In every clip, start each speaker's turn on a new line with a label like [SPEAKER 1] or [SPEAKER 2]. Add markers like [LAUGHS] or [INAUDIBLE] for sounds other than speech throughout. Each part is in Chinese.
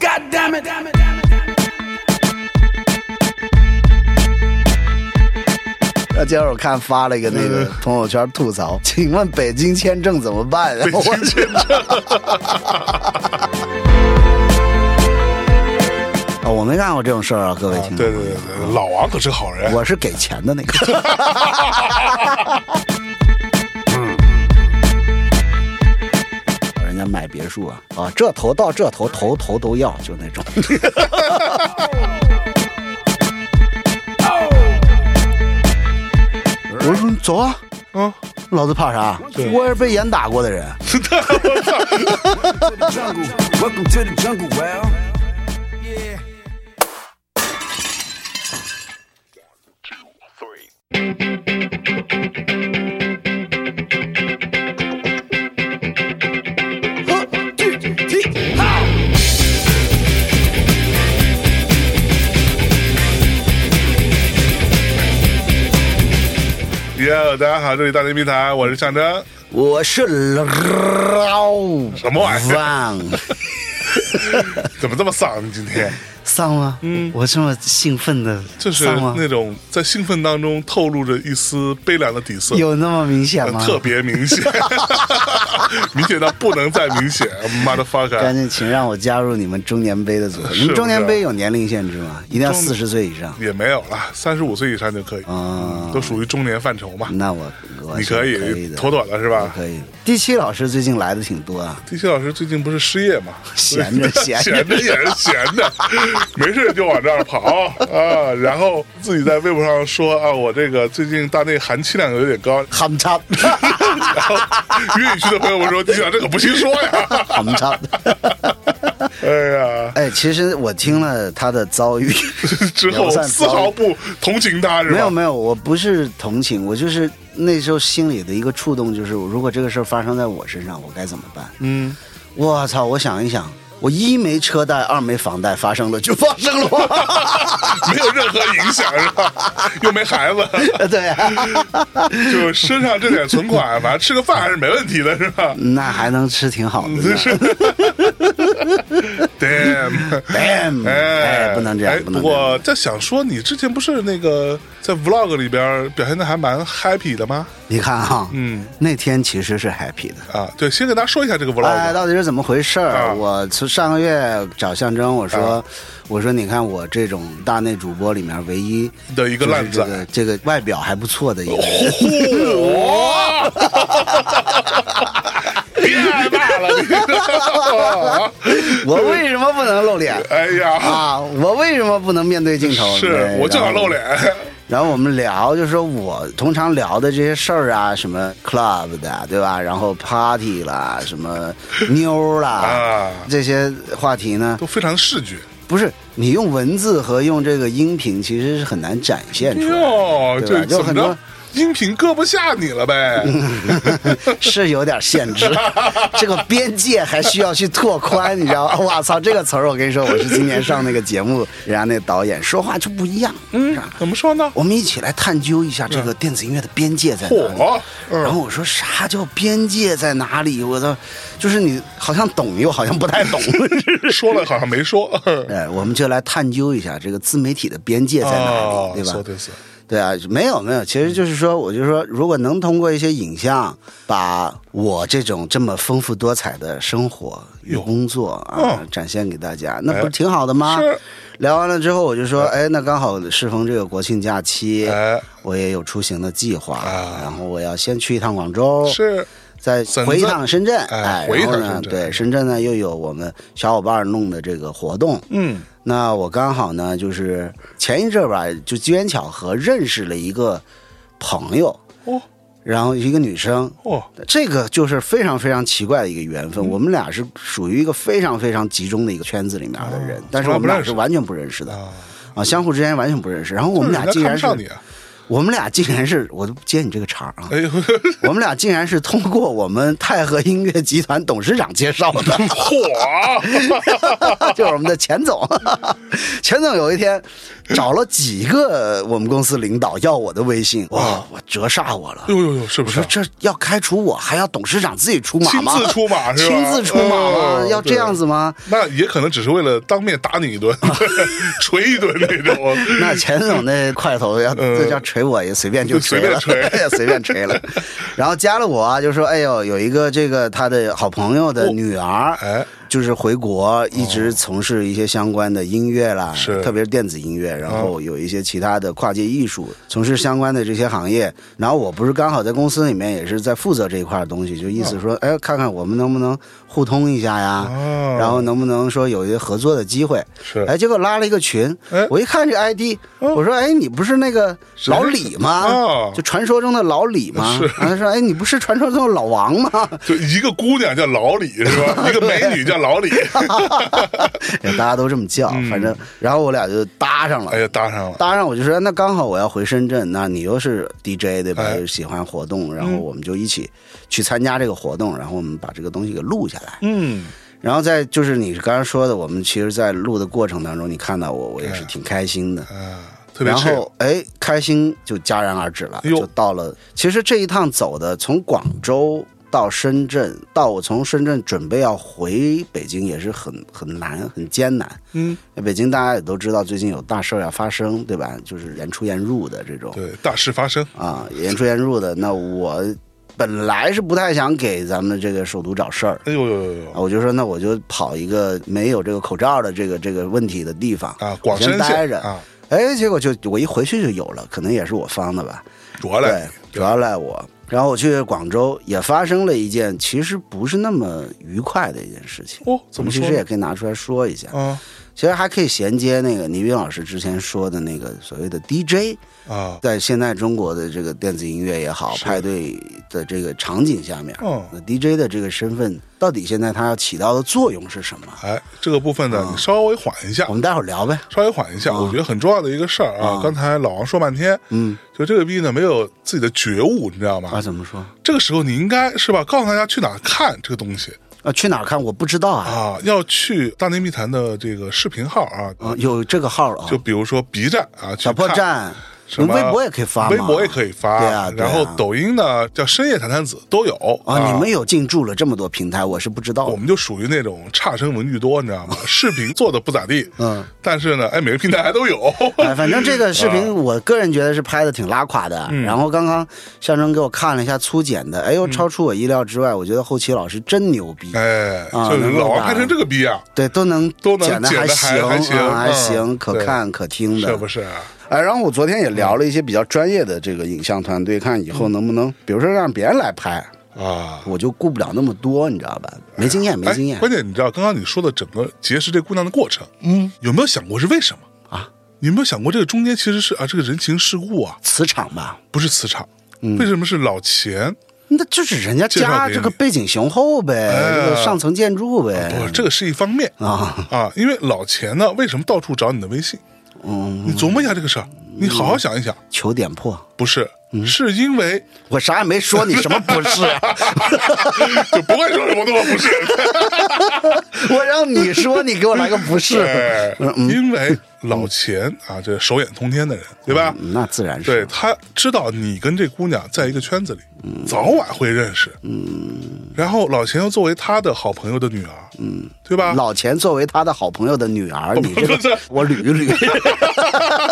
[SPEAKER 1] God damn it.
[SPEAKER 2] 那今儿我看发了一个那个朋友圈吐槽， [LAUGHS] 请问北京签证怎么办啊呀？我去， [LAUGHS] 哦我没干过这种事儿啊，各位听众。
[SPEAKER 3] 对对对对，老王可是好人。
[SPEAKER 2] 我是给钱的那个。人家买别墅啊，啊，这头到这头，头头都要，就那种。 [LAUGHS] 我说走啊，
[SPEAKER 3] 嗯，
[SPEAKER 2] 老子怕啥？我也是被严打过的人。
[SPEAKER 1] Jungle. Welcome to the jungle, well. Yeah.
[SPEAKER 3] 哟，大家好，这里是大内密谈，我是象征。
[SPEAKER 2] [LAUGHS] 我是老
[SPEAKER 3] 什么玩意儿
[SPEAKER 2] 王
[SPEAKER 3] 怎么这么丧？你今
[SPEAKER 2] [LAUGHS]
[SPEAKER 3] 天
[SPEAKER 2] 丧吗？嗯，我这么兴奋的，
[SPEAKER 3] 就是
[SPEAKER 2] 丧吗？
[SPEAKER 3] 那种在兴奋当中透露着一丝悲凉的底色，
[SPEAKER 2] 有那么明显吗？
[SPEAKER 3] 呃特别明显，明显到不能再明显。
[SPEAKER 2] [LAUGHS] 赶
[SPEAKER 3] motherfucker，
[SPEAKER 2] 紧，请让我加入你们中年杯的组合。
[SPEAKER 3] 是
[SPEAKER 2] 你们中年
[SPEAKER 3] 不
[SPEAKER 2] 杯
[SPEAKER 3] 是啊
[SPEAKER 2] 有年龄限制吗？一定要四十岁以上？
[SPEAKER 3] 也没有了，三十五岁以上就可以，
[SPEAKER 2] 啊
[SPEAKER 3] 嗯都属于中年范畴嘛。
[SPEAKER 2] 那我我
[SPEAKER 3] 你
[SPEAKER 2] 是
[SPEAKER 3] 可
[SPEAKER 2] 可
[SPEAKER 3] 以
[SPEAKER 2] 的，
[SPEAKER 3] 妥妥的是吧
[SPEAKER 2] 我可以。第七老师最近来的挺多啊，
[SPEAKER 3] 地西老师最近不是失业嘛，
[SPEAKER 2] 闲
[SPEAKER 3] [LAUGHS]
[SPEAKER 2] 着闲着
[SPEAKER 3] 闲着也是闲
[SPEAKER 2] [LAUGHS]
[SPEAKER 3] 着，没事就往这儿跑啊，然后自己在微博上说啊，我这个最近大内含气量有点高，
[SPEAKER 2] 含插
[SPEAKER 3] [LAUGHS] 然后粤语区的朋友们说，地西老师这可不行说呀，
[SPEAKER 2] 含
[SPEAKER 3] [LAUGHS]
[SPEAKER 2] 插。
[SPEAKER 3] 哎呀，
[SPEAKER 2] [LAUGHS] 哎，其实我听了他的遭遇
[SPEAKER 3] 之后
[SPEAKER 2] 也不算
[SPEAKER 3] 丝毫不同情他是吧？
[SPEAKER 2] 没有没有，我不是同情，我就是那时候心里的一个触动，就是如果这个事儿发生在我身上，我该怎么办？
[SPEAKER 3] 嗯，
[SPEAKER 2] 我操！我想一想，我一没车贷，二没房贷，发生了就发生了吧。
[SPEAKER 3] 没有任何影响是吧？
[SPEAKER 2] 嗯
[SPEAKER 3] 又没孩子，
[SPEAKER 2] [LAUGHS]
[SPEAKER 3] [LAUGHS]
[SPEAKER 2] 对、啊，
[SPEAKER 3] 就身上这点存款，反正吃个饭还是没问题的
[SPEAKER 2] [LAUGHS]
[SPEAKER 3] 是吧？
[SPEAKER 2] [LAUGHS] 那还能吃挺好的
[SPEAKER 3] 嗯
[SPEAKER 2] 呢。
[SPEAKER 3] Damn。
[SPEAKER 2] Damn！哎，不能这
[SPEAKER 3] 哎
[SPEAKER 2] 样，不能这样。
[SPEAKER 3] 我在想说，你之前不是那个在 vlog 里边表现的还蛮 happy 的吗？
[SPEAKER 2] 你看哈，
[SPEAKER 3] 嗯，
[SPEAKER 2] 那天其实是 happy 的。
[SPEAKER 3] 啊，对，先给大家说一下这个 vlog，、
[SPEAKER 2] 哎，到底是怎么回事儿？
[SPEAKER 3] 啊
[SPEAKER 2] 我从上个月找象征，我说，我说，你看我这种大内主播里面唯一
[SPEAKER 3] 的一个
[SPEAKER 2] 就是
[SPEAKER 3] 烂仔哦
[SPEAKER 2] 这个这个外表还不错的一个人。
[SPEAKER 3] 嚯！别挨 [LAUGHS] 骂了，你
[SPEAKER 2] 我为什么不能露
[SPEAKER 3] [LAUGHS]
[SPEAKER 2] 脸
[SPEAKER 3] 哎呀，
[SPEAKER 2] 啊？我为什么不能面对镜头？
[SPEAKER 3] 是
[SPEAKER 2] 对
[SPEAKER 3] 我就想露。
[SPEAKER 2] 然后
[SPEAKER 3] 脸，
[SPEAKER 2] 然后我们聊，就是说我通常聊的这些事儿啊，什么 club 的，对吧？然后 party 啦，什么妞儿啦，
[SPEAKER 3] 啊
[SPEAKER 2] 这些话题呢，
[SPEAKER 3] 都非常视觉。
[SPEAKER 2] 不是你用文字和用这个音频，其实是很难展现出来的，
[SPEAKER 3] 哟，
[SPEAKER 2] 哎对吧
[SPEAKER 3] 这
[SPEAKER 2] 就
[SPEAKER 3] 怎么
[SPEAKER 2] 很
[SPEAKER 3] 着
[SPEAKER 2] 多？嗯
[SPEAKER 3] 音频搁不下你了呗？
[SPEAKER 2] [LAUGHS] 是有点限制，这个边界还需要去拓宽，你知道吗？ [LAUGHS] 我操，这个词儿我跟你说，我是今年上那个节目，人家那导演说话就不一样，嗯，
[SPEAKER 3] 怎么说呢？
[SPEAKER 2] 我们一起来探究一下这个电子音乐的边界在哪里。
[SPEAKER 3] 嚯，
[SPEAKER 2] 然
[SPEAKER 3] 嗯，
[SPEAKER 2] 后我说啥叫边界在哪里？我操，就是你好像懂又好像不太
[SPEAKER 3] [LAUGHS]
[SPEAKER 2] 懂。
[SPEAKER 3] 说了好像没
[SPEAKER 2] [LAUGHS]
[SPEAKER 3] 说，
[SPEAKER 2] 哎，我们就来探究一下这个自媒体的边界在哪里，
[SPEAKER 3] 哦
[SPEAKER 2] 对吧？
[SPEAKER 3] 说得是
[SPEAKER 2] 对啊，没有没有，其实就是说，我就说，如果能通过一些影像，把我这种这么丰富多彩的生活与
[SPEAKER 3] 哟
[SPEAKER 2] 工作啊、
[SPEAKER 3] 嗯
[SPEAKER 2] 展现给大家，那不是挺好的吗？
[SPEAKER 3] 是
[SPEAKER 2] 聊完了之后，我就说，哎，那刚好适逢这个国庆假期，
[SPEAKER 3] 哎
[SPEAKER 2] 我也有出行的计划，
[SPEAKER 3] 啊
[SPEAKER 2] 然后我要先去一趟广州，
[SPEAKER 3] 是
[SPEAKER 2] 再回一趟深圳，
[SPEAKER 3] 哎
[SPEAKER 2] 哎，
[SPEAKER 3] 回一
[SPEAKER 2] 然后
[SPEAKER 3] 趟
[SPEAKER 2] 呢，
[SPEAKER 3] 深圳
[SPEAKER 2] 对，深圳呢又有我们小伙伴弄的这个活动，
[SPEAKER 3] 嗯，
[SPEAKER 2] 那我刚好呢，就是前一阵儿吧，就机缘巧合认识了一个朋友，
[SPEAKER 3] 哦
[SPEAKER 2] 然后一个女生，
[SPEAKER 3] 哦，
[SPEAKER 2] 这个就是非常非常奇怪的一个缘
[SPEAKER 3] 嗯
[SPEAKER 2] 分。我们俩是属于一个非常非常集中的一个圈子里面的
[SPEAKER 3] 哦
[SPEAKER 2] 人，但是我们俩是完全不认识的
[SPEAKER 3] 啊
[SPEAKER 2] 啊，相互之间完全不认识。然后我们俩
[SPEAKER 3] 就是
[SPEAKER 2] 竟
[SPEAKER 3] 人家
[SPEAKER 2] 然是
[SPEAKER 3] 看不上你，啊！
[SPEAKER 2] 我们俩竟然是，我都不接你这个茬儿啊。
[SPEAKER 3] 哎 [LAUGHS] 呦，
[SPEAKER 2] [LAUGHS] 我们俩竟然是通过我们泰和音乐集团董事长介绍的， [LAUGHS]
[SPEAKER 3] 嚯， [LAUGHS]
[SPEAKER 2] [LAUGHS] 就是我们的钱总。钱总有一天找了几个我们公司领导要我的微信，
[SPEAKER 3] 嗯
[SPEAKER 2] 哇，我折煞我了。
[SPEAKER 3] 呦呦呦，是不
[SPEAKER 2] 我
[SPEAKER 3] 是
[SPEAKER 2] 说？这要开除我，还要董事长自己出马
[SPEAKER 3] 亲
[SPEAKER 2] 吗？
[SPEAKER 3] 自出
[SPEAKER 2] [LAUGHS]
[SPEAKER 3] 马是吧？
[SPEAKER 2] 亲自出马吗？
[SPEAKER 3] 嗯
[SPEAKER 2] 要这样子？吗？
[SPEAKER 3] 对那也可能只是为了当面打你一顿， [LAUGHS] 捶一顿那种。
[SPEAKER 2] 那钱总那块头要
[SPEAKER 3] 嗯
[SPEAKER 2] 这叫锤我也随便就锤了，
[SPEAKER 3] 随
[SPEAKER 2] [LAUGHS]
[SPEAKER 3] 便
[SPEAKER 2] 随便锤了。然后加了我啊，就说哎呦，有一个这个他的好朋友的女儿，
[SPEAKER 3] 哎
[SPEAKER 2] 就是回国一直从事一些相关的音乐啦，
[SPEAKER 3] 哦是哦
[SPEAKER 2] 特别是电子音乐，然后有一些其他的跨界艺术，从事相关的这些行业。然后我不是刚好在公司里面也是在负责这一块的东西，就意思说，哎，看看我们能不能互通一下呀，
[SPEAKER 3] 哦
[SPEAKER 2] 然后能不能说有一些合作的机会。
[SPEAKER 3] 是
[SPEAKER 2] 哎，结果拉了一个群
[SPEAKER 3] 哎，
[SPEAKER 2] 我一看这 ID，我说，哎，你不是那个老李吗
[SPEAKER 3] 哦？
[SPEAKER 2] 就传说中的老李吗？然后他说，哎，你不是传说中的老王吗？
[SPEAKER 3] 就一个姑娘叫老李是吧？
[SPEAKER 2] [LAUGHS]
[SPEAKER 3] 一个美女叫老李，
[SPEAKER 2] 哎大家都这么叫，反正，然后我俩就搭上了
[SPEAKER 3] 嗯哎。呀，搭上了。
[SPEAKER 2] 搭上我就说，那刚好我要回深圳，那你又是 DJ 对吧？
[SPEAKER 3] 哎嗯
[SPEAKER 2] 又喜欢活动，然后我们就一起去参加这个活动，然后我们把这个东西给录下来。
[SPEAKER 3] 嗯，
[SPEAKER 2] 然后再就是你刚刚说的，我们其实，在录的过程当中，你看到我，我也
[SPEAKER 3] 哎
[SPEAKER 2] 是挺开心的。
[SPEAKER 3] 啊，特别
[SPEAKER 2] 然
[SPEAKER 3] 是
[SPEAKER 2] 后哎，开心就戛然而止了，
[SPEAKER 3] 哎呦
[SPEAKER 2] 就到了。其实这一趟走的，从广州到深圳，到我从深圳准备要回北京，也是很很难、很艰难。
[SPEAKER 3] 嗯，
[SPEAKER 2] 北京大家也都知道，最近有大事儿要发生，对吧？就是言出言入的这种
[SPEAKER 3] 对大事发生，
[SPEAKER 2] 啊，言出言入的。那我本来是不太想给咱们这个首都找事儿。
[SPEAKER 3] 哎呦呦呦
[SPEAKER 2] 啊，
[SPEAKER 3] 呦
[SPEAKER 2] 我就说那我就跑一个没有这个口罩的这个这个问题的地方
[SPEAKER 3] 啊！
[SPEAKER 2] 我
[SPEAKER 3] 广深
[SPEAKER 2] 先待
[SPEAKER 3] 县
[SPEAKER 2] 着
[SPEAKER 3] 啊，
[SPEAKER 2] 哎，结果就我一回去就有了，可能也是我方的吧。
[SPEAKER 3] 主要来
[SPEAKER 2] 对，主要赖我。然后我去广州，也发生了一件其实不是那么愉快的一件事情。
[SPEAKER 3] 哦，怎
[SPEAKER 2] 我们
[SPEAKER 3] 么说
[SPEAKER 2] 其实也
[SPEAKER 3] 呢？
[SPEAKER 2] 可以拿出来说一下，
[SPEAKER 3] 啊
[SPEAKER 2] 其实还可以衔接那个倪斌老师之前说的那个所谓的 DJ，
[SPEAKER 3] 啊，
[SPEAKER 2] 在现在中国的这个电子音乐也好，派对的这个场景下面，
[SPEAKER 3] 嗯
[SPEAKER 2] 那 DJ 的这个身份到底现在它要起到的作用是什么？
[SPEAKER 3] 哎，这个部分呢，你稍微缓一下
[SPEAKER 2] 啊我，们待会儿聊呗。
[SPEAKER 3] 稍微缓一下，我觉得很重要的一个事儿啊。刚才老王说半天，
[SPEAKER 2] 嗯，
[SPEAKER 3] 就这个逼呢没有自己的觉悟，你知道
[SPEAKER 2] 啊，
[SPEAKER 3] 吗？
[SPEAKER 2] 怎么说？
[SPEAKER 3] 这个时候你应该是吧，告诉大家去哪儿看这个东西
[SPEAKER 2] 啊，去哪儿看？我不知道啊。
[SPEAKER 3] 啊，要去大内密谈的这个视频号啊，
[SPEAKER 2] 啊，有这个号了啊
[SPEAKER 3] 就。比如说 B 站啊，去
[SPEAKER 2] 小破
[SPEAKER 3] 看
[SPEAKER 2] 站，
[SPEAKER 3] 什么
[SPEAKER 2] 微博也可以发吗
[SPEAKER 3] 微博也可以发，
[SPEAKER 2] 对啊对啊
[SPEAKER 3] 然后抖音呢叫深夜谈谈子都有
[SPEAKER 2] 啊、你们有进驻了这么多平台，我是不知道
[SPEAKER 3] 我
[SPEAKER 2] 的。
[SPEAKER 3] 们就属于那种差生文具多，你知
[SPEAKER 2] [LAUGHS]
[SPEAKER 3] 道吗？视频做的不咋地，
[SPEAKER 2] 嗯，
[SPEAKER 3] 但是呢，哎，每个平台还都有，啊
[SPEAKER 2] 哎，反正这
[SPEAKER 3] [LAUGHS]
[SPEAKER 2] 个视频，我个人觉得是拍的挺拉垮的。
[SPEAKER 3] 嗯
[SPEAKER 2] 然后刚刚象征给我看了一下粗剪的，哎呦，超出我意料之外，我觉得后期老师真牛逼，
[SPEAKER 3] 哎，
[SPEAKER 2] 啊
[SPEAKER 3] 就是
[SPEAKER 2] 能够
[SPEAKER 3] 老王
[SPEAKER 2] 吧
[SPEAKER 3] 拍成这个逼啊，
[SPEAKER 2] 对，都能
[SPEAKER 3] 都能
[SPEAKER 2] 剪的
[SPEAKER 3] 剪得还
[SPEAKER 2] 行，
[SPEAKER 3] 还行
[SPEAKER 2] 啊还
[SPEAKER 3] 嗯
[SPEAKER 2] 行，可
[SPEAKER 3] 对
[SPEAKER 2] 看可听的，
[SPEAKER 3] 是不嗯是？
[SPEAKER 2] 哎，然后我昨天也聊了一些比较专业的这个影像团队，看以后
[SPEAKER 3] 嗯
[SPEAKER 2] 能不能，比如说让别人来拍，
[SPEAKER 3] 啊，
[SPEAKER 2] 我就顾不了那么多，你知道吧？没经验，没经验
[SPEAKER 3] 哎。关键你知道刚刚你说的整个结识这姑娘的过程，嗯，有没有想过是为什么
[SPEAKER 2] 啊？
[SPEAKER 3] 你有没有想过这个中间其实是啊，这个人情世故啊，
[SPEAKER 2] 磁场吧，
[SPEAKER 3] 不是磁场，
[SPEAKER 2] 嗯
[SPEAKER 3] 为什么是老钱？
[SPEAKER 2] 那就是人家
[SPEAKER 3] 介绍
[SPEAKER 2] 家
[SPEAKER 3] 给
[SPEAKER 2] 这个
[SPEAKER 3] 你
[SPEAKER 2] 背景雄厚呗，
[SPEAKER 3] 哎
[SPEAKER 2] 这个上层建筑
[SPEAKER 3] 不是，
[SPEAKER 2] 呗。
[SPEAKER 3] 这个是一方面
[SPEAKER 2] 啊，
[SPEAKER 3] 啊，因为老钱呢，为什么到处找你的微信？
[SPEAKER 2] 嗯，
[SPEAKER 3] 你琢磨一下这个事儿，你好好想一想，
[SPEAKER 2] 求点破。
[SPEAKER 3] 不是，是因为
[SPEAKER 2] 我啥也没说，你什么不是啊？
[SPEAKER 3] 就不会说什么都不是，
[SPEAKER 2] [LAUGHS] 我让你说，你给我来个不
[SPEAKER 3] [LAUGHS]
[SPEAKER 2] 是，
[SPEAKER 3] 对，因为老钱啊，这手眼通天的人，对吧？
[SPEAKER 2] 那自然嗯
[SPEAKER 3] 对
[SPEAKER 2] 是。
[SPEAKER 3] 他知道你跟这姑娘在一个圈子里，早晚会认识。嗯，然后老钱又作为他的好朋友的女儿，嗯，对吧？
[SPEAKER 2] 老钱作为他的好朋友的女
[SPEAKER 3] [LAUGHS]
[SPEAKER 2] 儿，你这
[SPEAKER 3] 不是
[SPEAKER 2] 个我捋一捋。
[SPEAKER 3] [LAUGHS]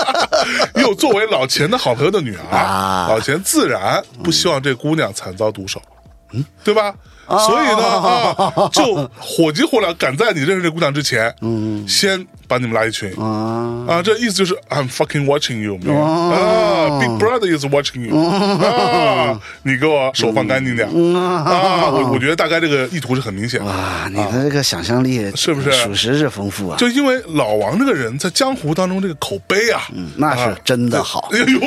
[SPEAKER 3] 又作为老钱的好朋友的女儿，
[SPEAKER 2] 啊
[SPEAKER 3] 老钱自然不希望这姑娘惨遭毒手，嗯，对吧？所以呢，啊，就火急火燎赶在你认识这姑娘之前，嗯，先把你们拉一群
[SPEAKER 2] 啊，
[SPEAKER 3] 啊，这意思就是 I'm fucking watching you，man 啊，Big Brother is watching you，啊，你给我手放干净点
[SPEAKER 2] 嗯
[SPEAKER 3] 啊，我我觉得大概这个意图是很明显的，
[SPEAKER 2] 啊哇，你的这个想象力
[SPEAKER 3] 啊是不是
[SPEAKER 2] 属实是丰富啊？
[SPEAKER 3] 就因为老王这个人在江湖当中这个口碑啊，
[SPEAKER 2] 那是真的好，
[SPEAKER 3] 哎呦，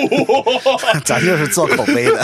[SPEAKER 2] [LAUGHS] 咱就是做口碑的。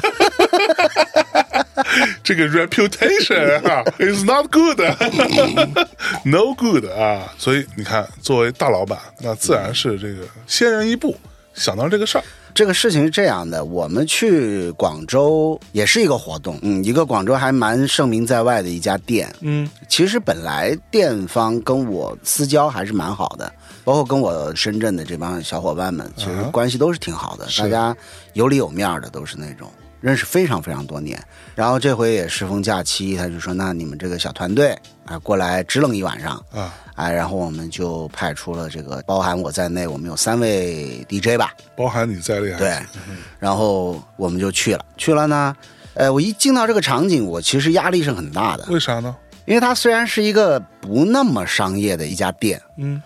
[SPEAKER 3] 这个 reputation 啊 [LAUGHS] is not good，no good 啊，所以你看，作为大老板，那自然是这个先人一步想到这个事儿，
[SPEAKER 2] 这个事情是这样的，我们去广州也是一个活动，嗯，一个广州还蛮盛名在外的一家店。
[SPEAKER 3] 嗯
[SPEAKER 2] 其实本来店方跟我私交还是蛮好的，包括跟我深圳的这帮小伙伴们，其实关系都是挺好的，
[SPEAKER 3] 嗯是
[SPEAKER 2] 大家有里有面儿的，都是那种认识非常非常多年。然后这回也适逢假期，他就说：“那你们这个小团队啊，过来支棱一晚上。”
[SPEAKER 3] 啊，
[SPEAKER 2] 哎，然后我们就派出了这个，包含我在内，我们有三位 DJ 吧，
[SPEAKER 3] 包含你在内，啊
[SPEAKER 2] 对，
[SPEAKER 3] 嗯
[SPEAKER 2] 然后我们就去了。去了呢，呃，我一进到这个场景，我其实压力是很大的，
[SPEAKER 3] 为啥呢？
[SPEAKER 2] 因为它虽然是一个不那么商业的一家店，
[SPEAKER 3] 嗯，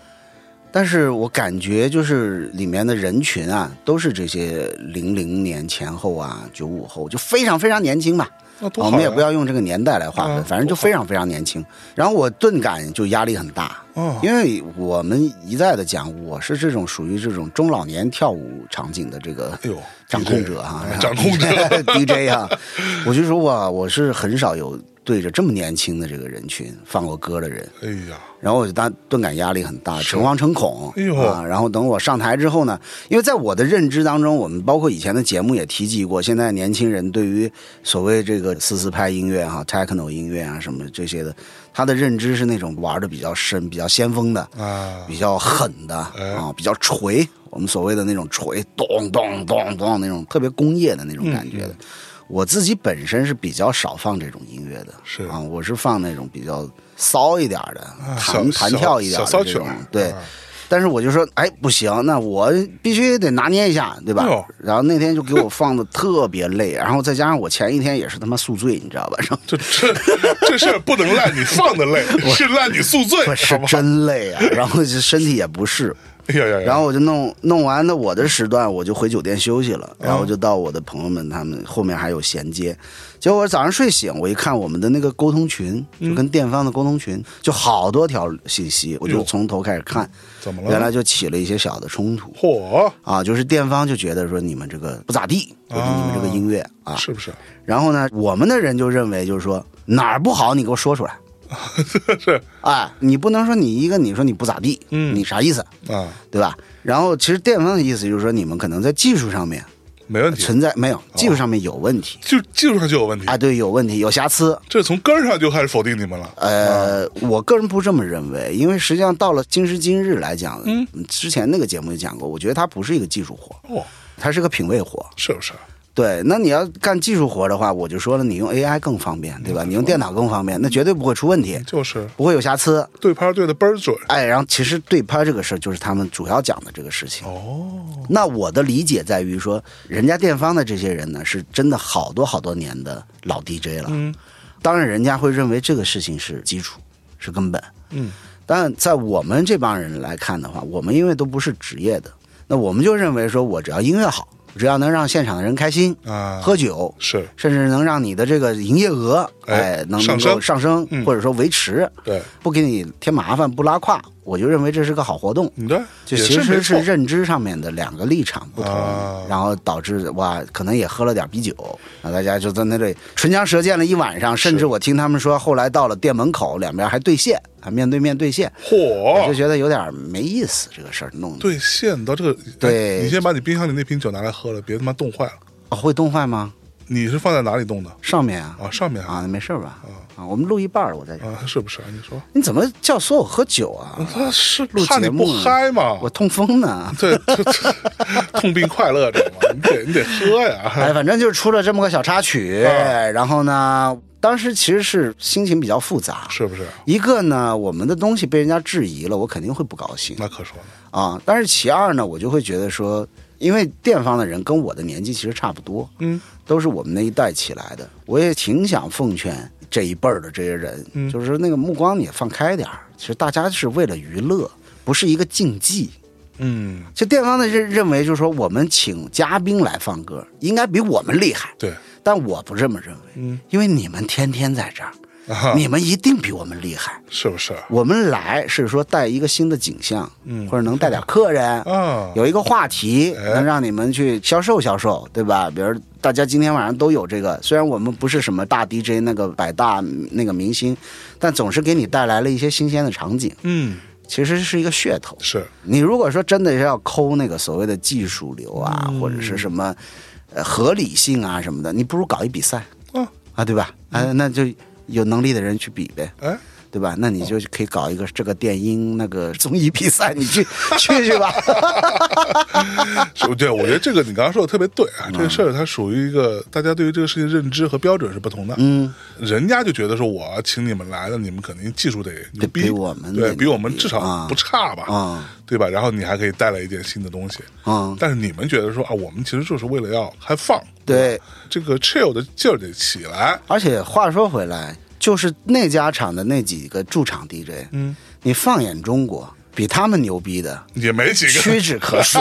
[SPEAKER 2] 但是我感觉就是里面的人群啊，都是这些零零年前后啊、九五后，就非常非常年轻嘛。
[SPEAKER 3] 那多好、
[SPEAKER 2] 我哦
[SPEAKER 3] 啊，
[SPEAKER 2] 们也不要用这个年代来划分，
[SPEAKER 3] 嗯
[SPEAKER 2] 反正就非常非常年轻。然后我顿感就压力很大，
[SPEAKER 3] 哦，
[SPEAKER 2] 因为我们一再的讲，我是这种属于这种中老年跳舞场景的这个
[SPEAKER 3] 哎呦，
[SPEAKER 2] 掌控者哈、 [LAUGHS]
[SPEAKER 3] 哎掌控者
[SPEAKER 2] DJ 啊，我就说哇，我是很少有对着这么年轻的这个人群放过歌的人，
[SPEAKER 3] 哎呀，
[SPEAKER 2] 然后我就当顿感压力很大，诚惶诚恐。
[SPEAKER 3] 哎呦
[SPEAKER 2] 啊！然后等我上台之后呢，因为在我的认知当中，我们包括以前的节目也提及过，现在年轻人对于所谓这个四四拍音乐哈、techno 音乐啊什么这些的，他的认知是那种玩的比较深、比较先锋的。
[SPEAKER 3] 啊，
[SPEAKER 2] 比较狠的
[SPEAKER 3] 哎
[SPEAKER 2] 啊，比较锤，我们所谓的那种锤，咚咚咚咚那种特别工业的那种感觉的。
[SPEAKER 3] 嗯
[SPEAKER 2] 我自己本身是比较少放这种音乐的，
[SPEAKER 3] 是
[SPEAKER 2] 啊，我是放那种比较骚一点的，
[SPEAKER 3] 啊
[SPEAKER 2] 嗯弹
[SPEAKER 3] 小
[SPEAKER 2] 弹跳一点
[SPEAKER 3] 小
[SPEAKER 2] 的
[SPEAKER 3] 小骚
[SPEAKER 2] 这
[SPEAKER 3] 曲
[SPEAKER 2] 种
[SPEAKER 3] 儿，
[SPEAKER 2] 对。
[SPEAKER 3] 啊
[SPEAKER 2] 但是我就说，哎，不行，那我必须得拿捏一下，对吧
[SPEAKER 3] 哎呦？
[SPEAKER 2] 然后那天就给我放的特别
[SPEAKER 3] [LAUGHS]
[SPEAKER 2] 累，然后再加上我前一天也是他妈宿醉，你知道吧？然后
[SPEAKER 3] 这这这事儿不能赖你放的
[SPEAKER 2] [LAUGHS]
[SPEAKER 3] 累，是赖你宿醉，
[SPEAKER 2] 我
[SPEAKER 3] 好
[SPEAKER 2] 是
[SPEAKER 3] 不好？
[SPEAKER 2] 真累啊，然后就身体也不适，
[SPEAKER 3] 哎呀呀呀，
[SPEAKER 2] 然后我就弄弄完了我的时段，我就回酒店休息了，
[SPEAKER 3] 哦
[SPEAKER 2] 然后就到我的朋友们他们后面还有衔接。结果我早上睡醒，我一看我们的那个沟通群，
[SPEAKER 3] 嗯
[SPEAKER 2] 就跟店方的沟通群，就好多条信息，我就从头开始看，
[SPEAKER 3] 嗯怎么了？
[SPEAKER 2] 原来就起了一些小的冲突
[SPEAKER 3] 嚯，
[SPEAKER 2] 啊，就是店方就觉得说你们这个不咋地，就是你们这个音乐啊，
[SPEAKER 3] 是不是？ [LAUGHS]
[SPEAKER 2] 然后呢，我们的人就认为就是说哪儿不好你给我说出来，
[SPEAKER 3] 是
[SPEAKER 2] 哎，你不能说你一个你说你不咋地，
[SPEAKER 3] 嗯
[SPEAKER 2] 你啥意思？
[SPEAKER 3] 啊，
[SPEAKER 2] 对吧？然后其实电方的意思就是说，你们可能在技术上面
[SPEAKER 3] 没问题，
[SPEAKER 2] 存在没有技术上面有问题、
[SPEAKER 3] 就技术上就有问题，
[SPEAKER 2] 啊，对，有问题，有瑕疵。
[SPEAKER 3] 这从根儿上就开始否定你们了。
[SPEAKER 2] 呃，我个人不这么认为，因为实际上到了今时今日来讲，嗯，之前那个节目就讲过，我觉得它不是一个技术活，
[SPEAKER 3] 哦，
[SPEAKER 2] 它是个品味活。
[SPEAKER 3] 是不是？
[SPEAKER 2] 对，那你要干技术活的话，我就说了，你用 AI 更方便，对吧？你用电脑更方便，那绝对不会出问题，
[SPEAKER 3] 就是
[SPEAKER 2] 不会有瑕疵。
[SPEAKER 3] 对拍对的倍儿准。
[SPEAKER 2] 哎，然后其实对拍这个事儿就是他们主要讲的这个事情。
[SPEAKER 3] 哦，
[SPEAKER 2] 那我的理解在于说，人家店方的这些人呢，是真的好多好多年的老 DJ 了。
[SPEAKER 3] 嗯
[SPEAKER 2] 当然，人家会认为这个事情是基础，是根本。
[SPEAKER 3] 嗯，
[SPEAKER 2] 但在我们这帮人来看的话，我们因为都不是职业的，那我们就认为说，我只要音乐好，只要能让现场的人开心、
[SPEAKER 3] 啊，
[SPEAKER 2] 喝酒，
[SPEAKER 3] 是
[SPEAKER 2] 甚至能让你的这个营业额，
[SPEAKER 3] 哎
[SPEAKER 2] 哎，能
[SPEAKER 3] 上
[SPEAKER 2] 能
[SPEAKER 3] 升
[SPEAKER 2] 够上升，
[SPEAKER 3] 嗯
[SPEAKER 2] 或者说维持，
[SPEAKER 3] 对，
[SPEAKER 2] 不给你添麻烦，不拉胯，我就认为这是个好活动。
[SPEAKER 3] 你对，
[SPEAKER 2] 就
[SPEAKER 3] 也
[SPEAKER 2] 其
[SPEAKER 3] 没
[SPEAKER 2] 实是
[SPEAKER 3] 错。
[SPEAKER 2] 认知上面的两个立场不同，
[SPEAKER 3] 啊
[SPEAKER 2] 然后导致哇，可能也喝了点啤酒，啊，大家就在那里唇枪舌剑了一晚上，甚至我听他们说，后来到了店门口，两边还对线，还面对面对线，我就
[SPEAKER 3] 嚯，
[SPEAKER 2] 觉得有点没意思，这个事儿弄的、
[SPEAKER 3] 哦对线到这个，哎
[SPEAKER 2] 对
[SPEAKER 3] 你先把你冰箱里那瓶酒拿来喝了，别他妈冻坏了。
[SPEAKER 2] 哦会冻坏吗？你
[SPEAKER 3] 你是放在哪里冻的？
[SPEAKER 2] 上面啊
[SPEAKER 3] 啊，上面
[SPEAKER 2] 啊，
[SPEAKER 3] 啊，
[SPEAKER 2] 没事儿吧？啊，我们录一半儿，我在这儿，
[SPEAKER 3] 啊，是不是？你说，
[SPEAKER 2] 你怎么教唆我喝酒啊？
[SPEAKER 3] 他是
[SPEAKER 2] 录
[SPEAKER 3] 怕
[SPEAKER 2] 节
[SPEAKER 3] 你不
[SPEAKER 2] 目呢
[SPEAKER 3] 嗨嘛？
[SPEAKER 2] 我痛风呢。
[SPEAKER 3] [LAUGHS] 对，这 [LAUGHS] 这痛并快乐着嘛，你得你得喝呀。
[SPEAKER 2] 哎，反正就是出了这么个小插曲，
[SPEAKER 3] 啊
[SPEAKER 2] 然后呢，当时其实是心情比较复杂，
[SPEAKER 3] 是不是？
[SPEAKER 2] 一个呢，我们的东西被人家质疑了，我肯定会不高兴
[SPEAKER 3] 那可说呢。
[SPEAKER 2] 啊。但是其二呢，我就会觉得说，因为店方的人跟我的年纪其实差不多，
[SPEAKER 3] 嗯，
[SPEAKER 2] 都是我们那一代起来的，我也挺想奉劝这一辈儿的这些人，
[SPEAKER 3] 嗯
[SPEAKER 2] 就是说那个目光你也放开点儿。其实大家是为了娱乐，不是一个竞技。
[SPEAKER 3] 嗯，
[SPEAKER 2] 其实店方的认认为就是说，我们请嘉宾来放歌，应该比我们厉害，
[SPEAKER 3] 对，
[SPEAKER 2] 但我不这么认为，
[SPEAKER 3] 嗯，
[SPEAKER 2] 因为你们天天在这儿，
[SPEAKER 3] 啊，
[SPEAKER 2] 你们一定比我们厉害。
[SPEAKER 3] 是不是？
[SPEAKER 2] 我们来是说带一个新的景象，
[SPEAKER 3] 嗯
[SPEAKER 2] 或者能带点客人，
[SPEAKER 3] 啊，
[SPEAKER 2] 有一个话题
[SPEAKER 3] 哎
[SPEAKER 2] 能让你们去销售销售，对吧？比如大家今天晚上都有这个，虽然我们不是什么大 DJ 那个百大那个明星，但总是给你带来了一些新鲜的场景。
[SPEAKER 3] 嗯，
[SPEAKER 2] 其实是一个噱头。
[SPEAKER 3] 是
[SPEAKER 2] 你如果说真的是要抠那个所谓的技术流啊，
[SPEAKER 3] 嗯
[SPEAKER 2] 或者是什么呃合理性啊什么的，你不如搞一比赛
[SPEAKER 3] 嗯，
[SPEAKER 2] 啊，对吧？啊，那就有能力的人去比呗。
[SPEAKER 3] 哎， [LAUGHS]
[SPEAKER 2] 对吧？那你就可以搞一个这个电音那个综艺比赛，你去去去吧。 [LAUGHS]
[SPEAKER 3] 是对，我觉得这个你刚刚说的特别对啊，这个事
[SPEAKER 2] 嗯
[SPEAKER 3] 儿它属于一个大家对于这个事情认知和标准是不同的。嗯，人家就觉得说我请你们来了，你们肯定技术得牛逼，
[SPEAKER 2] 比我们
[SPEAKER 3] 对
[SPEAKER 2] 得
[SPEAKER 3] 比我们
[SPEAKER 2] 牛逼
[SPEAKER 3] 至少
[SPEAKER 2] 啊
[SPEAKER 3] 不差吧，
[SPEAKER 2] 啊
[SPEAKER 3] 对吧？然后你还可以带来一点新的东西。
[SPEAKER 2] 嗯，
[SPEAKER 3] 但是你们觉得说啊，我们其实就是为了要还放，
[SPEAKER 2] 对。
[SPEAKER 3] 这个 chill 的劲儿得起来，
[SPEAKER 2] 而且话说回来，就是那家厂的那几个驻场 DJ，嗯，你放眼中国，比他们牛逼的
[SPEAKER 3] 也没几个
[SPEAKER 2] 屈指可
[SPEAKER 3] [LAUGHS]
[SPEAKER 2] 数。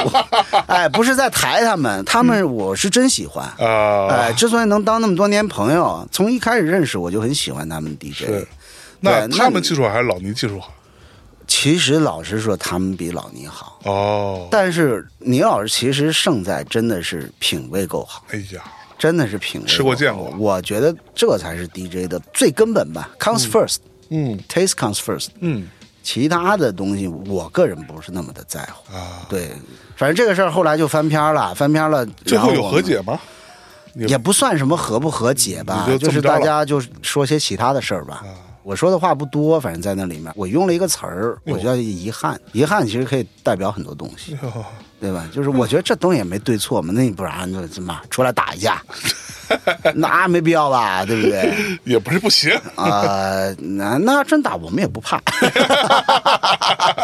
[SPEAKER 2] 哎，不是在抬他们，他
[SPEAKER 3] 嗯
[SPEAKER 2] 们我是真喜欢。
[SPEAKER 3] 啊
[SPEAKER 2] 哎，。之所以能当那么多年朋友，从一开始认识我就很喜欢他们 DJ。
[SPEAKER 3] 是那
[SPEAKER 2] 对
[SPEAKER 3] 他
[SPEAKER 2] 那
[SPEAKER 3] 们
[SPEAKER 2] 你
[SPEAKER 3] 技术好还是老倪技术好？
[SPEAKER 2] 其实老实说，他们比老倪好。
[SPEAKER 3] 哦，
[SPEAKER 2] 但是倪老师其实胜在真的是品味够好，
[SPEAKER 3] 哎呀，
[SPEAKER 2] 真的是品味够好
[SPEAKER 3] 吃过见过
[SPEAKER 2] 我觉得这才是 DJ 的最根本吧，comes first，
[SPEAKER 3] 嗯
[SPEAKER 2] taste comes first。
[SPEAKER 3] 嗯
[SPEAKER 2] 其他的东西，我个人不是那么的在乎。
[SPEAKER 3] 啊，
[SPEAKER 2] 对，反正这个事儿后来就翻篇儿了，翻篇儿了。
[SPEAKER 3] 最后
[SPEAKER 2] 然
[SPEAKER 3] 有
[SPEAKER 2] 我
[SPEAKER 3] 和
[SPEAKER 2] 们
[SPEAKER 3] 解吗？
[SPEAKER 2] 也不算什么和不和解吧，
[SPEAKER 3] 你就
[SPEAKER 2] 就
[SPEAKER 3] 这么
[SPEAKER 2] 是
[SPEAKER 3] 着了啊
[SPEAKER 2] 大家就是说些其他的事儿吧。我说的话不多，反正在那里面，我用了一个词儿，
[SPEAKER 3] 呦
[SPEAKER 2] 我觉得遗憾，遗憾其实可以代表很多东西，
[SPEAKER 3] 哟
[SPEAKER 2] 对吧？就是我觉得这东西也没对错嘛，那你不然就怎么出来打一架，那没必要吧，对不对？
[SPEAKER 3] 也不是不行，
[SPEAKER 2] 啊，那那真打我们也不怕， [LAUGHS]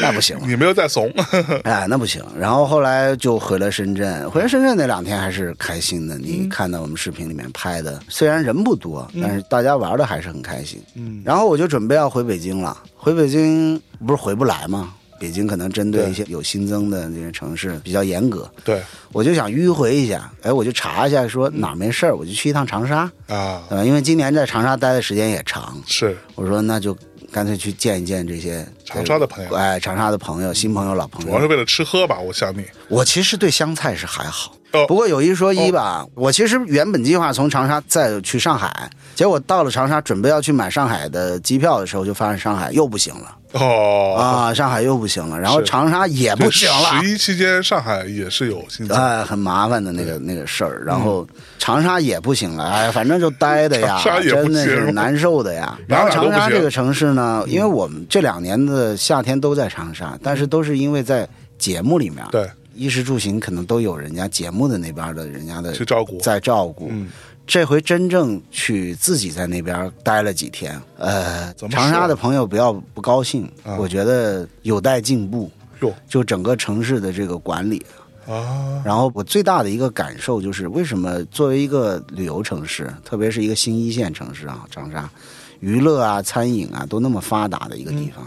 [SPEAKER 2] 那不行了，
[SPEAKER 3] 你没有再怂。 [LAUGHS]
[SPEAKER 2] 哎，那不行。然后后来就回了深圳，回了深圳那两天还是开心的。
[SPEAKER 3] 嗯
[SPEAKER 2] 你看到我们视频里面拍的，虽然人不多，但是大家玩的还是很开心。嗯，然后我就准备要回北京了，回北京不是回不来吗？北京可能针对
[SPEAKER 3] 对
[SPEAKER 2] 一些有新增的那些城市比较严格，
[SPEAKER 3] 对
[SPEAKER 2] 我就想迂回一下，哎，我就查一下说
[SPEAKER 3] 嗯
[SPEAKER 2] 哪儿没事儿，我就去一趟长沙。
[SPEAKER 3] 啊，
[SPEAKER 2] 对吧？因为今年在长沙待的时间也长，
[SPEAKER 3] 是
[SPEAKER 2] 我说那就干脆去见一见这些
[SPEAKER 3] 长沙的朋友
[SPEAKER 2] 哎，长沙的朋友、新朋友、老朋
[SPEAKER 3] 主要是
[SPEAKER 2] 友。
[SPEAKER 3] 为了吃喝吧，我想你。
[SPEAKER 2] 我其实对湘菜是还好
[SPEAKER 3] 哦，
[SPEAKER 2] 不过有一说一吧，我其实原本计划从长沙再去上海，结果到了长沙准备要去买上海的机票的时候，就发现上海又不行了
[SPEAKER 3] 哦，
[SPEAKER 2] 啊，上海又不行了，然后
[SPEAKER 3] 是
[SPEAKER 2] 长沙也不行了。
[SPEAKER 3] 十一期间上海也是有新增，
[SPEAKER 2] 哎，很麻烦的那
[SPEAKER 3] 嗯
[SPEAKER 2] 个那个事儿，然后长沙也不行了，哎，反正就待的呀，
[SPEAKER 3] 长沙也不
[SPEAKER 2] 真
[SPEAKER 3] 行
[SPEAKER 2] 的是难受的呀。
[SPEAKER 3] 哪
[SPEAKER 2] 然
[SPEAKER 3] 哪
[SPEAKER 2] 后
[SPEAKER 3] 都不行
[SPEAKER 2] 长沙这个城市呢，因为我们这两年的夏天都在长沙，但是都是因为在节目里面，
[SPEAKER 3] 对，
[SPEAKER 2] 衣食住行可能都有人家节目的那边的人家的
[SPEAKER 3] 去照顾。
[SPEAKER 2] 在照顾。
[SPEAKER 3] 嗯
[SPEAKER 2] 这回真正去自己在那边待了几天，呃，
[SPEAKER 3] 怎么说
[SPEAKER 2] 长沙的朋友不要不高兴，
[SPEAKER 3] 啊
[SPEAKER 2] 我觉得有待进步，
[SPEAKER 3] 哟
[SPEAKER 2] 就整个城市的这个管理。
[SPEAKER 3] 啊，
[SPEAKER 2] 然后我最大的一个感受就是，为什么作为一个旅游城市，特别是一个新一线城市啊，长沙，娱乐啊、餐饮啊都那么发达的一个地方，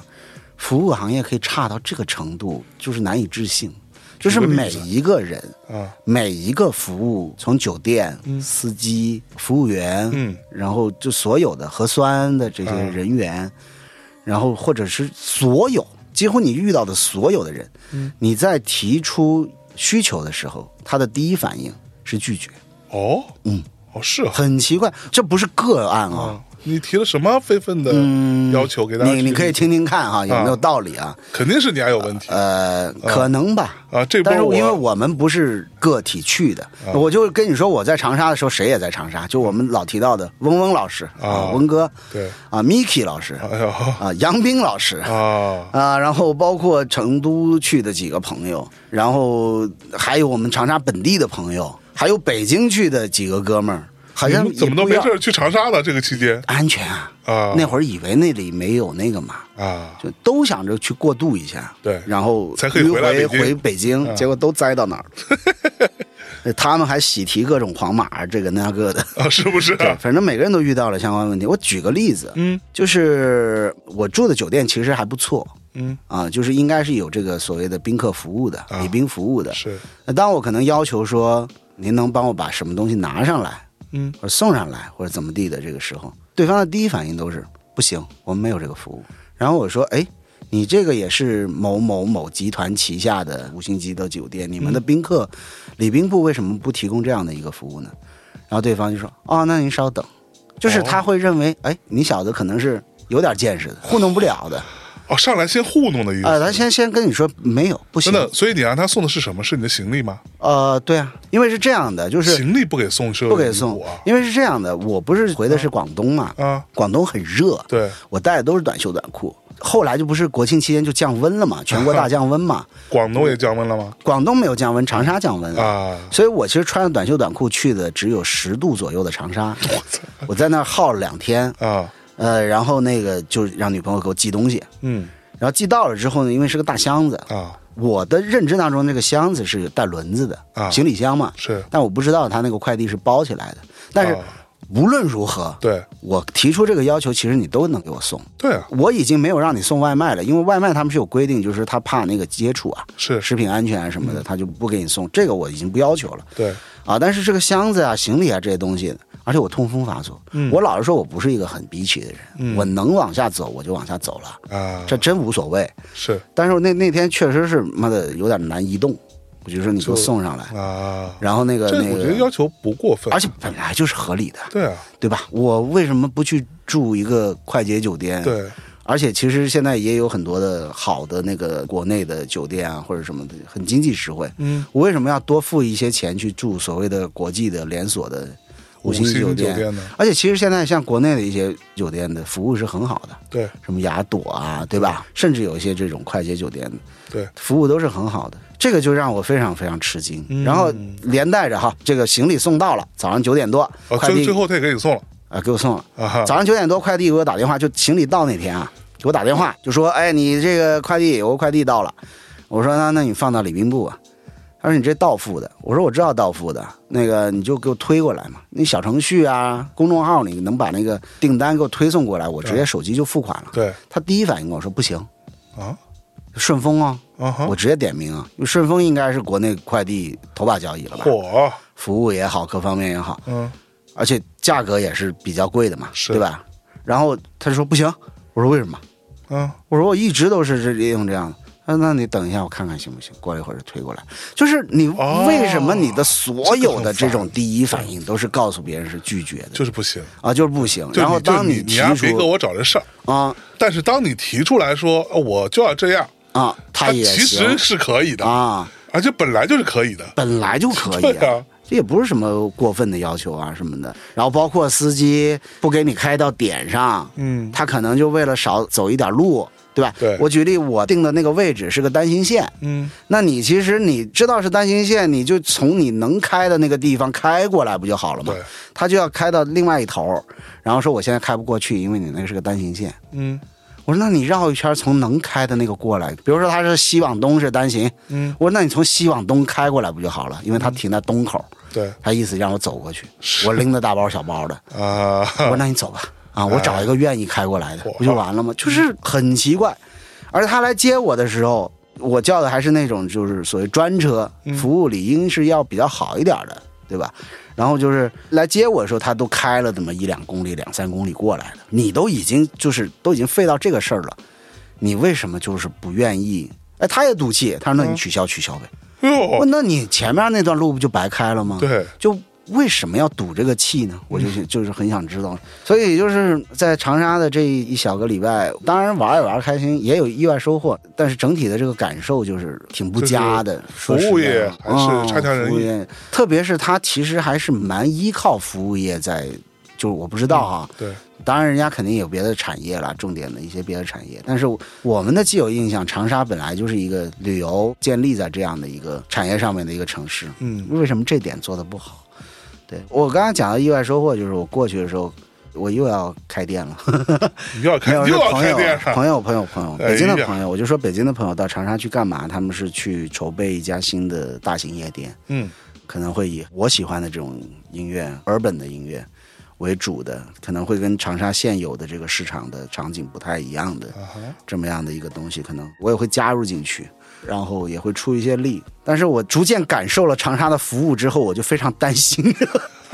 [SPEAKER 2] 服务行业可以差到这个程度，就是难以置信。就是
[SPEAKER 3] 举个
[SPEAKER 2] 每
[SPEAKER 3] 例子
[SPEAKER 2] 一个人，
[SPEAKER 3] 啊，
[SPEAKER 2] 每一个服务，从酒店、司机、服务员，
[SPEAKER 3] 嗯
[SPEAKER 2] 然后就所有的核酸的这些
[SPEAKER 3] 啊
[SPEAKER 2] 人员，然后或者是所有几乎你遇到的所有的人，
[SPEAKER 3] 嗯
[SPEAKER 2] 你在提出需求的时候，他的第一反应是拒绝，
[SPEAKER 3] 哦，嗯，哦是啊，
[SPEAKER 2] 很奇怪，这不是个案啊。嗯
[SPEAKER 3] 啊你提了什么非分的要求给大家去？
[SPEAKER 2] 你你可以听听看哈、有没有道理啊？
[SPEAKER 3] 肯定是你还有问题
[SPEAKER 2] 呃，可能吧。
[SPEAKER 3] 啊这波
[SPEAKER 2] 但是
[SPEAKER 3] 我啊
[SPEAKER 2] 因为我们不是个体去的，我就跟你说，我在长沙的时候，谁也在长沙，就我们老提到的翁翁老师
[SPEAKER 3] 啊
[SPEAKER 2] 翁哥，
[SPEAKER 3] 对
[SPEAKER 2] 啊，Miki 老师
[SPEAKER 3] 哎呦
[SPEAKER 2] 啊，杨斌老师
[SPEAKER 3] 啊，
[SPEAKER 2] 啊，然后包括成都去的几个朋友，然后还有我们长沙本地的朋友，还有北京去的几个哥们儿，好
[SPEAKER 3] 你
[SPEAKER 2] 像
[SPEAKER 3] 们怎么
[SPEAKER 2] 也
[SPEAKER 3] 都
[SPEAKER 2] 不
[SPEAKER 3] 没
[SPEAKER 2] 要
[SPEAKER 3] 事儿去长沙了？这个期间
[SPEAKER 2] 安全啊。
[SPEAKER 3] 啊
[SPEAKER 2] 那会儿以为那里没有那个嘛，
[SPEAKER 3] 啊，
[SPEAKER 2] 就都想着去过渡一下，
[SPEAKER 3] 对
[SPEAKER 2] 然后
[SPEAKER 3] 才可以回来
[SPEAKER 2] 迂回
[SPEAKER 3] 北京
[SPEAKER 2] 回
[SPEAKER 3] 嗯
[SPEAKER 2] 北京，结果都栽到哪儿
[SPEAKER 3] [LAUGHS]
[SPEAKER 2] 了。他们还喜提各种黄马，这个那个的，
[SPEAKER 3] 啊，是不是啊？
[SPEAKER 2] 反正每个人都遇到了相关问题。我举个例子，
[SPEAKER 3] 嗯，
[SPEAKER 2] 就是我住的酒店其实还不错，
[SPEAKER 3] 嗯啊
[SPEAKER 2] 啊，就是应该是有这个所谓的宾客服务的、礼宾服务的。
[SPEAKER 3] 是，
[SPEAKER 2] 那当我可能要求说，您能帮我把什么东西拿上来，
[SPEAKER 3] 嗯，
[SPEAKER 2] 或者送上来，或者怎么地的这个时候，对方的第一反应都是不行，我们没有这个服务。然后我说，哎，你这个也是某某某集团旗下的五星级的酒店，你们
[SPEAKER 3] 嗯
[SPEAKER 2] 的宾客、礼宾部为什么不提供这样的一个服务呢？然后对方就说，哦，那您稍
[SPEAKER 3] 哦
[SPEAKER 2] 等，就是他会认为，哎，你小子可能是有点见识的，糊弄不了的。
[SPEAKER 3] 哦，上来先糊弄的意思。
[SPEAKER 2] 啊，他先先跟你说没有，不行
[SPEAKER 3] 真。的，所以你让他送的是什么？是你的行李吗？
[SPEAKER 2] 呃，对啊，因为是这样的，就是
[SPEAKER 3] 行李不给送是
[SPEAKER 2] 不给送
[SPEAKER 3] 啊，
[SPEAKER 2] 因为是这样的，我不是回的是广东嘛，
[SPEAKER 3] 啊
[SPEAKER 2] 广东很热，
[SPEAKER 3] 对，
[SPEAKER 2] 我带的都是短袖短裤。后来就不是国庆期间就降温 [LAUGHS] 了嘛，全国大降温嘛，
[SPEAKER 3] 广东也降温了吗？
[SPEAKER 2] 广东没有降温，长沙降温了。
[SPEAKER 3] 啊，
[SPEAKER 2] 所以我其实穿着短袖短裤去的只有十度左右的长沙，我在那儿耗了两天，
[SPEAKER 3] 啊，
[SPEAKER 2] 呃，然后那个就让女朋友给我寄东西，
[SPEAKER 3] 嗯，
[SPEAKER 2] 然后寄到了之后呢，因为是个大箱子，
[SPEAKER 3] 啊，
[SPEAKER 2] 我的认知当中那个箱子是有带轮子的、
[SPEAKER 3] 啊
[SPEAKER 2] 行李箱嘛，
[SPEAKER 3] 是
[SPEAKER 2] 但我不知道他那个快递是包起来的，但是。
[SPEAKER 3] 啊
[SPEAKER 2] 无论如何，
[SPEAKER 3] 对
[SPEAKER 2] 我提出这个要求，其实你都能给我送。
[SPEAKER 3] 对啊，
[SPEAKER 2] 我已经没有让你送外卖了，因为外卖他们是有规定，就是他怕那个接触啊，
[SPEAKER 3] 是
[SPEAKER 2] 食品安全啊什么的，
[SPEAKER 3] 嗯
[SPEAKER 2] 他就不给你送。这个我已经不要求了。
[SPEAKER 3] 对，
[SPEAKER 2] 啊，但是这个箱子啊、行李啊这些东西，而且我痛风发作，
[SPEAKER 3] 嗯
[SPEAKER 2] 我老实说，我不是一个很逼气的人，我能往下走我就往下走了，
[SPEAKER 3] 啊，
[SPEAKER 2] 这真无所谓。
[SPEAKER 3] 是
[SPEAKER 2] 但是那那天确实是妈的有点难移动，我就说你给我送上来，
[SPEAKER 3] 啊，
[SPEAKER 2] 然后那个
[SPEAKER 3] 这
[SPEAKER 2] 那
[SPEAKER 3] 我觉得要
[SPEAKER 2] 个，
[SPEAKER 3] 求不过分，
[SPEAKER 2] 而且本来就是合理的，
[SPEAKER 3] 对啊，
[SPEAKER 2] 对吧？我为什么不去住一个快捷酒店？。
[SPEAKER 3] 对，
[SPEAKER 2] 而且其实现在也有很多的好的那个国内的酒店啊，或者什么的，很经济实惠。
[SPEAKER 3] 嗯，
[SPEAKER 2] 我为什么要多付一些钱去住所谓的国际的连锁的五星
[SPEAKER 3] 五
[SPEAKER 2] 酒
[SPEAKER 3] 星
[SPEAKER 2] 店？
[SPEAKER 3] 酒店呢
[SPEAKER 2] 而且其实现在像国内的一些酒店的服务是很好的，
[SPEAKER 3] 对
[SPEAKER 2] 什么雅朵啊，对
[SPEAKER 3] 嗯
[SPEAKER 2] 吧？甚至有一些这种快捷酒店
[SPEAKER 3] 对，
[SPEAKER 2] 服务都是很好的，这个就让我非常非常吃惊。
[SPEAKER 3] 嗯
[SPEAKER 2] 然后连带着哈，这个行李送到了，早上九点多，
[SPEAKER 3] 啊，
[SPEAKER 2] 快递
[SPEAKER 3] 最最后他也给你送了
[SPEAKER 2] 啊给我送了。
[SPEAKER 3] 啊哈，
[SPEAKER 2] 早上九点多，快递给我打电话，就行李到那天啊，给我打电话就说：“哎，你这个快递有个快递到了。”我说：“那那你放到礼宾部啊。”他说：“你这到付的。”我说：“我知道到付的，那个你就给我推过来嘛。那小程序啊，公众号你能把那个订单给我推送过来，我直接手机就付款了。
[SPEAKER 3] 对”
[SPEAKER 2] 他第一反应跟我说：“不行，
[SPEAKER 3] 啊
[SPEAKER 2] 顺丰啊、
[SPEAKER 3] 啊哈
[SPEAKER 2] 我，直接点名啊，因为顺丰应该是国内快递头把交椅了吧，
[SPEAKER 3] 火，
[SPEAKER 2] 服务也好，各方面也好。
[SPEAKER 3] 嗯，
[SPEAKER 2] 而且价格也是比较贵的嘛，
[SPEAKER 3] 是
[SPEAKER 2] 对吧？然后他就说不行，我说为什么？
[SPEAKER 3] 啊，
[SPEAKER 2] 我说我一直都是这利用这样的。他说那你等一下，我看看行不行。过了一会儿就推过来，就是你
[SPEAKER 3] 哦
[SPEAKER 2] 为什么你的所有的
[SPEAKER 3] 这
[SPEAKER 2] 这
[SPEAKER 3] 个很
[SPEAKER 2] 种第一反应都是告诉别人是拒绝的
[SPEAKER 3] 就是不行，
[SPEAKER 2] 啊，就是不行。
[SPEAKER 3] 就
[SPEAKER 2] 然后
[SPEAKER 3] 你就
[SPEAKER 2] 当
[SPEAKER 3] 你
[SPEAKER 2] 提
[SPEAKER 3] 丫别给
[SPEAKER 2] 出
[SPEAKER 3] 我找这事儿，
[SPEAKER 2] 啊
[SPEAKER 3] 但是当你提出来说呃我就要这样，
[SPEAKER 2] 啊，他也
[SPEAKER 3] 其
[SPEAKER 2] 行
[SPEAKER 3] 实是可以的，
[SPEAKER 2] 啊，
[SPEAKER 3] 而且本来就是可以的，
[SPEAKER 2] 本来就可以
[SPEAKER 3] [LAUGHS] 对啊
[SPEAKER 2] 这也不是什么过分的要求啊什么的。然后包括司机不给你开到点上，
[SPEAKER 3] 嗯
[SPEAKER 2] 他可能就为了少走一点路，对吧？
[SPEAKER 3] 对
[SPEAKER 2] 我举例，我定的那个位置是个单行线，
[SPEAKER 3] 嗯，
[SPEAKER 2] 那你其实你知道是单行线，你就从你能开的那个地方开过来不就好了吗
[SPEAKER 3] 对？
[SPEAKER 2] 他就要开到另外一头，然后说我现在开不过去，因为你那个是个单行线。
[SPEAKER 3] 嗯
[SPEAKER 2] 我说那你绕一圈从能开的那个过来，比如说他是西往东是单行，
[SPEAKER 3] 嗯，
[SPEAKER 2] 我说那你从西往东开过来不就好了？因为他停在东口，
[SPEAKER 3] 对
[SPEAKER 2] 他意思让我走过去，我拎着大包小包的，
[SPEAKER 3] 啊， [LAUGHS]
[SPEAKER 2] 我说那你走吧，啊，我找一个愿意开过来的，不就完了吗？就是很奇怪，而他来接我的时候，我叫的还是那种就是所谓专车，服务理应是要比较好一点的，对吧？然后就是来接我的时候，他都开了这么一两公里、两三公里过来的，你都已经就是都已经费到这个事儿了，你为什么就是不愿意？哎，他也赌气，他说：“那你取消取消呗。”
[SPEAKER 3] 哎
[SPEAKER 2] 问
[SPEAKER 3] 呦，
[SPEAKER 2] 那你前面那段路不就白开了吗？
[SPEAKER 3] 对，嗯
[SPEAKER 2] 就为什么要赌这个气呢？我就是就是很想知道。所以就是在长沙的这一小个礼拜，当然玩一玩开心，也有意外收获，但是整体的这个感受就是挺不佳的。
[SPEAKER 3] 就
[SPEAKER 2] 说
[SPEAKER 3] 是服务
[SPEAKER 2] 实在
[SPEAKER 3] 业
[SPEAKER 2] 话
[SPEAKER 3] 还是差强人意
[SPEAKER 2] 嗯服务业特别是他其实还是蛮依靠服务业在，就是我不知道啊，
[SPEAKER 3] 对，
[SPEAKER 2] 当然，人家肯定有别的产业啦，重点的一些别的产业。但是我我们的既有印象，长沙本来就是一个旅游建立在这样的一个产业上面的一个城市。
[SPEAKER 3] 嗯
[SPEAKER 2] 为什么这点做的不好？对我刚刚讲的意外收获，就是我过去的时候，我又要开店
[SPEAKER 3] [LAUGHS]
[SPEAKER 2] 了。
[SPEAKER 3] 你又要
[SPEAKER 2] 没
[SPEAKER 3] 开
[SPEAKER 2] 有
[SPEAKER 3] 又
[SPEAKER 2] 是
[SPEAKER 3] 要
[SPEAKER 2] 朋
[SPEAKER 3] 开
[SPEAKER 2] 友啊
[SPEAKER 3] 店了，
[SPEAKER 2] 朋友朋友朋友，
[SPEAKER 3] 哎呀
[SPEAKER 2] 北京的朋友，我就说北京的朋友到长沙去干嘛？他们是去筹备一家新的大型夜店。
[SPEAKER 3] 嗯
[SPEAKER 2] 可能会以我喜欢的这种音乐，urban 的音乐为主的，可能会跟长沙现有的这个市场的场景不太一样的
[SPEAKER 3] 啊哈，
[SPEAKER 2] 这么样的一个东西，可能我也会加入进去，然后也会出一些力。但是我逐渐感受了长沙的服务之后，我就非常担心。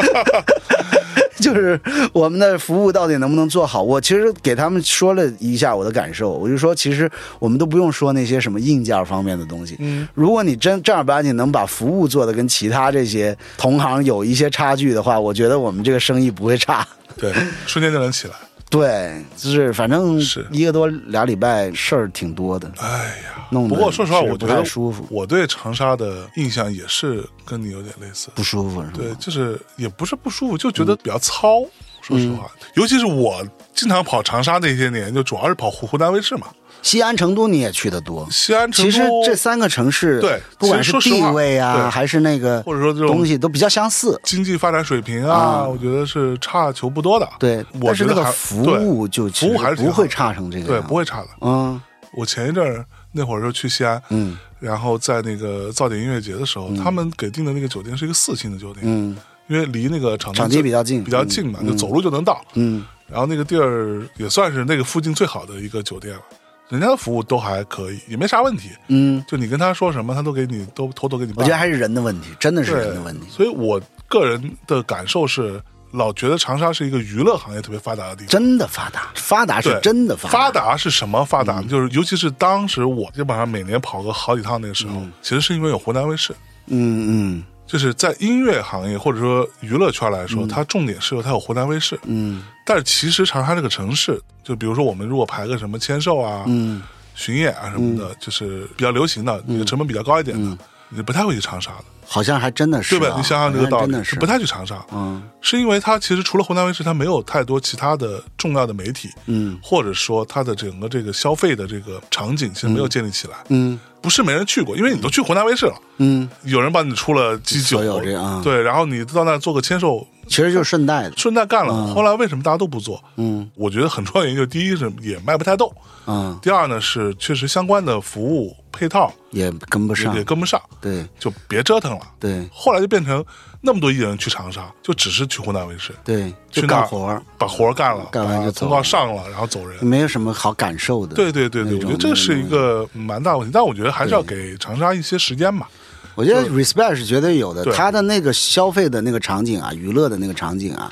[SPEAKER 2] [LAUGHS] 就是我们的服务到底能不能做好？我其实给他们说了一下我的感受，我就说，其实我们都不用说那些什么硬件方面的东西，
[SPEAKER 3] 嗯，
[SPEAKER 2] 如果你真正儿八经能把服务做得跟其他这些同行有一些差距的话，我觉得我们这个生意不会差。 [LAUGHS]
[SPEAKER 3] 对，瞬间就能起来，
[SPEAKER 2] 对，就是反正
[SPEAKER 3] 是
[SPEAKER 2] 一个多俩礼拜事儿挺多的，
[SPEAKER 3] 哎呀，
[SPEAKER 2] 弄
[SPEAKER 3] 不
[SPEAKER 2] 得
[SPEAKER 3] 过说实话，
[SPEAKER 2] 是
[SPEAKER 3] 我
[SPEAKER 2] 不
[SPEAKER 3] 觉
[SPEAKER 2] 太
[SPEAKER 3] 得
[SPEAKER 2] 舒服
[SPEAKER 3] 我对长沙的印象也是跟你有点类似，
[SPEAKER 2] 不舒服是吗？
[SPEAKER 3] 对，就是也不是不舒服，就觉得比较糙。说实话，
[SPEAKER 2] 嗯
[SPEAKER 3] 尤其是我经常跑长沙那些年，就主要是跑湖湖南卫视嘛，
[SPEAKER 2] 西安、成都你也去的多，
[SPEAKER 3] 西安、成
[SPEAKER 2] 其
[SPEAKER 3] 都。
[SPEAKER 2] 实这三个城市，
[SPEAKER 3] 对
[SPEAKER 2] 不管是
[SPEAKER 3] 其实说
[SPEAKER 2] 地
[SPEAKER 3] 实话
[SPEAKER 2] 位啊，
[SPEAKER 3] 对
[SPEAKER 2] 还是那个
[SPEAKER 3] 或者说这种
[SPEAKER 2] 东西都比较相似，
[SPEAKER 3] 经济发展水平啊，
[SPEAKER 2] 啊
[SPEAKER 3] 我觉得是差球不多的。
[SPEAKER 2] 对。
[SPEAKER 3] 我
[SPEAKER 2] 但是
[SPEAKER 3] 觉
[SPEAKER 2] 那
[SPEAKER 3] 得
[SPEAKER 2] 个
[SPEAKER 3] 还
[SPEAKER 2] 服
[SPEAKER 3] 对
[SPEAKER 2] 务就其
[SPEAKER 3] 服务
[SPEAKER 2] 实
[SPEAKER 3] 还是挺
[SPEAKER 2] 不
[SPEAKER 3] 好
[SPEAKER 2] 会
[SPEAKER 3] 的
[SPEAKER 2] 差成这个
[SPEAKER 3] 对
[SPEAKER 2] 样
[SPEAKER 3] 不会差的。
[SPEAKER 2] 嗯
[SPEAKER 3] 我前一阵儿那会儿就去西安，
[SPEAKER 2] 嗯
[SPEAKER 3] 然后在那个造点音乐节的时候，他们给订的那个酒店是一个四星的酒店，
[SPEAKER 2] 嗯
[SPEAKER 3] 因为离那个场地
[SPEAKER 2] 场地
[SPEAKER 3] 最
[SPEAKER 2] 比较近
[SPEAKER 3] 比较近嘛，就走路就能到。
[SPEAKER 2] 嗯，
[SPEAKER 3] 然后那个地儿也算是那个附近最好的一个酒店了，人家的服务都还可以，也没啥问题。
[SPEAKER 2] 嗯，
[SPEAKER 3] 就你跟他说什么，他都给你都妥妥给你
[SPEAKER 2] 我
[SPEAKER 3] 办。
[SPEAKER 2] 觉得还是人的问题，真的是
[SPEAKER 3] 对
[SPEAKER 2] 人的问题。
[SPEAKER 3] 所以我个人的感受是，老觉得长沙是一个娱乐行业特别发达的地方。
[SPEAKER 2] 真的发达，发达是
[SPEAKER 3] 对，
[SPEAKER 2] 真的发达。嗯
[SPEAKER 3] 发达是什么发达？就是尤其是当时我基本上每年跑个好几趟，那个时候、其实是因为有湖南卫视，
[SPEAKER 2] 嗯嗯
[SPEAKER 3] 就是在音乐行业或者说娱乐圈来说，它重点是有它有湖南卫视。
[SPEAKER 2] 嗯
[SPEAKER 3] 但是其实长沙这个城市，就比如说我们如果排个什么签售啊、
[SPEAKER 2] 嗯，
[SPEAKER 3] 巡演啊什么的，就是比较流行的，你的成本比较高一点的，你不太会去长沙的，
[SPEAKER 2] 好像还真的嗯是、
[SPEAKER 3] 对
[SPEAKER 2] 啊，
[SPEAKER 3] 吧？你想想这个道
[SPEAKER 2] 好像
[SPEAKER 3] 理，
[SPEAKER 2] 真的是
[SPEAKER 3] 不太去长沙，
[SPEAKER 2] 嗯
[SPEAKER 3] 是因为它其实除了湖南卫视，它没有太多其他的重要的媒体，
[SPEAKER 2] 嗯
[SPEAKER 3] 或者说它的整个这个消费的这个场景其实没有建立起来。
[SPEAKER 2] 嗯
[SPEAKER 3] 不是没人去过，因为你都去湖南卫视了，
[SPEAKER 2] 嗯，
[SPEAKER 3] 有人帮你出了基酒
[SPEAKER 2] 所有这，样
[SPEAKER 3] 对，然后你到那做个签售，
[SPEAKER 2] 其实就是顺带的。
[SPEAKER 3] 顺带干了。后来为什么大家都不做？
[SPEAKER 2] 嗯
[SPEAKER 3] 我觉得很重要的原因就是，第一是也卖不太动，
[SPEAKER 2] 嗯，
[SPEAKER 3] 第二呢是确实相关的服务配套
[SPEAKER 2] 也跟不
[SPEAKER 3] 也
[SPEAKER 2] 上
[SPEAKER 3] 也。跟不上，
[SPEAKER 2] 对
[SPEAKER 3] 就别折腾了。
[SPEAKER 2] 对
[SPEAKER 3] 后来就变成那么多艺人去长沙，就只是去湖南卫视，
[SPEAKER 2] 对，就
[SPEAKER 3] 去那
[SPEAKER 2] 干
[SPEAKER 3] 儿
[SPEAKER 2] 活儿，
[SPEAKER 3] 把活儿干了，
[SPEAKER 2] 干完
[SPEAKER 3] 把
[SPEAKER 2] 就走
[SPEAKER 3] 通告上了，然后走人。
[SPEAKER 2] 没有什么好感受的。
[SPEAKER 3] 对对对对，
[SPEAKER 2] 那
[SPEAKER 3] 我
[SPEAKER 2] 种
[SPEAKER 3] 觉得这是一。
[SPEAKER 2] 那种
[SPEAKER 3] 个蛮大问题，但我觉得还是要给长沙一些时间吧。
[SPEAKER 2] 我觉得 respect 是绝对有的，
[SPEAKER 3] 对
[SPEAKER 2] 他的那个消费的那个场景啊，娱乐的那个场景啊，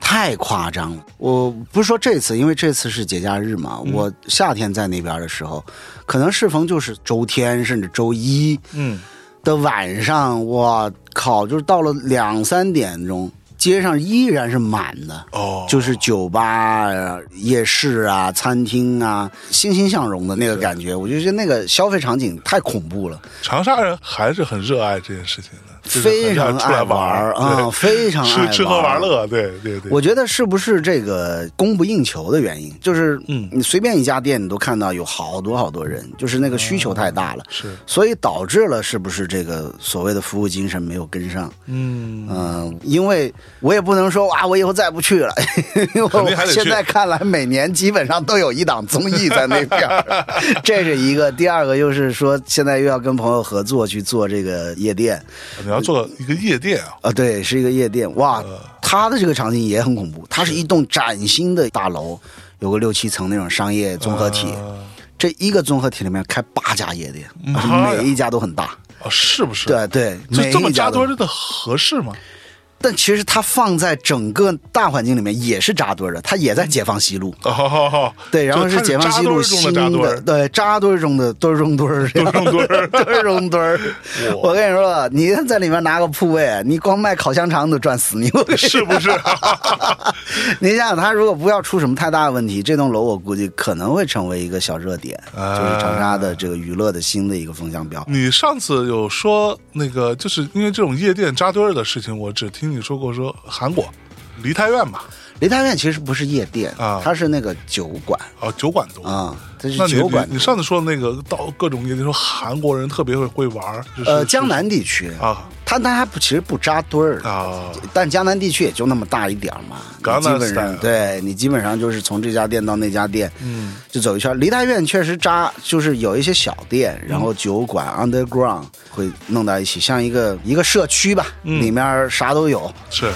[SPEAKER 2] 太夸张了。我不是说这次，因为这次是节假日嘛，
[SPEAKER 3] 嗯
[SPEAKER 2] 我夏天在那边的时候，可能适逢就是周天甚至周一
[SPEAKER 3] 嗯，
[SPEAKER 2] 的晚上，我靠，就是到了两三点钟，街上依然是满的。
[SPEAKER 3] 哦，
[SPEAKER 2] 就是酒吧啊、夜市啊、餐厅啊，欣欣向荣的那个感觉，我就觉得那个消费场景太恐怖了，
[SPEAKER 3] 长沙人还是很热爱这件事情的，就是
[SPEAKER 2] 非常
[SPEAKER 3] 很爱出来
[SPEAKER 2] 爱玩
[SPEAKER 3] 玩
[SPEAKER 2] 儿
[SPEAKER 3] [LAUGHS]
[SPEAKER 2] 啊，
[SPEAKER 3] 对
[SPEAKER 2] 非常爱
[SPEAKER 3] 吃吃喝
[SPEAKER 2] 玩
[SPEAKER 3] 玩
[SPEAKER 2] 儿。
[SPEAKER 3] 乐，对对对，
[SPEAKER 2] 我觉得是不是这个供不应求的原因？就是，
[SPEAKER 3] 嗯
[SPEAKER 2] 你随便一家店，你都看到有好多好多人，就是那个需求太大了，
[SPEAKER 3] 是
[SPEAKER 2] 所以导致了是不是这个所谓的服务精神没有跟上？
[SPEAKER 3] 嗯，
[SPEAKER 2] 嗯，因为我也不能说啊，我以后再不去了， [LAUGHS] 因为
[SPEAKER 3] 肯定还
[SPEAKER 2] 我
[SPEAKER 3] 得去
[SPEAKER 2] 现在看来，每年基本上都有一档综艺在那边
[SPEAKER 3] [LAUGHS]
[SPEAKER 2] 儿，这是一个。第二个就是说，现在又要跟朋友合作去做这个夜店，
[SPEAKER 3] 你要做一个夜店啊，
[SPEAKER 2] 啊，对，是一个夜店，哇，
[SPEAKER 3] 呃
[SPEAKER 2] 它的这个场景也很恐怖，它是一栋崭新的大楼，有个六七层那种商业综合体，
[SPEAKER 3] 呃
[SPEAKER 2] 这一个综合体里面开八家夜店，而
[SPEAKER 3] 妈
[SPEAKER 2] 且
[SPEAKER 3] 呀
[SPEAKER 2] 每一家都很大，
[SPEAKER 3] 哦，是啊不是？
[SPEAKER 2] 对，对，
[SPEAKER 3] 就
[SPEAKER 2] 每
[SPEAKER 3] 这么
[SPEAKER 2] 一家
[SPEAKER 3] 扎
[SPEAKER 2] 都
[SPEAKER 3] 堆儿真的合适吗？
[SPEAKER 2] 但其实它放在整个大环境里面也是扎堆儿的，它也在解放西路。
[SPEAKER 3] 哦，好好好
[SPEAKER 2] [LAUGHS] 对，然后
[SPEAKER 3] 就是它
[SPEAKER 2] 解放西路
[SPEAKER 3] 扎堆
[SPEAKER 2] 新
[SPEAKER 3] 儿中的扎堆儿
[SPEAKER 2] 对，扎堆儿中的堆儿中堆儿，堆
[SPEAKER 3] 中 [LAUGHS] 堆
[SPEAKER 2] [LAUGHS]
[SPEAKER 3] 儿
[SPEAKER 2] 堆儿中堆儿。
[SPEAKER 3] [LAUGHS] 哇
[SPEAKER 2] 我跟你说，你在里面拿个铺位，你光卖烤香肠都赚死你。我跟你
[SPEAKER 3] 是不是？
[SPEAKER 2] [LAUGHS] 你想想，他如果不要出什么太大的问题，这栋楼我估计可能会成为一个小热点，
[SPEAKER 3] 啊嗯
[SPEAKER 2] 就是长沙的这个娱乐的新的一个风向标。
[SPEAKER 3] 你上次有说那个，就是因为这种夜店扎堆儿的事情，我只听你说过说韩国梨泰院吧，
[SPEAKER 2] 梨泰院其实不是夜店，
[SPEAKER 3] 啊
[SPEAKER 2] 它是那个酒馆
[SPEAKER 3] 啊，酒馆多。
[SPEAKER 2] 啊，它
[SPEAKER 3] 那
[SPEAKER 2] 是
[SPEAKER 3] 你
[SPEAKER 2] 酒馆
[SPEAKER 3] 你。你上次说的那个到各种夜店，说韩国人特别会会玩儿，就是
[SPEAKER 2] 呃，江南地区
[SPEAKER 3] 啊
[SPEAKER 2] 它它还不其实不扎堆儿
[SPEAKER 3] 啊，
[SPEAKER 2] 但江南地区也就那么大一点儿嘛，
[SPEAKER 3] 江
[SPEAKER 2] 你基
[SPEAKER 3] 南
[SPEAKER 2] 本
[SPEAKER 3] style
[SPEAKER 2] 上对你基本上就是从这家店到那家店，
[SPEAKER 3] 嗯，
[SPEAKER 2] 就走一圈儿。梨泰院确实扎，就是有一些小店，然后酒馆、underground
[SPEAKER 3] 嗯
[SPEAKER 2] 会弄到一起，像一个一个社区吧，
[SPEAKER 3] 嗯
[SPEAKER 2] 里面儿啥都有。
[SPEAKER 3] 是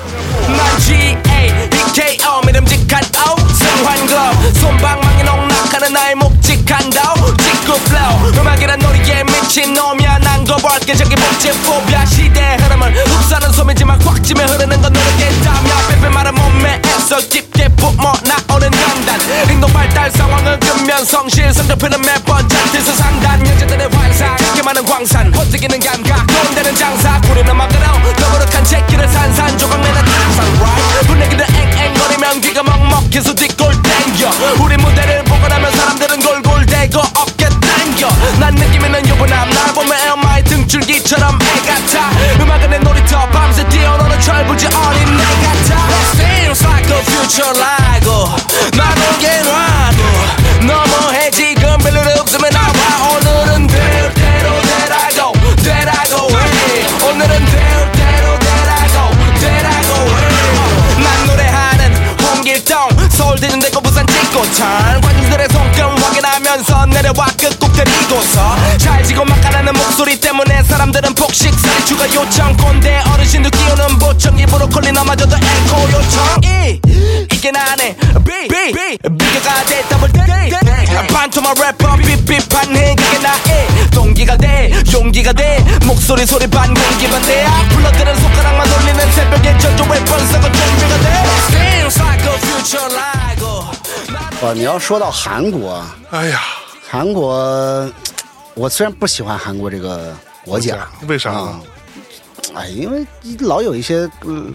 [SPEAKER 4] G.A. EKO 믿음직한 O 승환검 손방망이 농락하는 나의 묵직한 도 직구 flow 음악이란 놀이에 미친 놈이야 난거 볼게 저기 복제 포비아 시대 흐름을 흡사는 소매지만 꽉 찜에 흐르는 건 노력했다며 빼빼 말은 몸매에서 깊게 뿜어 나오는 강단 인도 발달 상황을 끄면 성실 성적표는 매번 잔뜩 수상단 여자들의 환상 이렇게 많은 광산 퍼뜨기는 감각 돈 되는 장사 우리는 막으로 더부룩한 새끼를 산산조각 내는 항상 right 분위기를 앵앵거리면 귀가 먹먹해서 뒷골 땡 줄기처럼 애 같아 음악은 내 놀이터 밤새 뛰어노는 철부지 어린 애 같아 It feels like a future 라고 나는 게라도 너무해 지금 별로 없으면 나와 오늘은 될 대로 되라고 되라고 해 오늘은 될 대로 되라고 되라고 해난 노래하는 홍길동 서울 대전대구 부산 찍고천 관중들의 손금 확인하면서 내려와 끝곡 데리고서 잘 지고 막가라는 목소리 때문에 사람들은 폭식살이 추가 요청 꼰대 어르신도 끼우는 보청 입으로 콜리너마저도 에코 요청 이 이게 나네 B B 비교가 돼 더블 D 반토막 래퍼 비비판해 그게 나의 동기가 돼 용기가 돼 목소리 소리 반 공기만 돼 아, 불러드는 손가락만 올리는 새벽에 전조의 번성은 정비가 돼 Feels like a future like a-
[SPEAKER 2] 哦哇，你要说到韩国，啊
[SPEAKER 3] 哎呀，
[SPEAKER 2] 韩国，我虽然不喜欢韩国这个国家，
[SPEAKER 3] 为啥
[SPEAKER 2] 啊
[SPEAKER 3] 呢？？，
[SPEAKER 2] 哎，因为老有一些嗯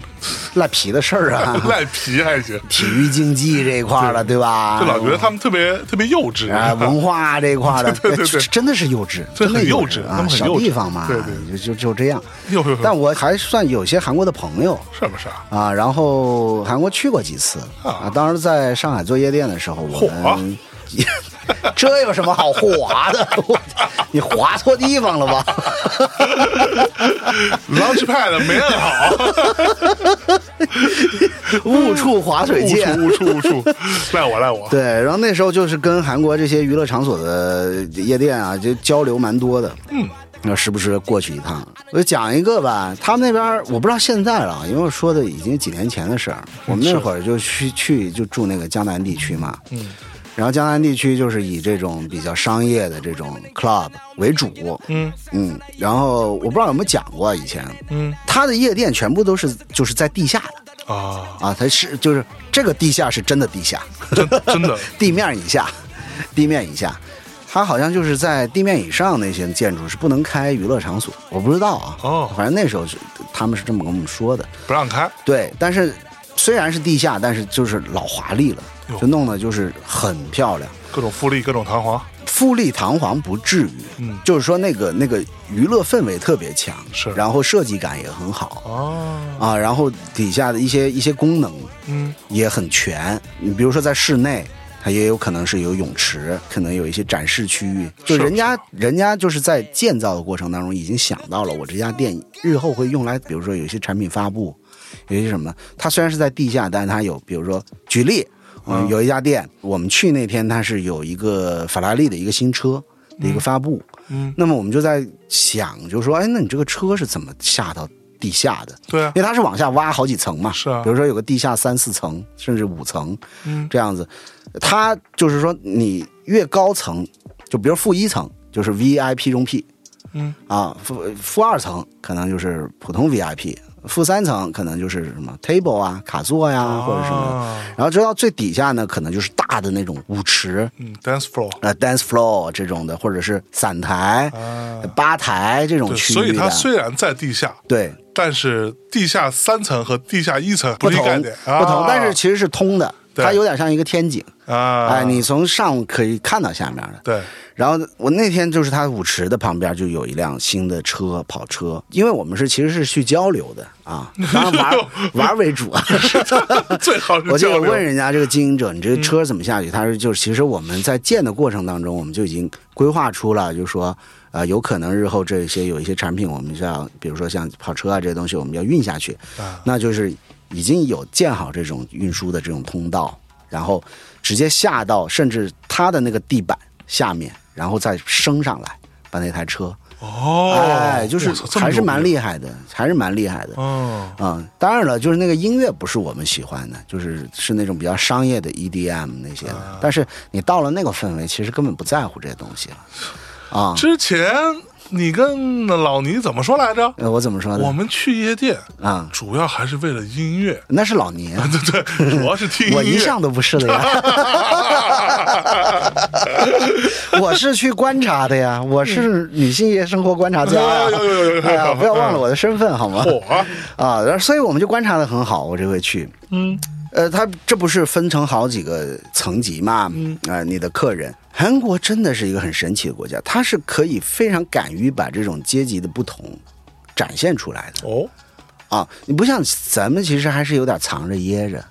[SPEAKER 2] 赖皮的事儿啊
[SPEAKER 3] [LAUGHS] 赖皮
[SPEAKER 2] [LAUGHS]
[SPEAKER 3] 还行，
[SPEAKER 2] 体育竞技这一块儿的，对吧？
[SPEAKER 3] 就老觉得他们特别特别幼稚
[SPEAKER 2] 哎
[SPEAKER 3] [LAUGHS]
[SPEAKER 2] 啊，文化这一块儿的，
[SPEAKER 3] 对对对对
[SPEAKER 2] 哎真的是幼稚，
[SPEAKER 3] 这很
[SPEAKER 2] 真的
[SPEAKER 3] 幼
[SPEAKER 2] 幼
[SPEAKER 3] 稚他
[SPEAKER 2] 啊，
[SPEAKER 3] 们很
[SPEAKER 2] 小
[SPEAKER 3] 幼稚
[SPEAKER 2] 地方嘛，
[SPEAKER 3] 对对
[SPEAKER 2] 就就就这
[SPEAKER 3] [LAUGHS]
[SPEAKER 2] 样
[SPEAKER 3] 呦呦呦。
[SPEAKER 2] 但我还算有些韩国的朋友
[SPEAKER 3] 是不是啊？
[SPEAKER 2] 啊，然后韩国去过几次
[SPEAKER 3] 啊
[SPEAKER 2] 啊，当时在上海做夜店的时候，我
[SPEAKER 3] 嚯
[SPEAKER 2] 们 [LAUGHS] 这有什么好划的？ [LAUGHS] 我你划错地方了吧？ [LAUGHS]
[SPEAKER 3] Launchpad 没
[SPEAKER 2] [LAUGHS]
[SPEAKER 3] 摁好，
[SPEAKER 2] 误触划水
[SPEAKER 3] 误
[SPEAKER 2] 键
[SPEAKER 3] 触。误触误
[SPEAKER 2] [LAUGHS]
[SPEAKER 3] 触，赖我赖我。
[SPEAKER 2] 对，然后那时候就是跟韩国这些娱乐场所的夜店啊，就交流蛮多的。嗯，那时不时过去一趟。我就讲一个吧，他们那边儿我不知道现在了，啊因为我说的已经几年前的事儿。我们那会儿就去去就住那个江南地区嘛。嗯。然后江南地区就是以这种比较商业的这种 club 为主，嗯嗯，然后我不知道有没有讲过以前，嗯，他的夜店全部都是就是在地下的
[SPEAKER 3] 啊，
[SPEAKER 2] 啊，它是就是这个地下是真的地下，
[SPEAKER 3] 真真的，
[SPEAKER 2] 地面以下，地面以下，它好像就是在地面以上那些建筑是不能开娱乐场所，我不知道啊。
[SPEAKER 3] 哦
[SPEAKER 2] 反正那时候是他们是这么跟我们说的。
[SPEAKER 3] 不让开，
[SPEAKER 2] 对，但是虽然是地下，但是就是老华丽了
[SPEAKER 3] 哟，
[SPEAKER 2] 就弄得就是很漂亮。
[SPEAKER 3] 各种福利，各种弹簧，
[SPEAKER 2] 富丽堂皇不至于，
[SPEAKER 3] 嗯
[SPEAKER 2] 就是说那个那个娱乐氛围特别强，
[SPEAKER 3] 是
[SPEAKER 2] 然后设计感也很好，
[SPEAKER 3] 哦，
[SPEAKER 2] 啊，然后底下的一些一些功能，
[SPEAKER 3] 嗯，
[SPEAKER 2] 也很全。你比如说在室内，它也有可能是有泳池，可能有一些展示区域。就是人家人家就是在建造的过程当中已经想到了我这家店日后会用来，比如说有一些产品发布，有一些什么。它虽然是在地下，但是它有，比如说举例，嗯，有一家店，我们去那天它是有一个法拉利的一个新车的一个发布。
[SPEAKER 3] 嗯
[SPEAKER 2] 那么我们就在想，就说，哎，那你这个车是怎么下到地下的？
[SPEAKER 3] 对啊
[SPEAKER 2] 因为它是往下挖好几层嘛，
[SPEAKER 3] 是啊
[SPEAKER 2] 比如说有个地下三四层，甚至五层，嗯，这样子，它就是说你越高层，就比如负一层就是 VIP 中 P，
[SPEAKER 3] 嗯
[SPEAKER 2] 啊，负负二层可能就是普通 VIP，负三层可能就是什么 table 啊、卡座呀、或者什么的，
[SPEAKER 3] 啊
[SPEAKER 2] 然后直到最底下呢，可能就是大的那种舞池，
[SPEAKER 3] 嗯，dance floor，
[SPEAKER 2] 呃 dance floor 这种的，或者是散台、
[SPEAKER 3] 啊
[SPEAKER 2] 吧台这种
[SPEAKER 3] 对，
[SPEAKER 2] 区域
[SPEAKER 3] 所以它
[SPEAKER 2] 的，
[SPEAKER 3] 虽然在地下，
[SPEAKER 2] 对
[SPEAKER 3] 但是地下三层和地下一层
[SPEAKER 2] 不
[SPEAKER 3] 是一
[SPEAKER 2] 同
[SPEAKER 3] 概念，
[SPEAKER 2] 不同，但是其实是通的，
[SPEAKER 3] 啊对
[SPEAKER 2] 它有点像一个天井，
[SPEAKER 3] 实啊，
[SPEAKER 2] 哎，你从上可以看到下面的。
[SPEAKER 3] 对，
[SPEAKER 2] 然后我那天就是它舞池的旁边就有一辆新的车跑车，因为我们是其实是去交流的啊，当然
[SPEAKER 3] [LAUGHS]
[SPEAKER 2] 玩玩为主啊。 [LAUGHS]
[SPEAKER 3] 最好是
[SPEAKER 2] 我就
[SPEAKER 3] 交
[SPEAKER 2] 有
[SPEAKER 3] 流嗯
[SPEAKER 2] 问人家这个经营者，你这个车怎么下去？他说就是，其实我们在建的过程当中，我们就已经规划出了，就是说，呃，有可能日后这些有一些产品，我们就要，比如说像跑车啊这些东西，我们要运下去，
[SPEAKER 3] 啊
[SPEAKER 2] 那就是已经有建好这种运输的这种通道，然后直接下到甚至它的那个地板下面，然后再升上来，把那台车，
[SPEAKER 3] 哦，
[SPEAKER 2] 哎，就是
[SPEAKER 3] 哇这么
[SPEAKER 2] 还是蛮
[SPEAKER 3] 牛逼
[SPEAKER 2] 厉害的，还是蛮厉害的，
[SPEAKER 3] 嗯，
[SPEAKER 2] 嗯，当然了，就是那个音乐不是我们喜欢的，就是是那种比较商业的 EDM 那些的。
[SPEAKER 3] 啊
[SPEAKER 2] 但是你到了那个氛围，其实根本不在乎这些东西了啊。
[SPEAKER 3] 之前你跟老倪怎么说来着？
[SPEAKER 2] 呃我怎么说
[SPEAKER 3] 我
[SPEAKER 2] 呢？
[SPEAKER 3] 们去夜店
[SPEAKER 2] 啊，
[SPEAKER 3] 主要还是为了音乐 [LAUGHS]
[SPEAKER 2] 那是老年，
[SPEAKER 3] 对啊对，主要是听音乐。
[SPEAKER 2] 我一向都不是的呀。 [LAUGHS] 我是去观察的呀，我是女性夜生活观察家呀
[SPEAKER 3] 嗯有有有有有。嗯
[SPEAKER 2] 哎呀，不要忘了我的身份好吗？
[SPEAKER 3] 火啊
[SPEAKER 2] 啊，然后所以我们就观察的很好，我这回去，嗯，呃，他这不是分成好几个层级嘛？嗯，啊、你的客人，韩国真的是一个很神奇的国家，它是可以非常敢于把这种阶级的不同展现出来的
[SPEAKER 3] 哦，
[SPEAKER 2] 啊。你不像咱们，其实还是有点藏着掖着。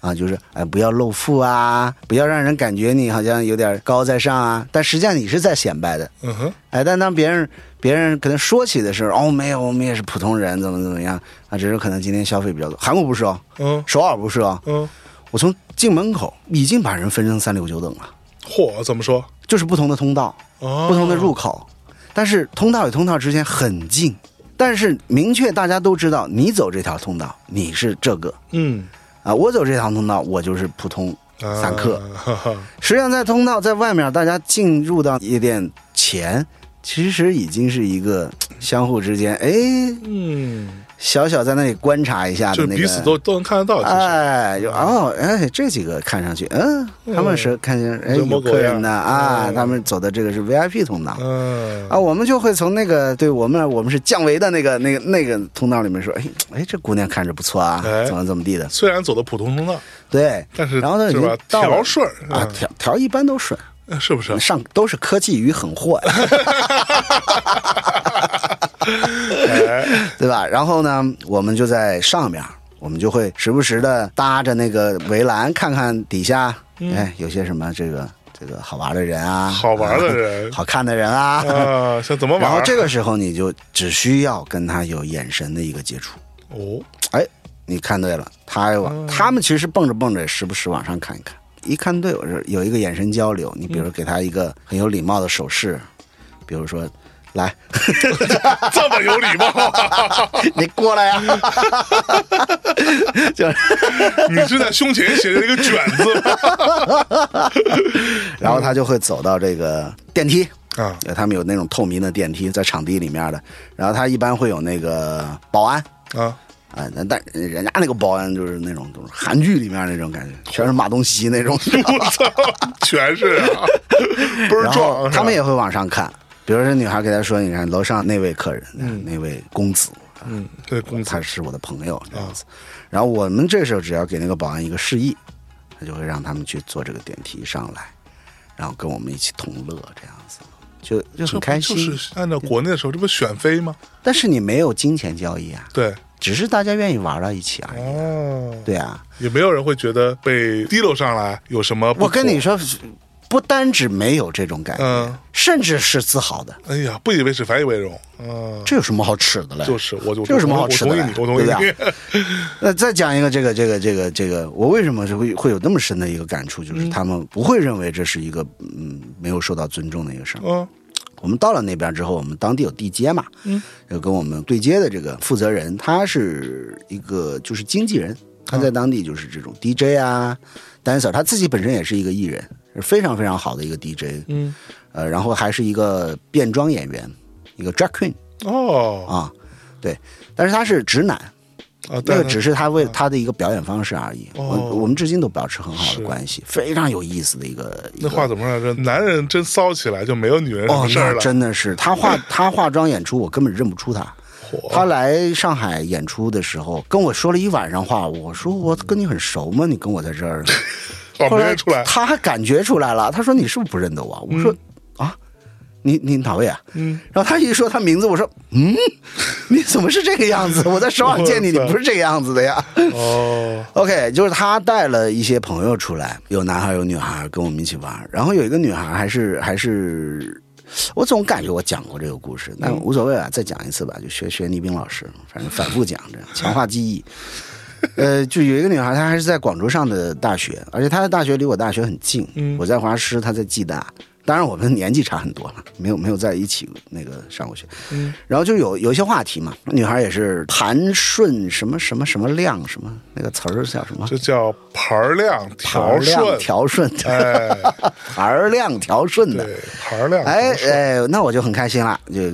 [SPEAKER 2] 啊，就是哎，不要露富啊，不要让人感觉你好像有点高高在上啊，但实际上你是在显摆的。
[SPEAKER 3] 嗯哼，
[SPEAKER 2] 哎，但当别人别人可能说起的时候，哦，没有，我们也是普通人，怎么怎么样啊，只是可能今天消费比较多。韩国不是哦，
[SPEAKER 3] 嗯
[SPEAKER 2] 首尔不是哦，
[SPEAKER 3] 嗯，
[SPEAKER 2] 我从进门口已经把人分成三六九等了，
[SPEAKER 3] 嚯，怎么说？
[SPEAKER 2] 就是不同的通道，
[SPEAKER 3] 哦，
[SPEAKER 2] 不同的入口，但是通道与通道之间很近，但是明确大家都知道，你走这条通道，你是这个
[SPEAKER 3] 嗯，
[SPEAKER 2] 啊，我走这条通道，我就是普通
[SPEAKER 3] 啊
[SPEAKER 2] 散客。
[SPEAKER 3] 哈哈
[SPEAKER 2] 实际上，在通道在外面，大家进入到夜店前，其实已经是一个相互之间，哎，
[SPEAKER 3] 嗯，
[SPEAKER 2] 小小在那里观察一下
[SPEAKER 3] 就
[SPEAKER 2] 的那
[SPEAKER 3] 是
[SPEAKER 2] 个，
[SPEAKER 3] 彼此都都能看得到，其实嗯
[SPEAKER 2] 哎，就哦，哎，这几个看上去，嗯，他们是看见哎
[SPEAKER 3] 人模
[SPEAKER 2] 有
[SPEAKER 3] 狗
[SPEAKER 2] 客人
[SPEAKER 3] 样
[SPEAKER 2] 的啊，
[SPEAKER 3] 嗯
[SPEAKER 2] 他们走的这个是 VIP 通道。
[SPEAKER 3] 嗯
[SPEAKER 2] 啊，我们就会从那个对我们我们是降维的那个那个那个通道里面说，哎哎，这姑娘看着不错啊，
[SPEAKER 3] 哎
[SPEAKER 2] 怎么怎么地的，
[SPEAKER 3] 虽然走的普通通道，
[SPEAKER 2] 对，
[SPEAKER 3] 但是
[SPEAKER 2] 然后呢，
[SPEAKER 3] 是
[SPEAKER 2] 你
[SPEAKER 3] 吧？
[SPEAKER 2] 到了
[SPEAKER 3] 调顺嗯儿
[SPEAKER 2] 啊，调调一般都顺，
[SPEAKER 3] 嗯是不是？
[SPEAKER 2] 上都是科技与狠货呀，
[SPEAKER 3] 哎，
[SPEAKER 2] 对吧？然后呢，我们就在上面，我们就会时不时的搭着那个围栏看看底下，哎，有些什么这个这个好玩的人啊，
[SPEAKER 3] 嗯好玩的人
[SPEAKER 2] 啊 [LAUGHS] 好看的人啊。
[SPEAKER 3] 啊，想怎么玩？
[SPEAKER 2] 然后这个时候你就只需要跟他有眼神的一个接触，
[SPEAKER 3] 哦，
[SPEAKER 2] 哎，你看对了，他往、他们其实蹦着蹦着，时不时往上看一看，一看对我这有一个眼神交流，你比如给他一个很有礼貌的手势，比如说来。 [LAUGHS]
[SPEAKER 3] 这么有礼貌，啊
[SPEAKER 2] 你过来呀、 [LAUGHS] 就是，
[SPEAKER 3] 你是在胸前写着一个卷子吗？
[SPEAKER 2] 然后他就会走到这个电梯
[SPEAKER 3] 啊，
[SPEAKER 2] 呃他们有那种透明的电梯，在场地里面的，然后他一般会有那个保安。
[SPEAKER 3] 啊，
[SPEAKER 2] 啊，但但人家那个保安就是那种，就是韩剧里面那种感觉，全是马东锡那种。
[SPEAKER 3] [LAUGHS] 我操，全是啊，倍儿
[SPEAKER 2] 然后
[SPEAKER 3] 壮，
[SPEAKER 2] 他们
[SPEAKER 3] 也
[SPEAKER 2] 也会往上看，比如说女孩给他说：“你看楼上那位客人，那位公子，
[SPEAKER 3] 嗯，对，工资
[SPEAKER 2] 他是我的朋友。”这样子。
[SPEAKER 3] 啊
[SPEAKER 2] 然后我们这时候只要给那个保安一个示意，他就会让他们去坐这个电梯上来，然后跟我们一起同乐，这样子就就
[SPEAKER 3] 这
[SPEAKER 2] 很
[SPEAKER 3] 不
[SPEAKER 2] 开心。
[SPEAKER 3] 就是按照国内的时候，这不选妃吗？
[SPEAKER 2] 但是你没有金钱交易啊，
[SPEAKER 3] 对，
[SPEAKER 2] 只是大家愿意玩到一起而已。
[SPEAKER 3] 哦，
[SPEAKER 2] 对啊，
[SPEAKER 3] 也没有人会觉得被提溜上来有什么。
[SPEAKER 2] 我跟你，说，不单只没有这种感觉，
[SPEAKER 3] 嗯
[SPEAKER 2] 甚至是自豪的。
[SPEAKER 3] 哎呀，不以为耻，反以为荣，嗯，
[SPEAKER 2] 这有什么好耻的嘞？
[SPEAKER 3] 就是我就
[SPEAKER 2] 这有什么好
[SPEAKER 3] 我
[SPEAKER 2] 耻
[SPEAKER 3] 同
[SPEAKER 2] 的
[SPEAKER 3] 意
[SPEAKER 2] 嘞？
[SPEAKER 3] 你，我同意
[SPEAKER 2] 对不对
[SPEAKER 3] 你，
[SPEAKER 2] 那再讲一个这个这个这个这个，我为什么是会会有那么深的一个感触，
[SPEAKER 3] 嗯
[SPEAKER 2] 就是他们不会认为这是一个嗯没有受到尊重的一个事儿。
[SPEAKER 3] 嗯
[SPEAKER 2] 我们到了那边之后，我们当地有地接嘛，嗯，就跟我们对接的这个负责人，他是一个就是经纪人，他在当地就是这种 DJ 啊、dancer，他自己本身也是一个艺人，是非常非常好的一个 DJ，
[SPEAKER 3] 嗯，
[SPEAKER 2] 呃，然后还是一个变装演员，一个 drag queen
[SPEAKER 3] 哦
[SPEAKER 2] 啊，对，但是他是直男，
[SPEAKER 3] 啊，
[SPEAKER 2] 那
[SPEAKER 3] 但
[SPEAKER 2] 个只是他为他的一个表演方式而已。
[SPEAKER 3] 哦
[SPEAKER 2] 我我们至今都保持很好
[SPEAKER 3] 是
[SPEAKER 2] 的关系，非常有意思的一个。一
[SPEAKER 3] 那
[SPEAKER 2] 个
[SPEAKER 3] 话怎么说来着？男人真骚起来就没有女人什
[SPEAKER 2] 哦
[SPEAKER 3] 么，事儿
[SPEAKER 2] 那
[SPEAKER 3] 了。
[SPEAKER 2] 真的是他
[SPEAKER 3] [LAUGHS]
[SPEAKER 2] 化他化妆演出，我根本认不出他。他来上海演出的时候，跟我说了一晚上话。我说我跟你很熟吗？你跟我在这儿呢。
[SPEAKER 3] 哦，
[SPEAKER 2] 后
[SPEAKER 3] 没
[SPEAKER 2] 来
[SPEAKER 3] 认出来。
[SPEAKER 2] 他还感觉出来了。他说你是不是不认得我？我说、
[SPEAKER 3] 嗯
[SPEAKER 2] 啊，你你哪位啊？嗯。然后他一说他名字，我说嗯，你怎么是这个样子？我在首尔见你，你
[SPEAKER 3] 我操
[SPEAKER 2] 不是这个样子的呀。
[SPEAKER 3] 哦，
[SPEAKER 2] OK，就是他带了一些朋友出来，有男孩有女孩跟我们一起玩儿，然后有一个女孩还是还是，我总感觉我讲过这个故事，
[SPEAKER 3] 嗯
[SPEAKER 2] 但无所谓啊，再讲一次吧，就学学倪兵老师，反正反复讲这样强化记忆。 [LAUGHS] 呃，就有一个女孩，她还是在广州上的大学，而且她的大学离我大学很近，
[SPEAKER 3] 嗯
[SPEAKER 2] 我在华师，她在暨大。当然，我们年纪差很多了，没有没有在一起那个上过学。
[SPEAKER 3] 嗯
[SPEAKER 2] 然后就有有一些话题嘛，女孩也是盘顺什么什么什么亮什么那个词儿叫什么？
[SPEAKER 3] 这叫盘儿亮
[SPEAKER 2] 盘儿
[SPEAKER 3] 调
[SPEAKER 2] 亮
[SPEAKER 3] 顺，
[SPEAKER 2] 调顺，
[SPEAKER 3] 哎，
[SPEAKER 2] [LAUGHS] 盘儿亮调顺的
[SPEAKER 3] 对。，盘儿亮调
[SPEAKER 2] 哎
[SPEAKER 3] 顺，
[SPEAKER 2] 哎，那我就很开心了，就呃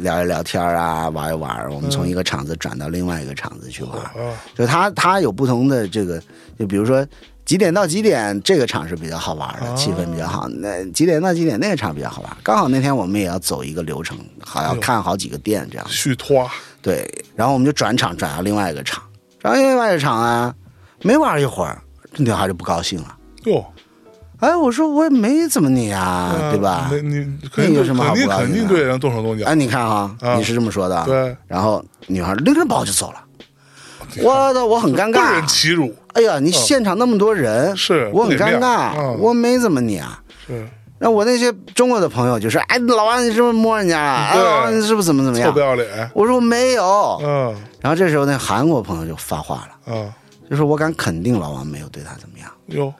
[SPEAKER 2] 聊一聊天儿啊，玩一玩儿。我们从一个场子转到另外一个场子去玩儿，
[SPEAKER 3] 啊
[SPEAKER 2] 就他他有不同的这个，就比如说几点到几点这个场是比较好玩的，气氛比较好；那几点到几点那个场比较好玩。刚好那天我们也要走一个流程，好要看好几个店这样。
[SPEAKER 3] 续托
[SPEAKER 2] 对，然后我们就转场转到另外一个场，转到另外一个场啊，没玩一会儿，这女孩就不高兴了。
[SPEAKER 3] 哟，
[SPEAKER 2] 哎，我说我也没怎么你啊，
[SPEAKER 3] 啊
[SPEAKER 2] 对吧？
[SPEAKER 3] 你你肯定
[SPEAKER 2] 有什么好
[SPEAKER 3] 肯定
[SPEAKER 2] 不高兴
[SPEAKER 3] 肯定
[SPEAKER 2] 的
[SPEAKER 3] 对人动手动脚
[SPEAKER 2] 哎，，你看啊，
[SPEAKER 3] 啊
[SPEAKER 2] 你是这么说的啊，
[SPEAKER 3] 对哦
[SPEAKER 2] 然后女孩拎着包就走了，我的我很尴
[SPEAKER 3] 不忍
[SPEAKER 2] 尬。啊
[SPEAKER 3] 其辱
[SPEAKER 2] 哎呀，你现场那么多人，
[SPEAKER 3] 嗯是
[SPEAKER 2] 我很
[SPEAKER 3] 不给
[SPEAKER 2] 尴
[SPEAKER 3] 面
[SPEAKER 2] 尬，
[SPEAKER 3] 嗯
[SPEAKER 2] 我没怎么你啊。
[SPEAKER 3] 是
[SPEAKER 2] 那我那些中国的朋友就说：“哎，老王你是不是摸人家了？哎，
[SPEAKER 3] 对
[SPEAKER 2] 老王你是不是怎么怎么
[SPEAKER 3] 臭
[SPEAKER 2] 样
[SPEAKER 3] 不要脸？”，
[SPEAKER 2] 我说我没有。
[SPEAKER 3] 嗯
[SPEAKER 2] 然后这时候那韩国朋友就发话了，
[SPEAKER 3] 啊
[SPEAKER 2] 就说：“我敢肯定老王没有对他怎么样。
[SPEAKER 3] 哟，”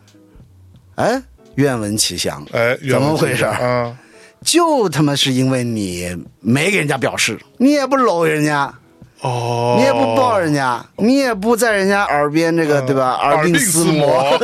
[SPEAKER 2] 哎，愿闻其详。
[SPEAKER 3] 哎，
[SPEAKER 2] 怎么回事？
[SPEAKER 3] 啊？
[SPEAKER 2] 就他妈是因为你没给人家表示，你也不搂人家，
[SPEAKER 3] 哦，
[SPEAKER 2] 你也不抱人家，你也不在人家耳边这个、对吧？
[SPEAKER 3] 嗯耳
[SPEAKER 2] 鬓
[SPEAKER 3] 厳
[SPEAKER 2] 厮磨，
[SPEAKER 3] [LAUGHS]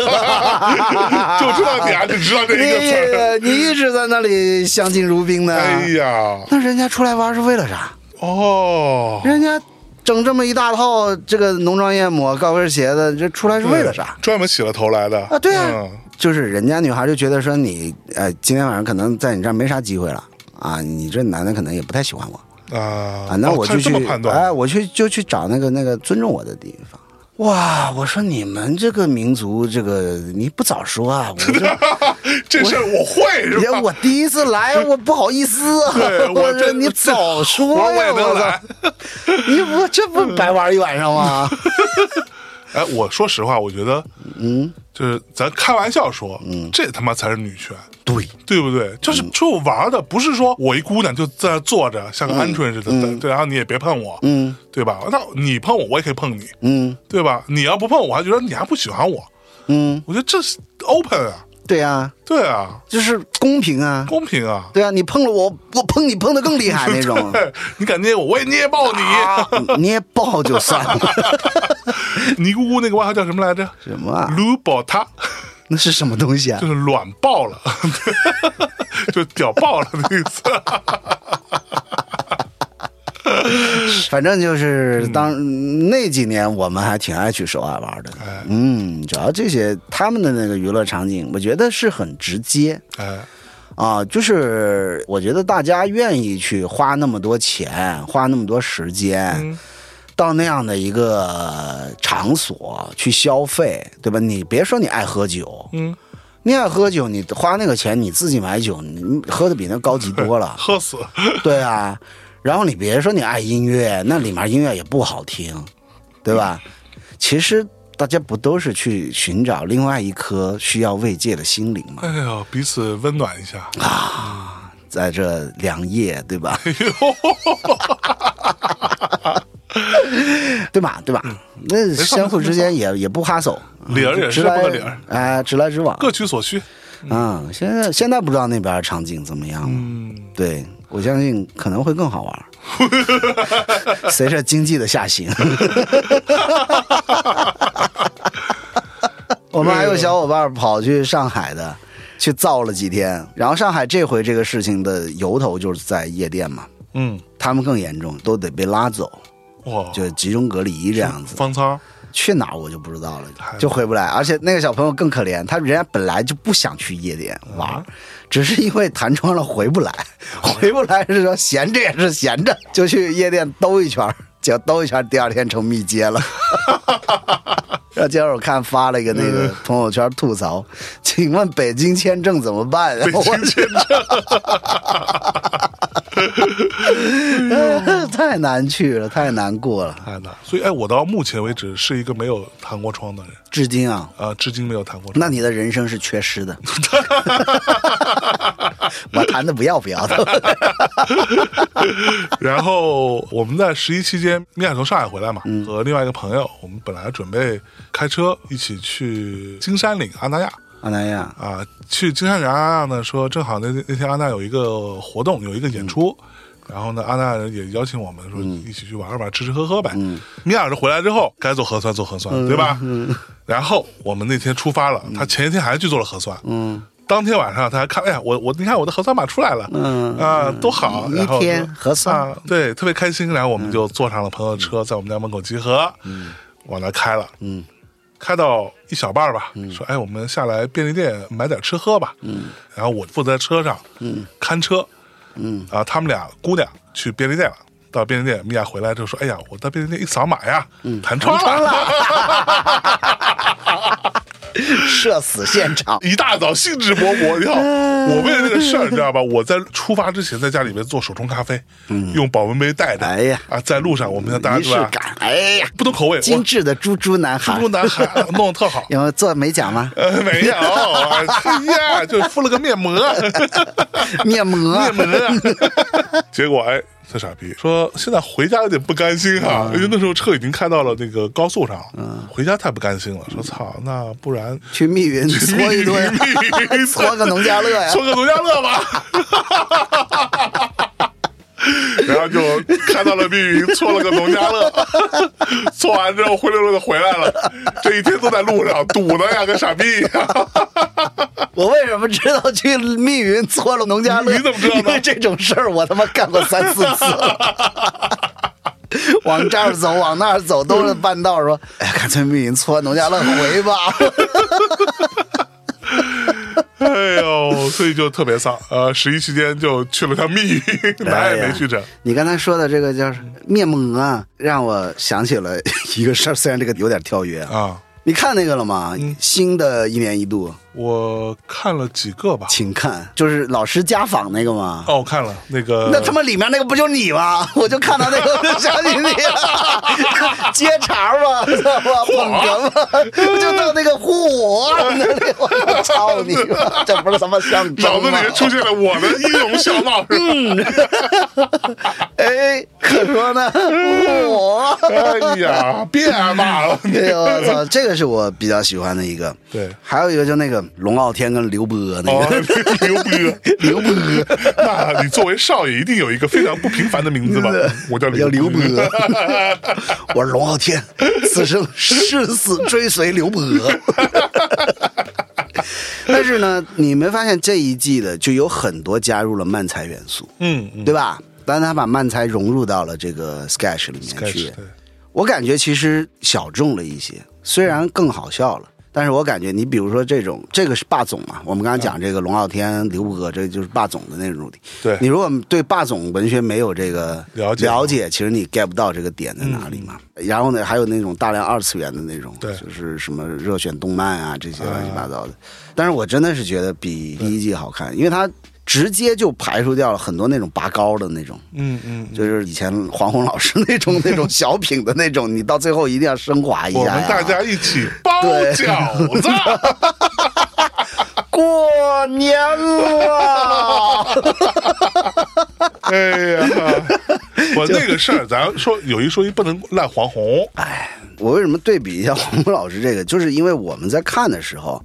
[SPEAKER 2] [LAUGHS]
[SPEAKER 3] 就知道你还是知道这一个词儿。
[SPEAKER 2] 你你一直在那里相敬如宾的。
[SPEAKER 3] 哎呀，
[SPEAKER 2] 那人家出来玩是为了啥？
[SPEAKER 3] 哦，
[SPEAKER 2] 人家整这么一大套这个浓妆艳抹、高跟鞋的，这出来是为了啥？
[SPEAKER 3] 专门洗了头来的
[SPEAKER 2] 啊，对啊，
[SPEAKER 3] 嗯
[SPEAKER 2] 就是人家女孩就觉得说你，呃，今天晚上可能在你这儿没啥机会了啊，你这男的可能也不太喜欢我
[SPEAKER 3] 啊
[SPEAKER 2] 啊，那
[SPEAKER 3] 哦
[SPEAKER 2] 我
[SPEAKER 3] 他
[SPEAKER 2] 就是去，
[SPEAKER 3] 这么判断，
[SPEAKER 2] 哎，我去就去找那个那个尊重我的地方。哇，我说你们这个民族，这个你不早说啊！
[SPEAKER 3] [LAUGHS]
[SPEAKER 2] 我这
[SPEAKER 3] [LAUGHS] 这事儿我会是
[SPEAKER 2] 也
[SPEAKER 3] 吧？
[SPEAKER 2] 我第一次来，我不好意思啊。 [LAUGHS]
[SPEAKER 3] 对我
[SPEAKER 2] 我说
[SPEAKER 3] 这
[SPEAKER 2] 你早说
[SPEAKER 3] 活儿我也
[SPEAKER 2] 呀！我
[SPEAKER 3] 能来
[SPEAKER 2] 操，你我这不白玩一晚上吗？ [LAUGHS]
[SPEAKER 3] 哎，我说实话，我觉得，嗯，就是咱开玩笑说，嗯，这他妈才是女权，
[SPEAKER 2] 对，
[SPEAKER 3] 对不对？就是
[SPEAKER 2] 嗯
[SPEAKER 3] 就玩儿的，不是说我一姑娘就在那儿坐着像个
[SPEAKER 2] 嗯
[SPEAKER 3] 鹌鹑似的，对，然后你也别碰我，嗯，对吧？那你碰我，我也可以碰你，
[SPEAKER 2] 嗯
[SPEAKER 3] 对吧？你要不碰我，还觉得你还不喜欢我，
[SPEAKER 2] 嗯，
[SPEAKER 3] 我觉得这是 open 啊，
[SPEAKER 2] 对啊，
[SPEAKER 3] 对啊，
[SPEAKER 2] 就是公平啊。
[SPEAKER 3] 公平啊， [LAUGHS]
[SPEAKER 2] 对啊，你碰了我，我碰你碰的更厉害那种。
[SPEAKER 3] 对你敢捏我，我也捏爆你。
[SPEAKER 2] 啊，捏爆就算了， [LAUGHS]
[SPEAKER 3] 尼姑姑那个外号叫什么来着？
[SPEAKER 2] 什么啊
[SPEAKER 3] 撸爆她，
[SPEAKER 2] 那是什么东西啊
[SPEAKER 3] 就？是卵爆了， [LAUGHS] 就屌爆了的意思。
[SPEAKER 2] [LAUGHS] 反正就是当、那几年，我们还挺爱去首尔玩的。嗯，主要这些他们的那个娱乐场景，我觉得是很直接
[SPEAKER 3] [LAUGHS] 哎，
[SPEAKER 2] 啊，就是我觉得大家愿意去花那么多钱，花那么多时间。到那样的一个场所去消费，对吧？你别说你爱喝酒，
[SPEAKER 3] 嗯，
[SPEAKER 2] 你爱喝酒，你花那个钱，你自己买酒，你喝的比那高级多了，
[SPEAKER 3] 喝死，
[SPEAKER 2] [LAUGHS] 对啊。然后你别说你爱音乐，那里面音乐也不好听，对吧？其实大家不都是去寻找另外一颗需要慰藉的心灵
[SPEAKER 3] [LAUGHS]
[SPEAKER 2] 吗？
[SPEAKER 3] 哎呦，彼此温暖一下。 [LAUGHS]
[SPEAKER 2] 在这良夜，对吧？
[SPEAKER 3] 哎呦，
[SPEAKER 2] 对吧？对吧？那
[SPEAKER 3] 错
[SPEAKER 2] 相互
[SPEAKER 3] 嗯没错
[SPEAKER 2] 之间也也不哈手，嗯
[SPEAKER 3] 理儿也
[SPEAKER 2] 直
[SPEAKER 3] 是
[SPEAKER 2] 来
[SPEAKER 3] 不得理儿，
[SPEAKER 2] 哎，直来直往。
[SPEAKER 3] 各取所需。
[SPEAKER 2] 嗯，现在现在不知道那边场景怎么样了。
[SPEAKER 3] 嗯，
[SPEAKER 2] 对我相信可能会更好玩儿，随着经济的下行。我们还有小伙伴跑去上海的，去造了几天。然后上海这回这个事情的由头就是在夜店嘛，
[SPEAKER 3] 嗯，
[SPEAKER 2] 他们更严重，都得被拉走，
[SPEAKER 3] 哇，
[SPEAKER 2] 就集中隔离这样子。
[SPEAKER 3] 方舱，
[SPEAKER 2] 去哪儿我就不知道了，就回不来。而且那个小朋友更可怜，他人家本来就不想去夜店玩，只是因为弹窗了回不来， [LAUGHS] 回不来是说闲着也是闲着，就去夜店兜一圈儿，结果兜一圈儿，第二天成密接了。 [LAUGHS] 然后今儿我看发了一个那个朋友圈吐槽，请问北京签证怎么办？北
[SPEAKER 3] 京
[SPEAKER 2] 签证 [LAUGHS] 太难去了，太难过了。
[SPEAKER 3] 太难。所以，哎，我到目前为止是一个没有弹过窗的人
[SPEAKER 2] 至今啊，
[SPEAKER 3] 啊，至今没有弹过
[SPEAKER 2] [LAUGHS]
[SPEAKER 3] 窗。
[SPEAKER 2] 那你的人生是缺失的。 [LAUGHS] 我谈的不要不要的，
[SPEAKER 3] 然后我们在十一期间，米娅从上海回来嘛，和另外一个朋友，我们本来准备开车一起去金山岭阿那亚
[SPEAKER 2] 阿南亚，
[SPEAKER 3] 啊，去金山岭阿那亚呢，说正好那那天阿那亚有一个活动，有一个演出。然后呢，阿那亚人也邀请我们说一起去玩玩，吃吃喝喝呗。米娅是回来之后该做核酸做核酸，对吧？然后我们那天出发了，他前一天还去做了核酸。嗯，当天晚上他还看，哎呀，我我你看我的核酸码出来了，嗯啊，多好！
[SPEAKER 2] 一
[SPEAKER 3] 然后
[SPEAKER 2] 天
[SPEAKER 3] 说
[SPEAKER 2] 核酸
[SPEAKER 3] 啊对，特别开心。然后我们就坐上了朋友的车，在我们家门口集合，嗯，往那开了，嗯，开到一小半儿吧，说哎，我们下来便利店买点吃喝吧，嗯，然后我负责车上，嗯，看车，嗯，然后他们俩姑娘去便利店了。到便利店，嗯 [LAUGHS] 米娅回来就说：“哎呀，我到便利店一扫码呀，弹窗了。”
[SPEAKER 2] 社死现场。
[SPEAKER 3] 一大早兴致勃勃，你看，我为了这个事儿，你知道吧？我在出发之前，在家里面做手冲咖啡，用保温杯带着。
[SPEAKER 2] 哎呀
[SPEAKER 3] 啊，在路上我们像大家
[SPEAKER 2] 仪
[SPEAKER 3] 对
[SPEAKER 2] 式
[SPEAKER 3] 吧？
[SPEAKER 2] 感，哎呀，
[SPEAKER 3] 不同口味，
[SPEAKER 2] 精
[SPEAKER 3] 我
[SPEAKER 2] 致的猪猪男孩
[SPEAKER 3] 中，国男孩弄得特好。？
[SPEAKER 2] 有做美甲吗
[SPEAKER 3] 呃，没有，哎呀，就敷了个面膜，
[SPEAKER 2] 面膜，
[SPEAKER 3] 面膜。结果哎，特傻逼，说现在回家有点不甘心哈，因为那时候车已经开到了那个高速上了，回家太不甘心了，说操，那不然
[SPEAKER 2] 去密云搓一顿
[SPEAKER 3] [LAUGHS] 密
[SPEAKER 2] [LAUGHS]
[SPEAKER 3] 云，
[SPEAKER 2] 搓个农家乐呀
[SPEAKER 3] 搓。个农家
[SPEAKER 2] [LAUGHS]
[SPEAKER 3] 乐吧。然后就看到了密云，搓了个农家乐，搓完之后灰溜溜的回来了，这一天都在路上堵的呀，跟傻逼一样。
[SPEAKER 2] 我为什么知道去密云搓了农家乐？
[SPEAKER 3] 你怎么知道呢
[SPEAKER 2] 因为这种事儿我他妈干过三四
[SPEAKER 3] [LAUGHS]
[SPEAKER 2] 次了。往这儿走，往那儿走，都是半道说，哎呀，干脆密云搓农家乐回吧。
[SPEAKER 3] 哎呦，所以就特别丧。呃，十一期间就去了趟密云， [LAUGHS] 哪
[SPEAKER 2] 哎呀
[SPEAKER 3] 儿也没去成。
[SPEAKER 2] 你刚才说的这个叫是面膜啊，让我想起了 [LAUGHS] 一个事儿，虽然这个有点跳跃啊。
[SPEAKER 3] 啊。嗯
[SPEAKER 2] 你看那个了吗？新的一年一度，
[SPEAKER 3] 我看了几个吧，
[SPEAKER 2] 请看，就是老师家访那个嘛。
[SPEAKER 3] 哦，我看了那个，
[SPEAKER 2] 那他妈里面那个不就是你吗？ [LAUGHS] 我就看到那个，我就想起你
[SPEAKER 3] [LAUGHS]
[SPEAKER 2] 了，接茬儿嘛，知道吧？捧哏嘛， [LAUGHS] 就到那个护我，那我操你
[SPEAKER 3] [LAUGHS]
[SPEAKER 2] 妈！这不是他妈象征
[SPEAKER 3] 脑子里
[SPEAKER 2] 吗？
[SPEAKER 3] 面出现了我的英勇小帽，是吧
[SPEAKER 2] 哎，可说
[SPEAKER 3] [LAUGHS]
[SPEAKER 2] 呢，护我。
[SPEAKER 3] 哎呀，别挨骂了，
[SPEAKER 2] [LAUGHS] 哎呦我操，这个是我比较喜欢的一个。
[SPEAKER 3] 对
[SPEAKER 2] 还有一个就那个龙傲天跟刘波那
[SPEAKER 3] 哦
[SPEAKER 2] 个，，
[SPEAKER 3] 牛逼！
[SPEAKER 2] 刘波。
[SPEAKER 3] 那你作为少爷，一定有一个非常不平凡的名
[SPEAKER 2] [LAUGHS]
[SPEAKER 3] 字吧？我叫哎
[SPEAKER 2] 叫
[SPEAKER 3] 刘
[SPEAKER 2] 刘
[SPEAKER 3] 伯
[SPEAKER 2] 伯， [LAUGHS] 我是龙傲天，此生誓死追随刘伯。但是呢，你没发现这一季的就有很多加入了漫才元素，
[SPEAKER 3] 嗯嗯，
[SPEAKER 2] 对吧？但他把漫才融入到了这个 sketch 里面
[SPEAKER 3] 开
[SPEAKER 2] 去
[SPEAKER 3] 始，对
[SPEAKER 2] 我感觉其实小众了一些，虽然更好笑了。但是我感觉，你比如说这种，这个是霸总嘛？我们刚刚讲这个龙傲天、刘伯，这就是霸总的那种主题。
[SPEAKER 3] 对
[SPEAKER 2] 你如果对霸总文学没有这个
[SPEAKER 3] 了解
[SPEAKER 2] 了解，其实你 get 不到这个点在哪里嘛。然后呢，还有那种大量二次元的那种，
[SPEAKER 3] 嗯对
[SPEAKER 2] 就是什么热血动漫啊这些乱七八糟的。但是我真的是觉得比第一季好看，因为它直接就排除掉了很多那种拔高的那种。
[SPEAKER 3] 嗯嗯，
[SPEAKER 2] 就是以前黄宏老师那种那种小品的那种，你到最后一定要升华一下
[SPEAKER 3] 我
[SPEAKER 2] 呀
[SPEAKER 3] 们大家一起包
[SPEAKER 2] 对 [LAUGHS]
[SPEAKER 3] 饺子，
[SPEAKER 2] 过年 [LAUGHS] 了，
[SPEAKER 3] 哎呀，我那个事儿，咱说有一说一，不能赖黄宏，
[SPEAKER 2] 我为什么对比一下黄宏老师这个？就是因为我们在看的时候，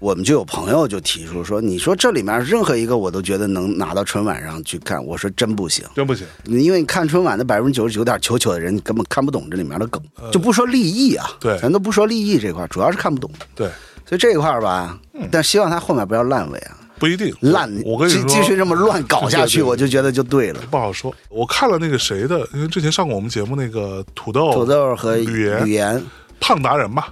[SPEAKER 2] 我们就有朋友就提出说，你说这里面任何一个我都觉得能拿到春晚上去看，我说真不行。
[SPEAKER 3] 真不行。
[SPEAKER 2] 因为你看春晚的百分之九十九点九九的人，你根本看不懂这里面的梗，就不说立意啊，
[SPEAKER 3] 对
[SPEAKER 2] 咱都不说立意这块儿，主要是看不懂。
[SPEAKER 3] 对，
[SPEAKER 2] 所以这一块儿吧，但希望他后面不要烂尾啊。
[SPEAKER 3] 不一定
[SPEAKER 2] 烂，
[SPEAKER 3] 我跟你
[SPEAKER 2] 继
[SPEAKER 3] 说，
[SPEAKER 2] 继续这么乱搞下去，
[SPEAKER 3] 对对对
[SPEAKER 2] 我就觉得就对了。
[SPEAKER 3] 不好说。我看了那个谁的，因为之前上过我们节目那个土豆、
[SPEAKER 2] 土豆和
[SPEAKER 3] 吕
[SPEAKER 2] 语
[SPEAKER 3] 岩、
[SPEAKER 2] 言
[SPEAKER 3] 胖达人吧，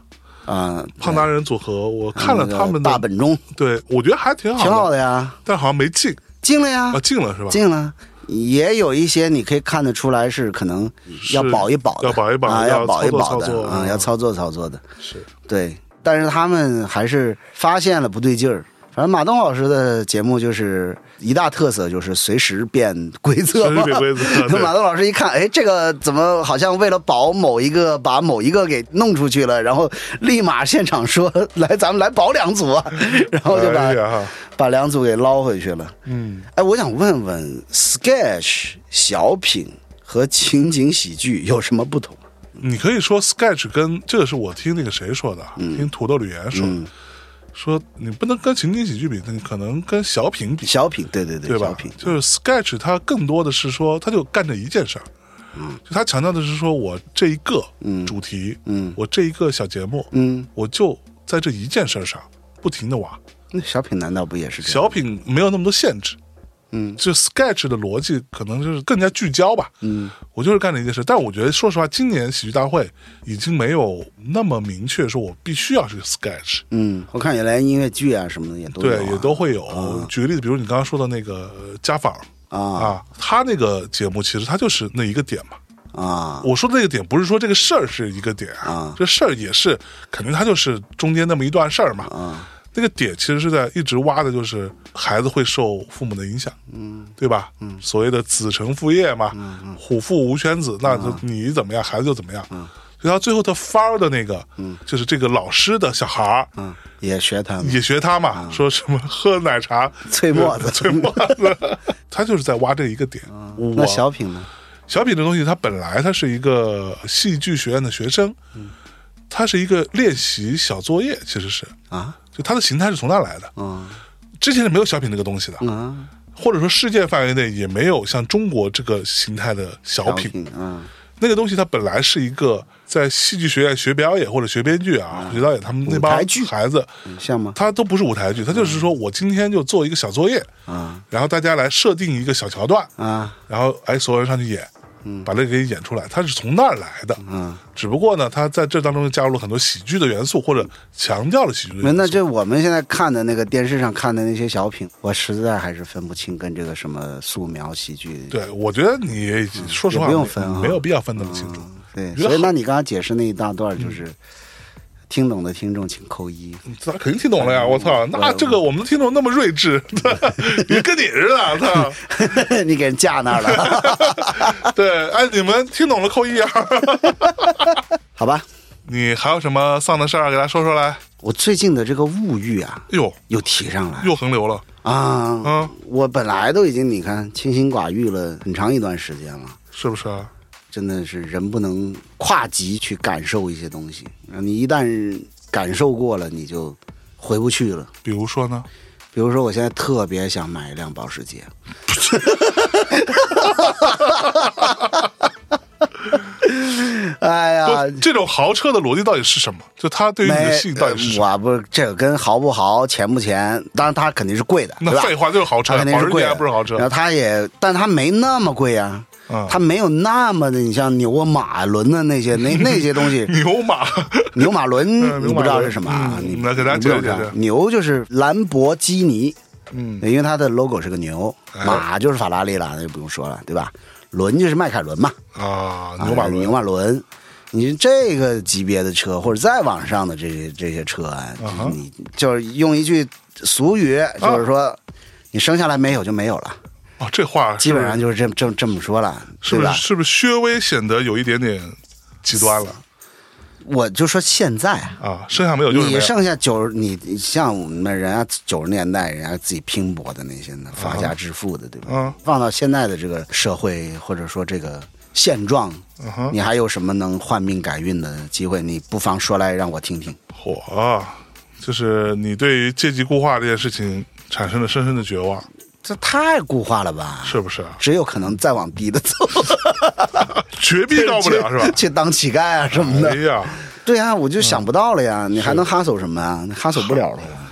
[SPEAKER 2] 啊，
[SPEAKER 3] 胖达人组合，我看了
[SPEAKER 2] 嗯那个
[SPEAKER 3] 他们的
[SPEAKER 2] 大本钟，
[SPEAKER 3] 对我觉得还挺好，
[SPEAKER 2] 挺好的，呀，
[SPEAKER 3] 但好像没进
[SPEAKER 2] 进了呀
[SPEAKER 3] 啊，，进了是吧？
[SPEAKER 2] 进了。也有一些你可以看得出来是可能要保一保的，
[SPEAKER 3] 要保一保
[SPEAKER 2] 啊，
[SPEAKER 3] 要
[SPEAKER 2] 要保一保
[SPEAKER 3] 操作操
[SPEAKER 2] 的
[SPEAKER 3] 作
[SPEAKER 2] 啊，
[SPEAKER 3] 嗯
[SPEAKER 2] 要操作操作的，
[SPEAKER 3] 是
[SPEAKER 2] 对。但是他们还是发现了不对劲儿。反正马东老师的节目就是一大特色，就是随时变规则
[SPEAKER 3] 随
[SPEAKER 2] 嘛，
[SPEAKER 3] 时变
[SPEAKER 2] [LAUGHS]
[SPEAKER 3] 规则对
[SPEAKER 2] 马东老师一看，哎，这个怎么好像为了保某一个，把某一个给弄出去了，然后立马现场说，来，咱们来保两组
[SPEAKER 3] [LAUGHS]
[SPEAKER 2] 啊，然后就把、
[SPEAKER 3] 哎呀
[SPEAKER 2] 把两组给捞回去了。
[SPEAKER 3] 嗯，
[SPEAKER 2] 哎，我想问问，sketch 小品和情景喜剧有什么不同？
[SPEAKER 3] 你可以说 sketch 跟这个是我听那个谁说的啊，
[SPEAKER 2] 嗯
[SPEAKER 3] 听土豆吕岩说的，说你不能跟情景喜剧比，你可能跟小品比，
[SPEAKER 2] 小品，对对对，
[SPEAKER 3] 对
[SPEAKER 2] 小
[SPEAKER 3] 吧
[SPEAKER 2] 品？，
[SPEAKER 3] 就是 sketch 它更多的是说，它就干这一件事儿。嗯，就他强调的是说，我这一个主题，嗯，我这一个小节目，
[SPEAKER 2] 嗯，
[SPEAKER 3] 我就在这一件事儿上不停的挖。
[SPEAKER 2] 那小品难道不也是这样？
[SPEAKER 3] 小品没有那么多限制，
[SPEAKER 2] 嗯，
[SPEAKER 3] 就 sketch 的逻辑可能就是更加聚焦吧，嗯，我就是干了一件事。但我觉得，说实话，今年喜剧大会已经没有那么明确说我必须要是 sketch，
[SPEAKER 2] 嗯，我看也来音乐剧啊什么的也都有啊、
[SPEAKER 3] 对，也都会有。举个例子，比如你刚刚说的那个呃家访
[SPEAKER 2] 啊
[SPEAKER 3] 啊，他那个节目其实他就是那一个点嘛，
[SPEAKER 2] 啊
[SPEAKER 3] 我说的这个点不是说这个事儿是一个点
[SPEAKER 2] 啊
[SPEAKER 3] 这事儿也是肯定它就是中间那么一段事儿嘛。
[SPEAKER 2] 啊
[SPEAKER 3] 那个点其实是在一直挖的，就是孩子会受父母的影响，嗯，对吧？嗯，所谓的子承父业嘛，
[SPEAKER 2] 嗯
[SPEAKER 3] 虎父无犬子，那
[SPEAKER 2] 啊
[SPEAKER 3] 就你怎么样，孩子就怎么样。
[SPEAKER 2] 嗯
[SPEAKER 3] 所以到最后他发儿的那个，就是这个老师的小孩儿，
[SPEAKER 2] 嗯，也学他们
[SPEAKER 3] 也学他嘛，说什么喝
[SPEAKER 2] [LAUGHS]
[SPEAKER 3] 奶茶
[SPEAKER 2] 脆沫子
[SPEAKER 3] [LAUGHS]
[SPEAKER 2] 啊
[SPEAKER 3] 脆沫子，他就是在挖这一个点。我
[SPEAKER 2] 嗯那小品呢？
[SPEAKER 3] 小品这东西，它本来它是一个戏剧学院的学生，
[SPEAKER 2] 嗯
[SPEAKER 3] 它是一个练习小作业，其实是
[SPEAKER 2] 啊，
[SPEAKER 3] 就它的形态是从那来的。
[SPEAKER 2] 嗯
[SPEAKER 3] 之前是没有小品这个东西的，
[SPEAKER 2] 啊，
[SPEAKER 3] 或者说世界范围内也没有像中国这个形态的小
[SPEAKER 2] 小
[SPEAKER 3] 品。
[SPEAKER 2] 品啊，
[SPEAKER 3] 那个东西它本来是一个在戏剧学院学表演或者学编剧啊、学导演他们那
[SPEAKER 2] 嗯
[SPEAKER 3] 帮
[SPEAKER 2] 舞台剧
[SPEAKER 3] 孩子，
[SPEAKER 2] 嗯像吗？
[SPEAKER 3] 它都不是舞台剧，它就是说我今天就做一个小作业，
[SPEAKER 2] 啊
[SPEAKER 3] 然后大家来设定一个小桥段，
[SPEAKER 2] 啊
[SPEAKER 3] 然后哎，所有人上去演，把这个给演出来，它是从那儿来的。
[SPEAKER 2] 嗯，
[SPEAKER 3] 只不过呢，它在这当中加入了很多喜剧的元素，或者强调了喜剧
[SPEAKER 2] 那
[SPEAKER 3] 的元素。
[SPEAKER 2] 那这我们现在看的那个电视上看的那些小品，我实在还是分不清跟这个什么素描喜剧。
[SPEAKER 3] 对，我觉得你说实话，
[SPEAKER 2] 也不用分嗯啊
[SPEAKER 3] 没有必要分那么清楚。
[SPEAKER 2] 对，
[SPEAKER 3] 觉得
[SPEAKER 2] 所以
[SPEAKER 3] 好嗯
[SPEAKER 2] 那你刚刚解释那一大段就是。听懂的听众请扣一， [LAUGHS]
[SPEAKER 3] 咱肯定听懂了
[SPEAKER 2] 哎
[SPEAKER 3] 呀！我操，那这个我们的听众那么睿智， [LAUGHS] 也跟你
[SPEAKER 2] [LAUGHS]
[SPEAKER 3] 似的，操！
[SPEAKER 2] 你给人架那儿了， [LAUGHS]
[SPEAKER 3] 对，哎，你们听懂了扣一啊！ [LAUGHS]
[SPEAKER 2] 好吧？
[SPEAKER 3] 你还有什么丧的事儿给大家说说来？哎哎
[SPEAKER 2] 我最近的这个物欲啊，
[SPEAKER 3] 呦，
[SPEAKER 2] 又提上来
[SPEAKER 3] 又横流了，
[SPEAKER 2] 啊！
[SPEAKER 3] 嗯，
[SPEAKER 2] 我本来都已经你看清心寡欲了很长一段时间了，
[SPEAKER 3] 是不是啊？
[SPEAKER 2] 真的是人不能跨级去感受一些东西，你一旦感受过了，你就回不去了。
[SPEAKER 3] 比如说呢？
[SPEAKER 2] 比如说，我现在特别想买一辆保时
[SPEAKER 3] [LAUGHS]
[SPEAKER 2] 捷，哎呀
[SPEAKER 3] 就，这种豪车的逻辑到底是什么？就它对于你的
[SPEAKER 2] 没
[SPEAKER 3] 吸引到底是什么？
[SPEAKER 2] 我不是这个跟豪不豪、钱不钱，当然它肯定是贵的，
[SPEAKER 3] [LAUGHS] 那
[SPEAKER 2] 对吧
[SPEAKER 3] 废话就是豪车
[SPEAKER 2] 它肯定
[SPEAKER 3] 保
[SPEAKER 2] 是
[SPEAKER 3] 时
[SPEAKER 2] 贵
[SPEAKER 3] 捷
[SPEAKER 2] 的，
[SPEAKER 3] 不是豪车
[SPEAKER 2] 然后它也，但它没那么贵啊，
[SPEAKER 3] 嗯
[SPEAKER 2] 它没有那么的，你像牛啊、马轮啊那些那那些东
[SPEAKER 3] [LAUGHS]
[SPEAKER 2] 西，
[SPEAKER 3] [LAUGHS] 牛马，
[SPEAKER 2] 牛马轮
[SPEAKER 3] 嗯
[SPEAKER 2] 你不知道是什么啊？
[SPEAKER 3] 嗯
[SPEAKER 2] 你
[SPEAKER 3] 来给大家
[SPEAKER 2] 你不
[SPEAKER 3] 解释
[SPEAKER 2] 知道
[SPEAKER 3] 解释
[SPEAKER 2] 牛就是兰博基尼，
[SPEAKER 3] 嗯，
[SPEAKER 2] 因为它的 logo 是个牛，
[SPEAKER 3] 哎
[SPEAKER 2] 马就是法拉利了，那就不用说了，对吧？轮就是迈凯伦嘛，
[SPEAKER 3] 啊，
[SPEAKER 2] 啊
[SPEAKER 3] 牛马
[SPEAKER 2] 牛
[SPEAKER 3] 轮，
[SPEAKER 2] 马轮。你这个级别的车，或者再往上的这些这些车啊，
[SPEAKER 3] 哈
[SPEAKER 2] 就是你就是用一句俗语，
[SPEAKER 3] 啊
[SPEAKER 2] 就是说，你生下来没有就没有了，
[SPEAKER 3] 哦，这话
[SPEAKER 2] 基
[SPEAKER 3] 是不
[SPEAKER 2] 本
[SPEAKER 3] 是
[SPEAKER 2] 上就是这么这么这么说了，
[SPEAKER 3] 是
[SPEAKER 2] 对
[SPEAKER 3] 不是
[SPEAKER 2] 吧？
[SPEAKER 3] 是不是稍微显得有一点点极端了
[SPEAKER 2] 我就说现在啊，
[SPEAKER 3] 啊？剩下没有就是没
[SPEAKER 2] 你
[SPEAKER 3] 有
[SPEAKER 2] 剩下九十，你你像我们人家九十年代人家自己拼搏的那些呢，发家致富的，对吧？
[SPEAKER 3] 啊
[SPEAKER 2] 放到现在的这个社会或者说这个现状，
[SPEAKER 3] 嗯哼，
[SPEAKER 2] 你还有什么能换命改运的机会？你不妨说来让我听听。
[SPEAKER 3] 火啊，就是你对于阶级固化这件事情产生了深深的绝望，
[SPEAKER 2] 这太固化了吧？
[SPEAKER 3] 是不是啊？
[SPEAKER 2] 只有可能再往低的
[SPEAKER 3] [LAUGHS]
[SPEAKER 2] 走，
[SPEAKER 3] 绝逼到
[SPEAKER 2] [LAUGHS]
[SPEAKER 3] 不了是吧？
[SPEAKER 2] 去当乞丐啊什么
[SPEAKER 3] 哎
[SPEAKER 2] 的。
[SPEAKER 3] 呀，
[SPEAKER 2] 对啊，我就想不到了呀，你还能哈索什么啊？你哈索不了了呀。
[SPEAKER 3] 嗯啊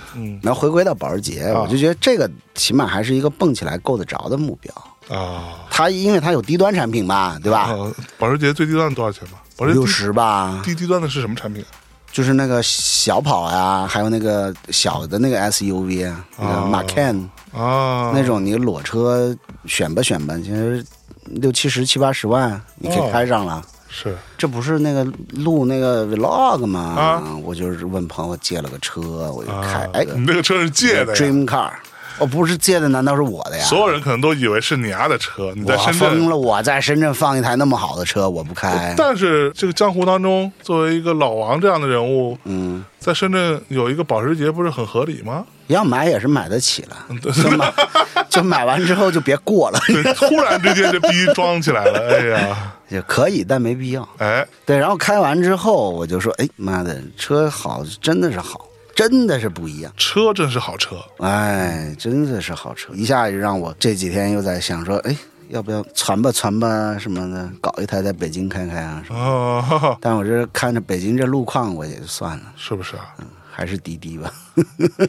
[SPEAKER 2] 然后回归到保时捷，我就觉得这个起码还是一个蹦起来够得着的目标。
[SPEAKER 3] 啊，
[SPEAKER 2] 它因为它有低端产品嘛，对吧？
[SPEAKER 3] 呃保时捷最低端多少钱吧？保时捷
[SPEAKER 2] 啊六十吧，
[SPEAKER 3] 低低端的是什么产品啊？
[SPEAKER 2] 就是那个小跑呀，还有那个小的那个 SUV，啊那个
[SPEAKER 3] 哦
[SPEAKER 2] 马 can
[SPEAKER 3] 啊，
[SPEAKER 2] 那种，你裸车选吧选吧，其实六七十、七八十万你可
[SPEAKER 3] 哦
[SPEAKER 2] 以开上了。
[SPEAKER 3] 是
[SPEAKER 2] 这不是那个录那个 vlog 吗？
[SPEAKER 3] 啊
[SPEAKER 2] 我就是问朋友借了个车，我就开
[SPEAKER 3] 啊，，
[SPEAKER 2] 哎，
[SPEAKER 3] 你那个车是借的呀。
[SPEAKER 2] dream car，哦，不是借的，难道是我的呀？
[SPEAKER 3] 所有人可能都以为是你家的车，你在
[SPEAKER 2] 我
[SPEAKER 3] 深
[SPEAKER 2] 疯
[SPEAKER 3] 圳。
[SPEAKER 2] 了！我在深圳放一台那么好的车，我不开。
[SPEAKER 3] 但是这个江湖当中，作为一个老王这样的人物，
[SPEAKER 2] 嗯，
[SPEAKER 3] 在深圳有一个保时捷，不是很合理吗？ [LAUGHS]
[SPEAKER 2] 要买也是买得起了，
[SPEAKER 3] 嗯
[SPEAKER 2] 就买 [LAUGHS] 就买完之后就别过了， [LAUGHS]
[SPEAKER 3] 对，突然之间这逼装起来了，哎呀，
[SPEAKER 2] 也可以，但没必要。
[SPEAKER 3] 哎，
[SPEAKER 2] 对，然后开完之后我就说，哎妈的，车好，真的是好，真的是不一样。
[SPEAKER 3] 车真是好车，
[SPEAKER 2] 哎，真的是好车，一下就让我这几天又在想说，哎，要不要传吧传吧什么的，搞一台在北京开开啊什么。
[SPEAKER 3] 哦，哈哈
[SPEAKER 2] 但我这看着北京这路况，我也就算了，
[SPEAKER 3] 是不是啊？
[SPEAKER 2] 还是滴滴吧。 [LAUGHS]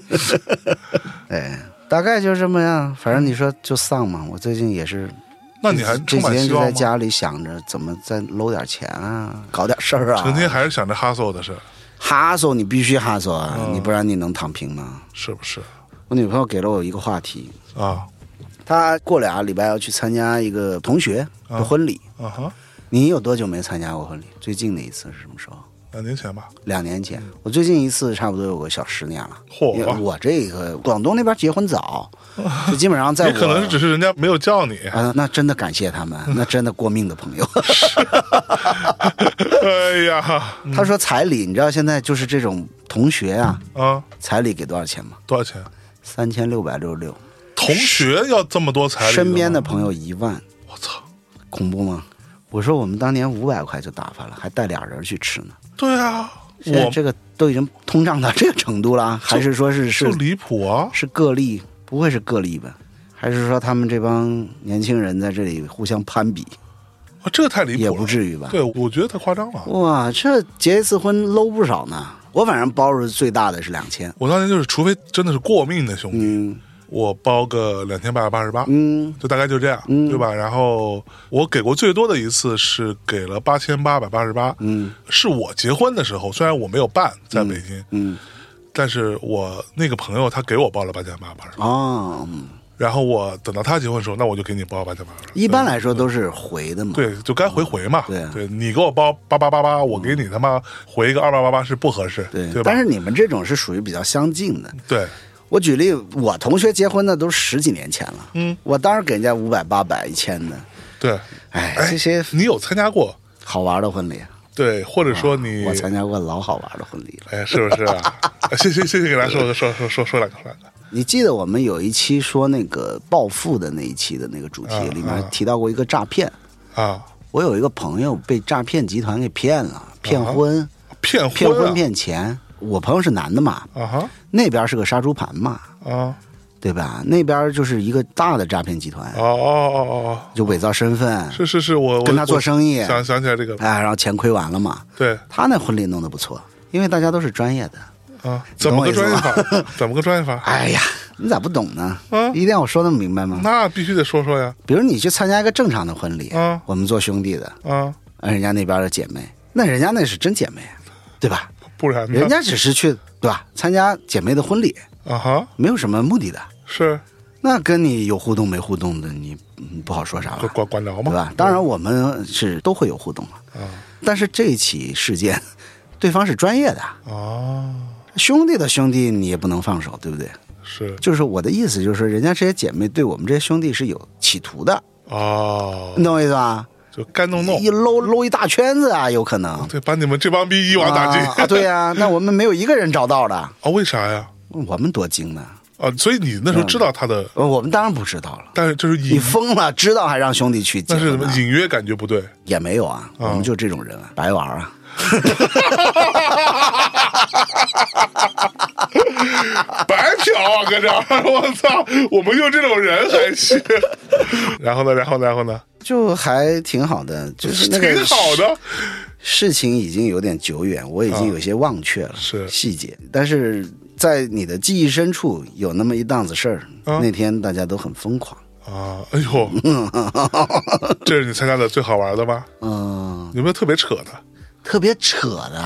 [SPEAKER 2] 哎，大概就这么样，反正你说就丧嘛。我最近也是，
[SPEAKER 3] 那你还
[SPEAKER 2] 这
[SPEAKER 3] 充
[SPEAKER 2] 几
[SPEAKER 3] 满
[SPEAKER 2] 天
[SPEAKER 3] 希
[SPEAKER 2] 就
[SPEAKER 3] 望
[SPEAKER 2] 在
[SPEAKER 3] 吗？
[SPEAKER 2] 家里想着怎么再搂点钱啊，搞点事儿啊。
[SPEAKER 3] 成天还是想着哈索的事儿，
[SPEAKER 2] 哈索，你必须哈索啊，
[SPEAKER 3] 嗯
[SPEAKER 2] 你不然你能躺平吗？
[SPEAKER 3] 是不是
[SPEAKER 2] 我女朋友给了我一个话题，
[SPEAKER 3] 啊？嗯
[SPEAKER 2] 他过俩礼拜要去参加一个同学的婚礼，
[SPEAKER 3] 啊哈，
[SPEAKER 2] 你有多久没参加过婚礼？最近的一次是什么时候？
[SPEAKER 3] 两年前吧，
[SPEAKER 2] 两年前，我最近一次差不多有个小十年了。
[SPEAKER 3] 嗯嚯
[SPEAKER 2] 因为我这个广东那边结婚
[SPEAKER 3] [LAUGHS]
[SPEAKER 2] 早，就基本上在
[SPEAKER 3] 也
[SPEAKER 2] 我
[SPEAKER 3] 可能是只是人家没有
[SPEAKER 2] [LAUGHS]
[SPEAKER 3] 叫你。
[SPEAKER 2] 啊，那真的感谢他们，那真的过命的朋友。
[SPEAKER 3] 哎呀，
[SPEAKER 2] 他说彩礼，你知道现在就是这种同学啊，
[SPEAKER 3] 啊，
[SPEAKER 2] 彩礼给多少钱吗？
[SPEAKER 3] 多少钱？
[SPEAKER 2] 三千六百六十六，
[SPEAKER 3] 同学要这么多彩礼吗？
[SPEAKER 2] 身边的朋友一万，
[SPEAKER 3] 我操！
[SPEAKER 2] 恐怖吗？我说我们当年五百块就打发了，还带俩人去吃呢。
[SPEAKER 3] 对啊，
[SPEAKER 2] 现在
[SPEAKER 3] 我
[SPEAKER 2] 这个都已经通胀到这个程度了，还是说是
[SPEAKER 3] 就是离谱啊！
[SPEAKER 2] 是个例？不会是个例吧？还是说他们这帮年轻人在这里互相攀比，
[SPEAKER 3] 啊这个太离谱了，
[SPEAKER 2] 也不至于吧？啊
[SPEAKER 3] 对，我觉得太夸张了。
[SPEAKER 2] 哇，这结一次婚搂不少呢。我反正包着最大的是两千，
[SPEAKER 3] 我当年就是，除非真的是过命的兄弟，
[SPEAKER 2] 嗯
[SPEAKER 3] 我包个两千八百八十八，
[SPEAKER 2] 嗯
[SPEAKER 3] 就大概就这样，对吧？然后我给过最多的一次是给了八千八百八十八，
[SPEAKER 2] 嗯
[SPEAKER 3] 是我结婚的时候，虽然我没有办在北京，
[SPEAKER 2] 嗯，
[SPEAKER 3] 但是我那个朋友他给我包了八千八百八十八，
[SPEAKER 2] 哦，嗯
[SPEAKER 3] 然后我等到他结婚的时候，那我就给你包八千八百八十八。
[SPEAKER 2] 一般来说都是回的嘛。，
[SPEAKER 3] 对，就该回回嘛。
[SPEAKER 2] 对啊
[SPEAKER 3] 你给我包八八八八，我给你他妈回一个二八八八是不合适，
[SPEAKER 2] 对，
[SPEAKER 3] 吧？
[SPEAKER 2] 但是你们这种是属于比较相近的。
[SPEAKER 3] 对，
[SPEAKER 2] 我举例，我同学结婚的都十几年前了，
[SPEAKER 3] 嗯，
[SPEAKER 2] 我当时给人家五百、八百、一千的，
[SPEAKER 3] 对，
[SPEAKER 2] 哎，
[SPEAKER 3] 哎
[SPEAKER 2] 这些
[SPEAKER 3] 你有参加过？
[SPEAKER 2] 好玩的婚礼，
[SPEAKER 3] 对，或者说你，
[SPEAKER 2] 啊我参加过老好玩的婚礼了。
[SPEAKER 3] 哎，是不是啊？啊谢谢谢谢，给大家说说说说说两个说两个。
[SPEAKER 2] 你记得我们有一期说那个暴富的那一期的那个主题
[SPEAKER 3] 啊，
[SPEAKER 2] 里面还
[SPEAKER 3] 啊
[SPEAKER 2] 提到过一个诈骗。
[SPEAKER 3] 啊，
[SPEAKER 2] 我有一个朋友被诈骗集团给骗了，骗婚，
[SPEAKER 3] 骗啊婚、啊、
[SPEAKER 2] 骗婚骗钱。我朋友是男的嘛，
[SPEAKER 3] 啊哈
[SPEAKER 2] 那边是个杀猪盘嘛，
[SPEAKER 3] 啊
[SPEAKER 2] 对吧？那边就是一个大的诈骗集团
[SPEAKER 3] 哦，哦哦哦
[SPEAKER 2] 就伪造身份
[SPEAKER 3] 哦，，是是是，我我
[SPEAKER 2] 跟他做生意
[SPEAKER 3] 我想想起来这个，
[SPEAKER 2] 哎，然后钱亏完了嘛。
[SPEAKER 3] 对
[SPEAKER 2] 他那婚礼弄得不错，因为大家都是专业的。
[SPEAKER 3] 啊，怎么个专业法？怎么个专业法？
[SPEAKER 2] 哎呀，你咋不懂呢？
[SPEAKER 3] 嗯
[SPEAKER 2] 一定要我说那么明白吗？
[SPEAKER 3] 那必须得说说呀，
[SPEAKER 2] 比如你去参加一个正常的婚礼，
[SPEAKER 3] 嗯
[SPEAKER 2] 我们做兄弟的，
[SPEAKER 3] 啊，
[SPEAKER 2] 而人家那边的姐妹，那人家那是真姐妹，啊对吧？
[SPEAKER 3] 不然呢？
[SPEAKER 2] 人家只是去对吧参加姐妹的婚礼，
[SPEAKER 3] 啊哈
[SPEAKER 2] 没有什么目的的。
[SPEAKER 3] 是
[SPEAKER 2] 那跟你有互动没互动的，你嗯不好说啥
[SPEAKER 3] 管
[SPEAKER 2] 了，
[SPEAKER 3] 管管聊
[SPEAKER 2] 对
[SPEAKER 3] 嘛，
[SPEAKER 2] 吧？当然我们是都会有互动了，
[SPEAKER 3] 啊
[SPEAKER 2] 但是这起事件， [LAUGHS] 对方是专业的，
[SPEAKER 3] 啊
[SPEAKER 2] 兄弟的兄弟你也不能放手，对不对？
[SPEAKER 3] 是
[SPEAKER 2] 就是我的意思，就是说人家这些姐妹对我们这些兄弟是有企图的，
[SPEAKER 3] 哦
[SPEAKER 2] 你，懂我意思吧？
[SPEAKER 3] 就干弄弄
[SPEAKER 2] 一，搂搂一大圈子啊，有可能。
[SPEAKER 3] 对，把你们这帮逼 [LAUGHS] 一网打尽
[SPEAKER 2] 啊啊对呀、那我们没有一个人找到的，
[SPEAKER 3] [LAUGHS] 啊？为啥呀？
[SPEAKER 2] 我们多精呢？
[SPEAKER 3] 啊，所以你那时候知道他的，
[SPEAKER 2] 呃我们当然不知道了。
[SPEAKER 3] 但是就是
[SPEAKER 2] 你
[SPEAKER 3] 隐，
[SPEAKER 2] 疯了，知道还让兄弟去结
[SPEAKER 3] 但嗯是
[SPEAKER 2] 婚
[SPEAKER 3] 什
[SPEAKER 2] 啊、
[SPEAKER 3] 么隐约感觉不对， [LAUGHS]
[SPEAKER 2] 也没有啊，我们就这种人、啊，白玩啊。
[SPEAKER 3] 白嫖啊，搁这儿， [LAUGHS] 我操，我们就这种人还行。 [LAUGHS] 然后呢，然后呢，然后呢，
[SPEAKER 2] 就还挺好的，就是那个
[SPEAKER 3] [LAUGHS] 挺好的，啊
[SPEAKER 2] 事情已经有点久远，我已经有些忘却了、
[SPEAKER 3] 是
[SPEAKER 2] 细节，但是在你的记忆深处有那么一档子事儿、
[SPEAKER 3] 啊
[SPEAKER 2] 那天大家都很疯狂，
[SPEAKER 3] 啊，哎
[SPEAKER 2] [LAUGHS]
[SPEAKER 3] 呦，这是你参加的最好玩的吗？
[SPEAKER 2] 嗯，
[SPEAKER 3] 有没有特别扯的？
[SPEAKER 2] 特别扯的，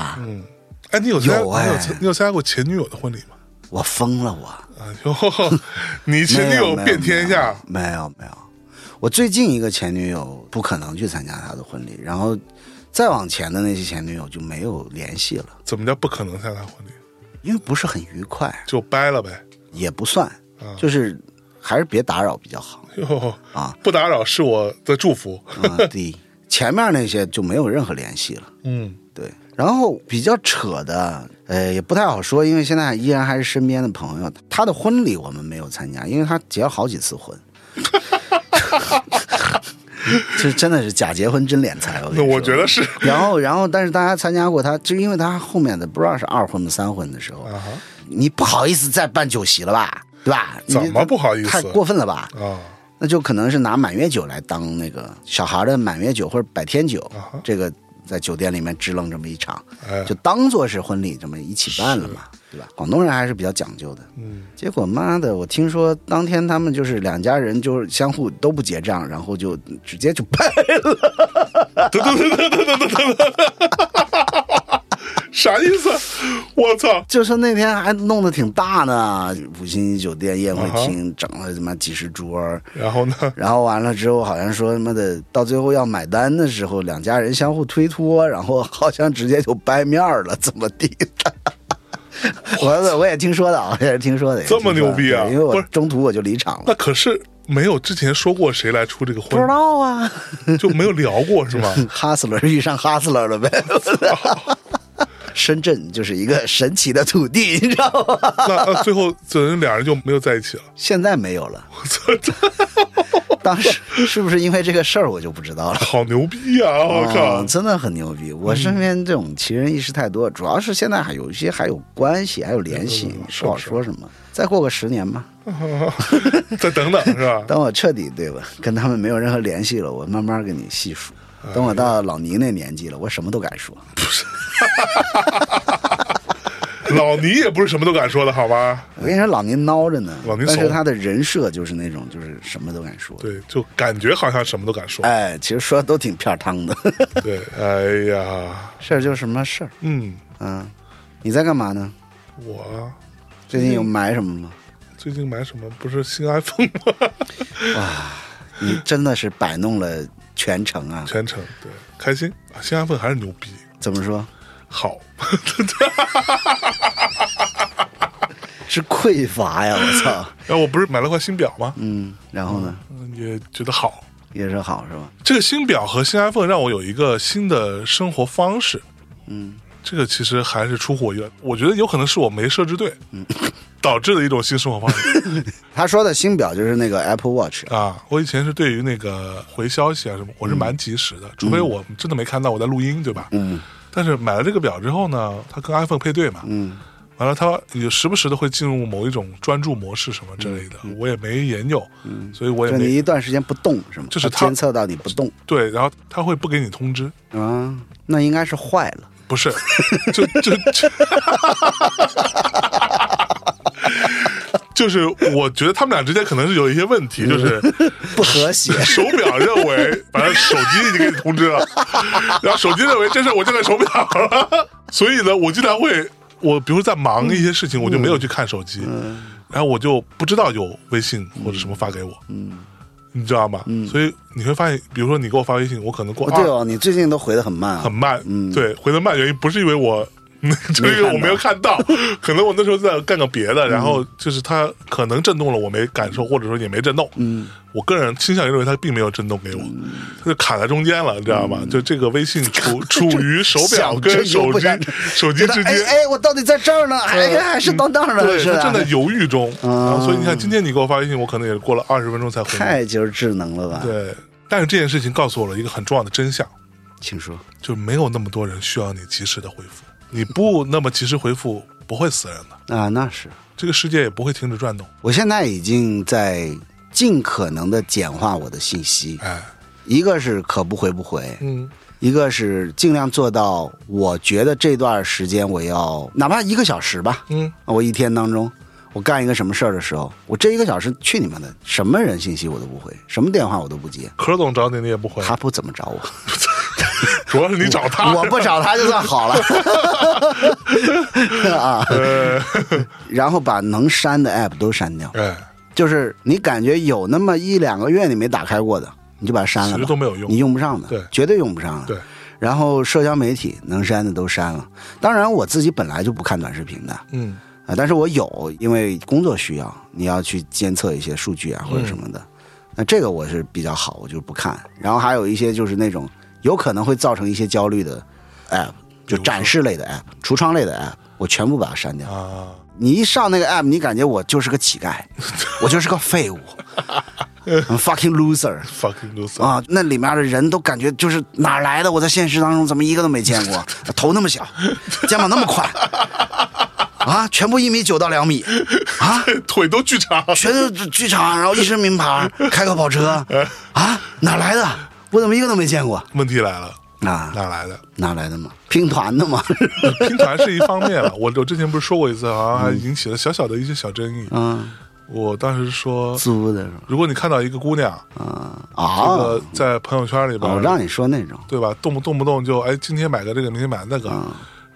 [SPEAKER 3] 哎，你有参加
[SPEAKER 2] 有哎
[SPEAKER 3] 你有参你有参加过前女友的婚礼吗？
[SPEAKER 2] 我疯了我。
[SPEAKER 3] [LAUGHS] 哎呦，你前女友遍天下
[SPEAKER 2] 没有没有没有没有，我最近一个前女友不可能去参加她的婚礼，然后再往前的那些前女友就没有联系了，
[SPEAKER 3] 怎么叫不可能参加婚礼？
[SPEAKER 2] 因为不是很愉快，
[SPEAKER 3] 就掰了呗。
[SPEAKER 2] 也不算，
[SPEAKER 3] 啊
[SPEAKER 2] 就是还是别打扰比较好
[SPEAKER 3] 哟
[SPEAKER 2] 啊，
[SPEAKER 3] 哎不打扰是我的祝福。
[SPEAKER 2] 啊。
[SPEAKER 3] [LAUGHS]
[SPEAKER 2] 对，前面那些就没有任何联系了，
[SPEAKER 3] 嗯，
[SPEAKER 2] 对。然后比较扯的，呃，也不太好说，因为现在依然还是身边的朋友。她的婚礼我们没有参加，因为她结了好几次婚， [LAUGHS] 这真的是假结婚真敛财。我跟你
[SPEAKER 3] 那
[SPEAKER 2] 说
[SPEAKER 3] 我觉得是
[SPEAKER 2] 然后，然后，但是大家参加过他，就因为他后面的不知道是二婚的三婚的时候，
[SPEAKER 3] 啊哈
[SPEAKER 2] 你不好意思再办酒席了吧，对吧？你
[SPEAKER 3] 怎么不好意思
[SPEAKER 2] 太过分了吧？
[SPEAKER 3] 啊。
[SPEAKER 2] 那就可能是拿满月酒来当那个小孩的满月酒或者百天酒，
[SPEAKER 3] 哈
[SPEAKER 2] 这个在酒店里面支棱这么一场，
[SPEAKER 3] 哎
[SPEAKER 2] 就当做是婚礼这么一起办了嘛，对吧？广东人还是比较讲究的。嗯，结果妈的，我听说当天他们就是两家人就是相互都不结账，然后就直接就办了。
[SPEAKER 3] 噔噔噔噔噔噔噔噔，啥意思？我操！
[SPEAKER 2] [LAUGHS] 就是那天还弄得挺大呢，五星级酒店宴会厅整了他妈几十桌，
[SPEAKER 3] 然后呢？
[SPEAKER 2] 然后完了之后，好像说他妈的到最后要买单的时候，两家人相互推脱，然后好像直接就掰面了，怎么地 [LAUGHS] 的？我我也听说的，我 [LAUGHS] 也是听说的。
[SPEAKER 3] 这么牛逼啊！
[SPEAKER 2] 因为
[SPEAKER 3] 不
[SPEAKER 2] 我
[SPEAKER 3] 是
[SPEAKER 2] 中途我就离场了。
[SPEAKER 3] 那可是没有之前说过谁来出这个
[SPEAKER 2] 不知
[SPEAKER 3] 婚，
[SPEAKER 2] 道啊，
[SPEAKER 3] 就没有聊过是
[SPEAKER 2] [LAUGHS]
[SPEAKER 3] 吗？
[SPEAKER 2] 哈斯勒遇上哈斯勒了
[SPEAKER 3] [LAUGHS]
[SPEAKER 2] 呗。深圳就是一个神奇的土地， [LAUGHS] 你知道吗？
[SPEAKER 3] 那那最后只能俩人就没有在一起了。
[SPEAKER 2] 现在没有了，
[SPEAKER 3] 我操，这
[SPEAKER 2] 当时是不是因为这个事儿我就不知道了。
[SPEAKER 3] 好牛逼啊！我靠 [LAUGHS]
[SPEAKER 2] 哦，，真的很牛逼！
[SPEAKER 3] 嗯
[SPEAKER 2] 我身边这种奇人异事太多，主要是现在还有一些还有关系，还有联系，
[SPEAKER 3] 嗯嗯嗯是
[SPEAKER 2] 不好
[SPEAKER 3] 是嗯
[SPEAKER 2] 说什么。再过个十年吧，
[SPEAKER 3] 再等等是吧？
[SPEAKER 2] 等我彻底对
[SPEAKER 3] [LAUGHS]
[SPEAKER 2] 吧，跟他们没有任何联系了，我慢慢跟你细数。
[SPEAKER 3] 嗯
[SPEAKER 2] 等我到老倪那年纪了，我什么都敢说。
[SPEAKER 3] 老倪也不是什么都敢说的好吗？
[SPEAKER 2] 我跟你说，老倪孬着呢
[SPEAKER 3] 老倪，
[SPEAKER 2] 但是
[SPEAKER 3] 怂
[SPEAKER 2] 他的人设就是那种，就是什么都敢说。
[SPEAKER 3] 对，就感觉好像什么都敢说。
[SPEAKER 2] 哎，其实说的都挺片儿汤的， [LAUGHS]
[SPEAKER 3] [LAUGHS] 对，哎呀，
[SPEAKER 2] 事儿就是什么事儿。
[SPEAKER 3] 嗯，
[SPEAKER 2] 嗯，你在干嘛呢？
[SPEAKER 3] 我啊
[SPEAKER 2] 最近有买什么吗？
[SPEAKER 3] 最近买什么？不是新 iPhone 吗？
[SPEAKER 2] 你真的是摆弄了全程啊！
[SPEAKER 3] 全程对，开心啊！新 iPhone 还是牛逼，
[SPEAKER 2] 怎么说？
[SPEAKER 3] 好，
[SPEAKER 2] 是匮乏 [LAUGHS] 呀！我操，
[SPEAKER 3] 然后我不是买了块新表吗？
[SPEAKER 2] 嗯，然后呢，
[SPEAKER 3] 嗯也觉得好。
[SPEAKER 2] 也是好是吧？
[SPEAKER 3] 这个新表和新 iPhone 让我有一个新的生活方式。嗯，这个其实还是出乎我意料，我觉得有可能是我没设置对，导致的一种新生活方式
[SPEAKER 2] 他说的新表就是那个 Apple Watch，
[SPEAKER 3] 啊。我以前是对于那个回消息啊什么，我是蛮及时的，除非我真的没看到我在录音，对吧？嗯。但是买了这个表之后呢，它跟 iPhone 配对嘛，嗯，完了它有时不时的会进入某一种专注模式什么之类的，我也没研究，嗯，所以我也
[SPEAKER 2] 就你
[SPEAKER 3] 没
[SPEAKER 2] 一段时间不动是吗？
[SPEAKER 3] 就是
[SPEAKER 2] 它
[SPEAKER 3] 它
[SPEAKER 2] 监测到你不动
[SPEAKER 3] 对，然后它会不给你通知，
[SPEAKER 2] 啊，那应该是坏了。
[SPEAKER 3] 不 [LAUGHS] 是，就就就， [LAUGHS] 就是我觉得他们俩之间可能是有一些问题，就是
[SPEAKER 2] [LAUGHS] 不和 [LAUGHS] 谐
[SPEAKER 3] [LAUGHS] 手表认为，反正手机已经给你通知
[SPEAKER 2] [LAUGHS]
[SPEAKER 3] 了，然后手机认为这是我这个手表了， [LAUGHS] 所以呢，我经常会，我比如在忙一些事情，我就没有去看手机，
[SPEAKER 2] 嗯
[SPEAKER 3] 然后我就不知道有微信或者什么发给我，
[SPEAKER 2] 嗯
[SPEAKER 3] 你知道吗？所以你会发现，比如说你给我发微信，我可能过
[SPEAKER 2] 不
[SPEAKER 3] 二
[SPEAKER 2] 对嗯哦，你最近都回的很慢啊，
[SPEAKER 3] 很慢，对，回的慢原因不是因为我， [LAUGHS] 就是因为我没有看到，可能我那时候在干个别的，
[SPEAKER 2] 嗯
[SPEAKER 3] 然后就是它可能震动了，我没感受，或者说也没震动，嗯，我个人倾向于认为它并没有震动给我，
[SPEAKER 2] 嗯
[SPEAKER 3] 它就卡在中间了，你知道吗？就这个微信处处于手表
[SPEAKER 2] 想
[SPEAKER 3] 跟
[SPEAKER 2] 真
[SPEAKER 3] 手
[SPEAKER 2] 又不
[SPEAKER 3] 机
[SPEAKER 2] 敢
[SPEAKER 3] 手机
[SPEAKER 2] 觉得
[SPEAKER 3] 之
[SPEAKER 2] 哎
[SPEAKER 3] 间。
[SPEAKER 2] 哎，我到底在这儿呢，还
[SPEAKER 3] 呃
[SPEAKER 2] 还是到那儿呢？
[SPEAKER 3] 对，
[SPEAKER 2] 是
[SPEAKER 3] 它正在
[SPEAKER 2] 吧？嗯
[SPEAKER 3] 犹豫中，然后所以你看，今天你给我发微信，我可能也过了二十分钟才回你。
[SPEAKER 2] [LAUGHS] 太就是智能了吧？，
[SPEAKER 3] 对，但是这件事情告诉我了一个很重要的真相，
[SPEAKER 2] 请说。
[SPEAKER 3] 就没有那么多人需要你及时的回复。你不那么及时回复，不会死人的，
[SPEAKER 2] 啊，那是。
[SPEAKER 3] 这个世界也不会停止转动。
[SPEAKER 2] 我现在已经在尽可能的简化我的信息，
[SPEAKER 3] 哎，
[SPEAKER 2] 一个是可不回不回，
[SPEAKER 3] 嗯，
[SPEAKER 2] 一个是尽量做到，我觉得这段时间我要哪怕一个小时吧，
[SPEAKER 3] 嗯，
[SPEAKER 2] 我一天当中我干一个什么事儿的时候，我这一个小时去你妈的，什么人信息我都不回，什么电话我都不接，
[SPEAKER 3] 壳总找你，你也不回，
[SPEAKER 2] 他不怎么找我。
[SPEAKER 3] 主要是你找
[SPEAKER 2] [LAUGHS]
[SPEAKER 3] 他。
[SPEAKER 2] 我不找他就算
[SPEAKER 3] [LAUGHS]
[SPEAKER 2] 好了啊。 [LAUGHS] 然后把能删的 app 都删掉，
[SPEAKER 3] 哎，
[SPEAKER 2] 就是你感觉有那么一两个月你没打开过的，你就把它删了吧，
[SPEAKER 3] 其实都没有用
[SPEAKER 2] 你用不上的，
[SPEAKER 3] 对
[SPEAKER 2] 绝对用不上的。
[SPEAKER 3] 对。
[SPEAKER 2] 然后社交媒体能删的都删了，当然我自己本来就不看短视频的啊、
[SPEAKER 3] 嗯，
[SPEAKER 2] 但是我有，因为工作需要，你要去监测一些数据啊或者什么
[SPEAKER 3] 嗯
[SPEAKER 2] 的，那这个我是比较好，我就不看。然后还有一些就是那种有可能会造成一些焦虑的 app，就展示类的 app、橱窗类的 app，我全部把它删掉。
[SPEAKER 3] 啊，
[SPEAKER 2] 你一上那个 app，你感觉我就是个乞
[SPEAKER 3] [LAUGHS]
[SPEAKER 2] 丐，我就是个废物，I'm，fucking loser
[SPEAKER 3] fucking loser
[SPEAKER 2] 啊！那里面的人都感觉就是哪儿来的？我在现实当中怎么一个都没见
[SPEAKER 3] [LAUGHS]
[SPEAKER 2] 过？头那么小，肩膀那么宽，啊，全部一米九到两米，啊，
[SPEAKER 3] [LAUGHS] 腿都巨长。
[SPEAKER 2] 全都是剧场，然后一身名牌，开个跑车，啊，哪儿来的？我怎么一个都没见过
[SPEAKER 3] 问题来了，
[SPEAKER 2] 啊？
[SPEAKER 3] 哪来的？
[SPEAKER 2] 哪来的嘛？拼团的嘛？
[SPEAKER 3] [LAUGHS] 拼团
[SPEAKER 2] [LAUGHS]
[SPEAKER 3] 是一方面了， [LAUGHS] 我我之前不是说过一次，好像还引起了小小的一些小争议。
[SPEAKER 2] 嗯，
[SPEAKER 3] 我当时说，
[SPEAKER 2] 租的是吧？
[SPEAKER 3] 如果你看到一个姑娘，
[SPEAKER 2] 啊
[SPEAKER 3] 这
[SPEAKER 2] 啊！
[SPEAKER 3] 个在朋友圈里边，
[SPEAKER 2] 我让你说那种。嗯
[SPEAKER 3] 对吧？动不动不动就哎，今天买个这个，明天买那个，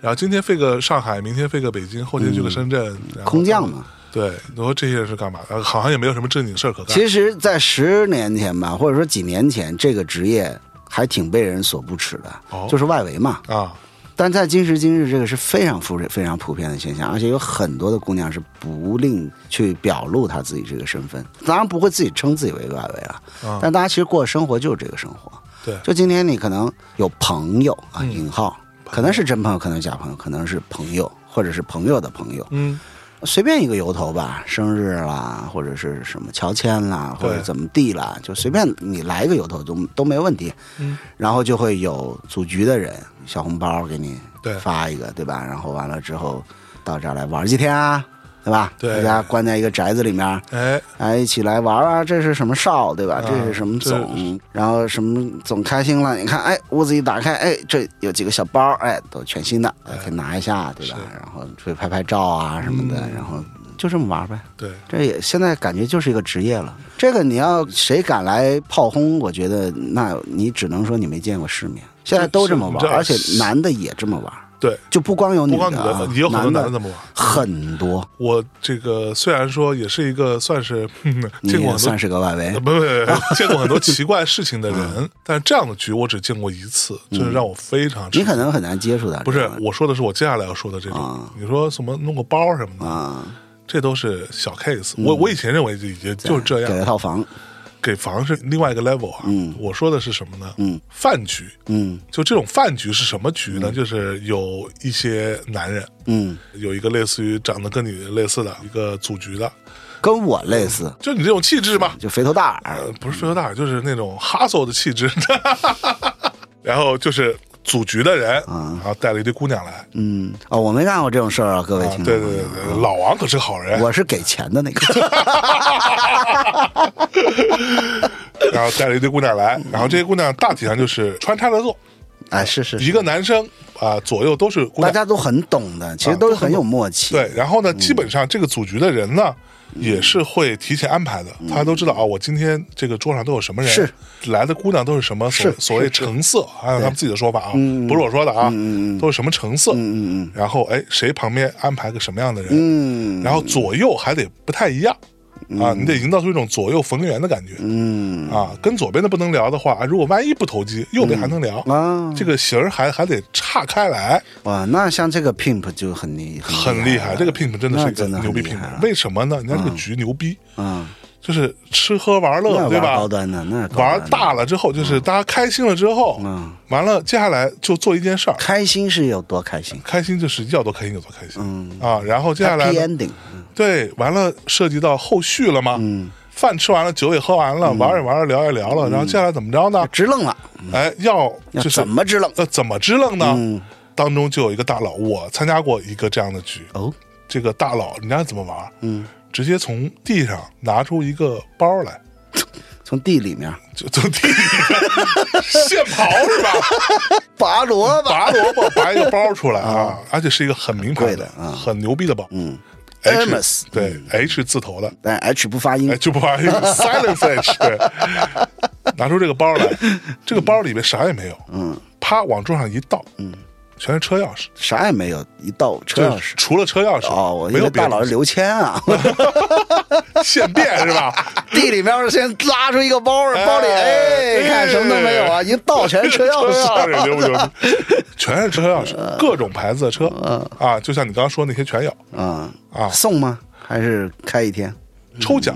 [SPEAKER 3] 然后今天飞个上海，明天飞个北京，后天去个深圳，然后
[SPEAKER 2] 嗯空降嘛。
[SPEAKER 3] 对，你说这些人是干嘛的？好像也没有什么正经事儿可干。
[SPEAKER 2] 其实，在十年前吧，或者说几年前，这个职业还挺被人所不齿的，
[SPEAKER 3] 哦
[SPEAKER 2] 就是外围嘛。
[SPEAKER 3] 啊，
[SPEAKER 2] 但在今时今日，这个是非常普非常普遍的现象，而且有很多的姑娘是不吝去表露她自己这个身份，当然不会自己称自己为外围了，
[SPEAKER 3] 啊
[SPEAKER 2] 但大家其实过的生活就是这个生活。
[SPEAKER 3] 对，
[SPEAKER 2] 就今天你可能有朋友啊，
[SPEAKER 3] 嗯
[SPEAKER 2] 引号，可能是真朋友，可能是假朋友，可能是朋友，或者是朋友的朋友，
[SPEAKER 3] 嗯，
[SPEAKER 2] 随便一个由头吧，生日啦，或者是什么乔迁啦，
[SPEAKER 3] 对
[SPEAKER 2] 或者怎么地啦，就随便你来一个由头都都没问题。
[SPEAKER 3] 嗯，
[SPEAKER 2] 然后就会有组局的人小红包给你
[SPEAKER 3] 对
[SPEAKER 2] 发一个，对吧？然后完了之后到这儿来玩几天啊，对吧？
[SPEAKER 3] 对
[SPEAKER 2] 大家关在一个宅子里面，
[SPEAKER 3] 哎，
[SPEAKER 2] 哎，一起来玩啊！这是什么少，对吧？
[SPEAKER 3] 啊
[SPEAKER 2] 这是什么
[SPEAKER 3] 这
[SPEAKER 2] 总？然后什么总开心了？你看，哎，屋子一打开，哎，这有几个小包，哎，都全新的，哎可以拿一下，对吧？然后出去拍拍照啊什么的，
[SPEAKER 3] 嗯
[SPEAKER 2] 然后就这么玩呗。
[SPEAKER 3] 对，
[SPEAKER 2] 这也现在感觉就是一个职业了。这个你要谁敢来炮轰，我觉得那你只能说你没见过世面。现在都这么玩，
[SPEAKER 3] 是是你这
[SPEAKER 2] 而且男的也这么玩，
[SPEAKER 3] 对，
[SPEAKER 2] 就不光有女
[SPEAKER 3] 不光女
[SPEAKER 2] 的
[SPEAKER 3] 的
[SPEAKER 2] 啊，
[SPEAKER 3] 也有很多
[SPEAKER 2] 男
[SPEAKER 3] 男的这么玩
[SPEAKER 2] 很
[SPEAKER 3] [LAUGHS]
[SPEAKER 2] 多，
[SPEAKER 3] 我这个虽然说也是一个算是哼
[SPEAKER 2] 你也
[SPEAKER 3] 见过很多
[SPEAKER 2] 算是个外围
[SPEAKER 3] 呃。不不
[SPEAKER 2] [LAUGHS]
[SPEAKER 3] 不，见过很多奇怪事情的
[SPEAKER 2] 嗯
[SPEAKER 3] 人，但这样的局我只见过一次，真的让我非常吃
[SPEAKER 2] 你可能很难接触到这
[SPEAKER 3] 不是
[SPEAKER 2] 种人，
[SPEAKER 3] 我说的是我接下来要说的这种
[SPEAKER 2] 啊。
[SPEAKER 3] 你说什么弄个包什么的，
[SPEAKER 2] 啊，
[SPEAKER 3] 这都是小 case。我
[SPEAKER 2] 嗯
[SPEAKER 3] 我以前认为这也就是这
[SPEAKER 2] 给了
[SPEAKER 3] 样，
[SPEAKER 2] 套房，
[SPEAKER 3] 给房是另外一个 level 啊。我说的是什么呢？饭局。
[SPEAKER 2] 嗯
[SPEAKER 3] 就这种饭局是什么局呢？就是有一些男人，
[SPEAKER 2] 嗯，
[SPEAKER 3] 有一个类似于长得跟你类似的一个组局的，
[SPEAKER 2] 跟我类似，
[SPEAKER 3] 就你这种气质吧，
[SPEAKER 2] 就肥头大耳，
[SPEAKER 3] 呃，不是非洲大耳，就是那种哈索的气质。 [LAUGHS] 然后就是组局的人，
[SPEAKER 2] 啊
[SPEAKER 3] 然后带了一堆姑娘来，啊，
[SPEAKER 2] 嗯，哦，我没干过这种事儿啊，各位听
[SPEAKER 3] 对对
[SPEAKER 2] 众
[SPEAKER 3] 对
[SPEAKER 2] 朋友，
[SPEAKER 3] 对，老王可是好人，
[SPEAKER 2] 我是给钱的那个， [LAUGHS]
[SPEAKER 3] [LAUGHS] 然后带了一堆姑娘来，然后这些姑娘大体上就是穿插着坐，
[SPEAKER 2] 哎，是是，
[SPEAKER 3] 一
[SPEAKER 2] 是
[SPEAKER 3] 个男生啊、左右都是姑
[SPEAKER 2] 大
[SPEAKER 3] 娘，啊
[SPEAKER 2] 家都很懂的，其实都很有默契，
[SPEAKER 3] 对，然后呢，基本上这个组局的人呢。
[SPEAKER 2] 嗯
[SPEAKER 3] 也是会提前安排的，他都知道啊，我今天这个桌上都有什么人，
[SPEAKER 2] 是
[SPEAKER 3] 来的姑娘都是什么
[SPEAKER 2] 是
[SPEAKER 3] 所
[SPEAKER 2] 嗯
[SPEAKER 3] 所谓成色，按照他们自己的说法啊，不是我说的啊，都是什么成色，嗯嗯然后哎，谁旁边安排个什么样的人，
[SPEAKER 2] 嗯
[SPEAKER 3] 然后左右还得不太一样。啊，你得营造出一种左右逢源的感觉。嗯，啊，跟左边的不能聊的话，啊如果万一不投机，右边还能聊。
[SPEAKER 2] 啊，
[SPEAKER 3] 这个型儿还还得岔开来，
[SPEAKER 2] 哇，那像这个 pimp 就很厉
[SPEAKER 3] 很厉害。这个 pimp 真的
[SPEAKER 2] 那
[SPEAKER 3] 是一个
[SPEAKER 2] 真的很
[SPEAKER 3] 牛逼
[SPEAKER 2] 厉
[SPEAKER 3] pimp，
[SPEAKER 2] 害了啊
[SPEAKER 3] 为什么呢？人家这个局牛逼，
[SPEAKER 2] 嗯，
[SPEAKER 3] 就是吃喝玩
[SPEAKER 2] 那
[SPEAKER 3] 乐，对
[SPEAKER 2] 玩
[SPEAKER 3] 吧
[SPEAKER 2] 高？端的，那高端
[SPEAKER 3] 玩
[SPEAKER 2] 的
[SPEAKER 3] 大了之后，就是大家开心了之后，
[SPEAKER 2] 嗯，
[SPEAKER 3] 完了接下来就做一件事儿，
[SPEAKER 2] 开心是有多开心
[SPEAKER 3] 开心就是要多开心有多开心。啊，然后接下来
[SPEAKER 2] 嗯，happy
[SPEAKER 3] 呢
[SPEAKER 2] ending，
[SPEAKER 3] 对，完了涉及到后续了吗？
[SPEAKER 2] 嗯
[SPEAKER 3] 饭吃完了，酒也喝完了，玩也玩了，聊也聊了，然后接下来怎么着呢？
[SPEAKER 2] 支愣了，
[SPEAKER 3] 哎，要
[SPEAKER 2] 嗯要
[SPEAKER 3] 啊就是
[SPEAKER 2] 怎么支愣？
[SPEAKER 3] 呃怎么支棱呢？当中就有一个大佬，我参加过一个这样的局，
[SPEAKER 2] 哦，
[SPEAKER 3] 这个大佬人家怎么玩？嗯，直接从地上拿出一个包来，
[SPEAKER 2] 从地里面
[SPEAKER 3] 就从地里 [LAUGHS] 现刨是 [LAUGHS] 吧？
[SPEAKER 2] 拔萝卜，
[SPEAKER 3] 拔萝卜拔一个包出来啊，而且是一个很名牌
[SPEAKER 2] 很贵的啊
[SPEAKER 3] 很牛逼的包，嗯
[SPEAKER 2] Hermes
[SPEAKER 3] ，H 对 H 字头的，
[SPEAKER 2] 但 H 不发音
[SPEAKER 3] 哎，，就不玩 [LAUGHS] silence H，对，拿出这个包来，这个包里面啥也没有，嗯，啪往桌上一倒，嗯，全是车钥匙，
[SPEAKER 2] 啥也没有，一道车钥匙。
[SPEAKER 3] 除了车钥匙，
[SPEAKER 2] 哦，我以
[SPEAKER 3] 没有
[SPEAKER 2] 为
[SPEAKER 3] 别
[SPEAKER 2] 大
[SPEAKER 3] 的
[SPEAKER 2] 佬
[SPEAKER 3] 东
[SPEAKER 2] 是
[SPEAKER 3] [LAUGHS] 西
[SPEAKER 2] 刘谦啊， [LAUGHS]
[SPEAKER 3] 现变是吧？
[SPEAKER 2] 地里面先拉出一个包，包里哎，
[SPEAKER 3] 哎
[SPEAKER 2] 看什么都没有啊，一 [LAUGHS] 倒全是车钥
[SPEAKER 3] [LAUGHS]
[SPEAKER 2] 匙。啊
[SPEAKER 3] 匙牛不
[SPEAKER 2] [LAUGHS]
[SPEAKER 3] 牛逼？全是车钥匙，各种牌子的车啊，就像你刚刚说那些全有，
[SPEAKER 2] 嗯
[SPEAKER 3] 啊
[SPEAKER 2] 送吗？还是开一天？
[SPEAKER 3] 抽奖，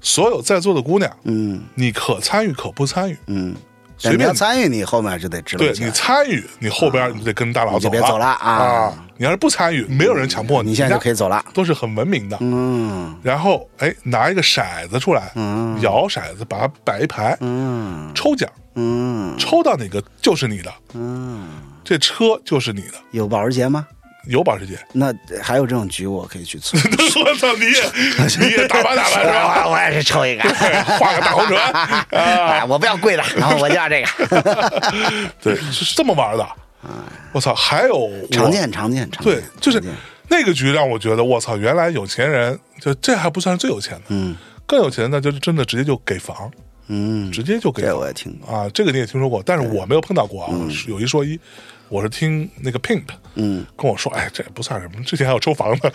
[SPEAKER 3] 所有在座的姑娘，
[SPEAKER 2] 嗯
[SPEAKER 3] 你可参与可不参与，
[SPEAKER 2] 嗯，
[SPEAKER 3] 随
[SPEAKER 2] 你
[SPEAKER 3] 便
[SPEAKER 2] 要
[SPEAKER 3] 你
[SPEAKER 2] 参与，你后面就得支棱
[SPEAKER 3] 对
[SPEAKER 2] 起
[SPEAKER 3] 你
[SPEAKER 2] 来。
[SPEAKER 3] 参与，你后边你就得跟大佬
[SPEAKER 2] 你就
[SPEAKER 3] 走
[SPEAKER 2] 别走了啊
[SPEAKER 3] 啊！你要是不参与，没有人强迫你，
[SPEAKER 2] 你现在就可以
[SPEAKER 3] 人家
[SPEAKER 2] 走了
[SPEAKER 3] 都是很文明的。
[SPEAKER 2] 嗯
[SPEAKER 3] 然后哎，拿一个骰子出来，摇骰子把它摆一排，
[SPEAKER 2] 嗯
[SPEAKER 3] 抽奖，
[SPEAKER 2] 嗯
[SPEAKER 3] 抽到哪个就是你的，
[SPEAKER 2] 嗯，
[SPEAKER 3] 这车就是你的，
[SPEAKER 2] 有保时捷吗？
[SPEAKER 3] 有保时捷。 [LAUGHS]
[SPEAKER 2] 那还有这种局我可以去凑。
[SPEAKER 3] 我操，
[SPEAKER 2] [LAUGHS]
[SPEAKER 3] 你也你也打扮打扮是
[SPEAKER 2] 哦
[SPEAKER 3] 吧？
[SPEAKER 2] 我我也是抽一个， [LAUGHS]
[SPEAKER 3] 画个大红船哎啊！
[SPEAKER 2] 哎，
[SPEAKER 3] [LAUGHS]
[SPEAKER 2] 我不要贵的，然后我就要这个，
[SPEAKER 3] 对，是这么玩的。我操，还有我
[SPEAKER 2] 常见常见常见。
[SPEAKER 3] 对，就是
[SPEAKER 2] 常见
[SPEAKER 3] 那个局让我觉得，我操，原来有钱人就这还不算是最有钱的，嗯，更有钱的就是真的直接就给房，
[SPEAKER 2] 嗯，
[SPEAKER 3] 直接就给
[SPEAKER 2] 这
[SPEAKER 3] 房
[SPEAKER 2] 我也听过。嗯
[SPEAKER 3] 啊，这个你也听说过，但是我没有碰到过啊，是有一说一，我是听那个 Pink，嗯，跟我说，哎，这不算什么，之前还有抽房的，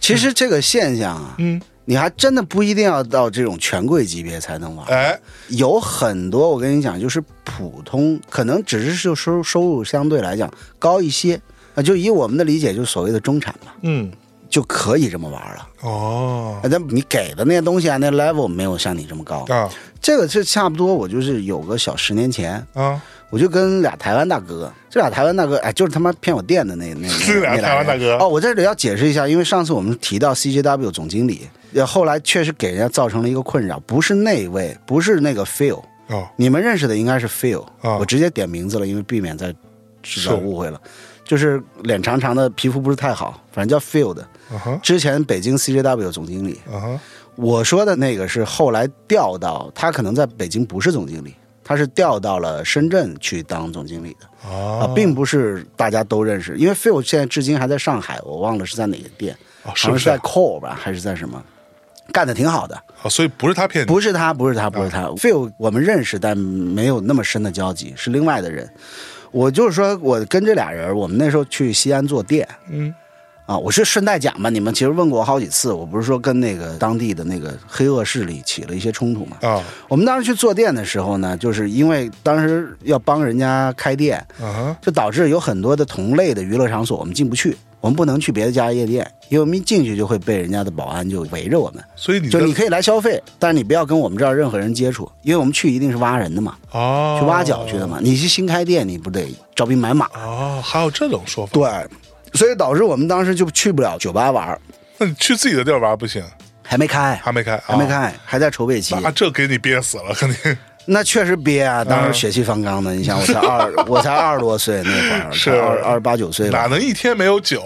[SPEAKER 2] 其实这个现象啊，嗯，你还真的不一定要到这种权贵级别才能玩。
[SPEAKER 3] 哎，
[SPEAKER 2] 有很多我跟你讲，就是普通，可能只是就收收入相对来讲高一些，啊，就以我们的理解，就所谓的中产吧，
[SPEAKER 3] 嗯，
[SPEAKER 2] 就可以这么玩了。
[SPEAKER 3] 哦，
[SPEAKER 2] 啊但你给的那些东西啊，那 level 没有像你这么高。
[SPEAKER 3] 啊
[SPEAKER 2] 这个是差不多，我就是有个小十年前，
[SPEAKER 3] 啊，
[SPEAKER 2] 我就跟俩台湾大哥，这俩台湾大哥，哎，就是他妈骗我店的那那
[SPEAKER 3] 是俩
[SPEAKER 2] 那
[SPEAKER 3] 台湾大哥
[SPEAKER 2] 人哦，我这里要解释一下，因为上次我们提到 CJW 总经理，呃后来确实给人家造成了一个困扰，不是那位，不是那个 Phil，
[SPEAKER 3] 哦，
[SPEAKER 2] 你们认识的应该是 Phil，、
[SPEAKER 3] 啊
[SPEAKER 2] 我直接点名字了，因为避免再制造
[SPEAKER 3] 是
[SPEAKER 2] 误会了。就是脸长长的，皮肤不是太好，反正叫 Phil 的。
[SPEAKER 3] 啊哈，
[SPEAKER 2] 之前北京 CJW 总经理，
[SPEAKER 3] 啊哈，
[SPEAKER 2] 我说的那个是后来调到他，可能在北京不是总经理，他是调到了深圳去当总经理的。啊，
[SPEAKER 3] 啊，
[SPEAKER 2] 并不是大家都认识，因为 Phil 现在至今还在上海，我忘了是在哪个店，
[SPEAKER 3] 哦
[SPEAKER 2] 好
[SPEAKER 3] 是不
[SPEAKER 2] 像
[SPEAKER 3] 是
[SPEAKER 2] 是
[SPEAKER 3] 啊
[SPEAKER 2] 在 Core 吧，还是在什么，干的挺好的。
[SPEAKER 3] 啊所以不是他骗你，
[SPEAKER 2] 不是他，不是他，不是他。Phil
[SPEAKER 3] 啊
[SPEAKER 2] 我们认识，但没有那么深的交集，是另外的人。我就是说，我跟这俩人，我们那时候去西安做店，
[SPEAKER 3] 嗯，
[SPEAKER 2] 啊，我是顺带讲吧，你们其实问过我好几次，我不是说跟那个当地的那个黑恶势力起了一些冲突嘛。
[SPEAKER 3] 啊
[SPEAKER 2] 我们当时去做店的时候呢，就是因为当时要帮人家开店，
[SPEAKER 3] 啊哈，
[SPEAKER 2] 就导致有很多的同类的娱乐场所我们进不去，我们不能去别的家夜店，因为我们一进去就会被人家的保安就围着我们。
[SPEAKER 3] 所以你
[SPEAKER 2] 就
[SPEAKER 3] 的
[SPEAKER 2] 你可以来消费，但是你不要跟我们这儿任何人接触，因为我们去一定是挖人的嘛，
[SPEAKER 3] 哦，
[SPEAKER 2] 去挖角去的嘛。你是新开店，你不得招兵买马？
[SPEAKER 3] 哦，还有这种说法，
[SPEAKER 2] 对，所以导致我们当时就去不了酒吧玩儿，
[SPEAKER 3] 那你去自己的地儿玩不行，
[SPEAKER 2] 还没开，
[SPEAKER 3] 还没开，
[SPEAKER 2] 还没
[SPEAKER 3] 啊
[SPEAKER 2] 开，还在筹备期。
[SPEAKER 3] 啊，这给你憋死了，肯定
[SPEAKER 2] 那确实憋啊，当时血气方刚的。你想，我才二，我才二十多岁那会儿，
[SPEAKER 3] 是
[SPEAKER 2] 才二二十八九岁吧
[SPEAKER 3] 哪，能一天没有酒，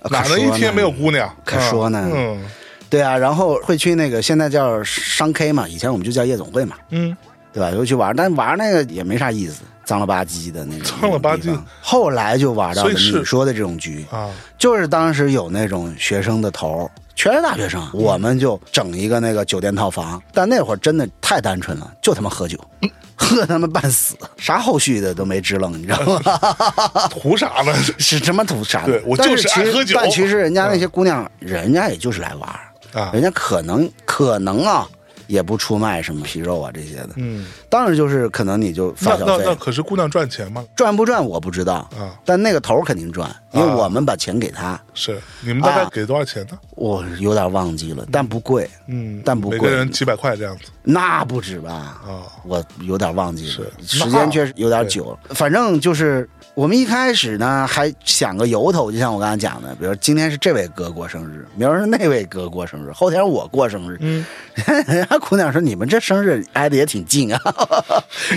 [SPEAKER 2] 啊
[SPEAKER 3] 哪
[SPEAKER 2] 可说
[SPEAKER 3] 能一
[SPEAKER 2] 呢
[SPEAKER 3] 天没有姑娘？
[SPEAKER 2] 可说呢
[SPEAKER 3] 嗯
[SPEAKER 2] 对啊，然后会去那个现在叫商 K 嘛，以前我们就叫夜总会嘛，
[SPEAKER 3] 嗯，
[SPEAKER 2] 对吧？就去玩，但玩那个也没啥意思，脏了吧唧的那种。
[SPEAKER 3] [LAUGHS] 脏了吧唧
[SPEAKER 2] 那种地方后来就玩到了
[SPEAKER 3] 所以是
[SPEAKER 2] 你说的这种局，
[SPEAKER 3] 啊，
[SPEAKER 2] 就是当时有那种学生的头儿。全是大学生，
[SPEAKER 3] 嗯
[SPEAKER 2] 我们就整一个那个酒店套房，但那会儿真的太单纯了，就他妈喝酒，
[SPEAKER 3] 嗯
[SPEAKER 2] [LAUGHS] 喝他妈半死，啥后续的都没支棱，你知道吗？
[SPEAKER 3] 图啥
[SPEAKER 2] [LAUGHS]
[SPEAKER 3] 呢？
[SPEAKER 2] 是什么土啥的？
[SPEAKER 3] 对我
[SPEAKER 2] 但
[SPEAKER 3] 就是是
[SPEAKER 2] 其
[SPEAKER 3] 爱
[SPEAKER 2] 实
[SPEAKER 3] 喝酒
[SPEAKER 2] 但其实人家那些姑娘，人家也就是来玩儿
[SPEAKER 3] 啊
[SPEAKER 2] 人家可能可能啊，也不出卖什么皮肉啊这些的。
[SPEAKER 3] 嗯，
[SPEAKER 2] 当然就是可能你就
[SPEAKER 3] 那
[SPEAKER 2] 发小
[SPEAKER 3] 那那
[SPEAKER 2] 费，
[SPEAKER 3] 可是姑娘赚钱嘛？
[SPEAKER 2] 赚不赚我不知道
[SPEAKER 3] 啊，
[SPEAKER 2] 但那个头儿肯定赚，因为我们把钱给他，
[SPEAKER 3] 是你们大概
[SPEAKER 2] 啊
[SPEAKER 3] 给多少钱呢？
[SPEAKER 2] 我有点忘记了，但不贵，
[SPEAKER 3] 嗯，
[SPEAKER 2] 但不
[SPEAKER 3] 每个
[SPEAKER 2] 贵，
[SPEAKER 3] 人几百块这样子
[SPEAKER 2] 那不止吧？
[SPEAKER 3] 啊。
[SPEAKER 2] 我有点忘记了，
[SPEAKER 3] 是哎
[SPEAKER 2] 时间确实有点久了。反正就是我们一开始呢，还想个由头，就像我刚才讲的，比如今天是这位哥过生日，明儿是那位哥过生日，后天是我过生日。 [LAUGHS] 嗯，人家姑娘说你们这生日挨得也挺近啊，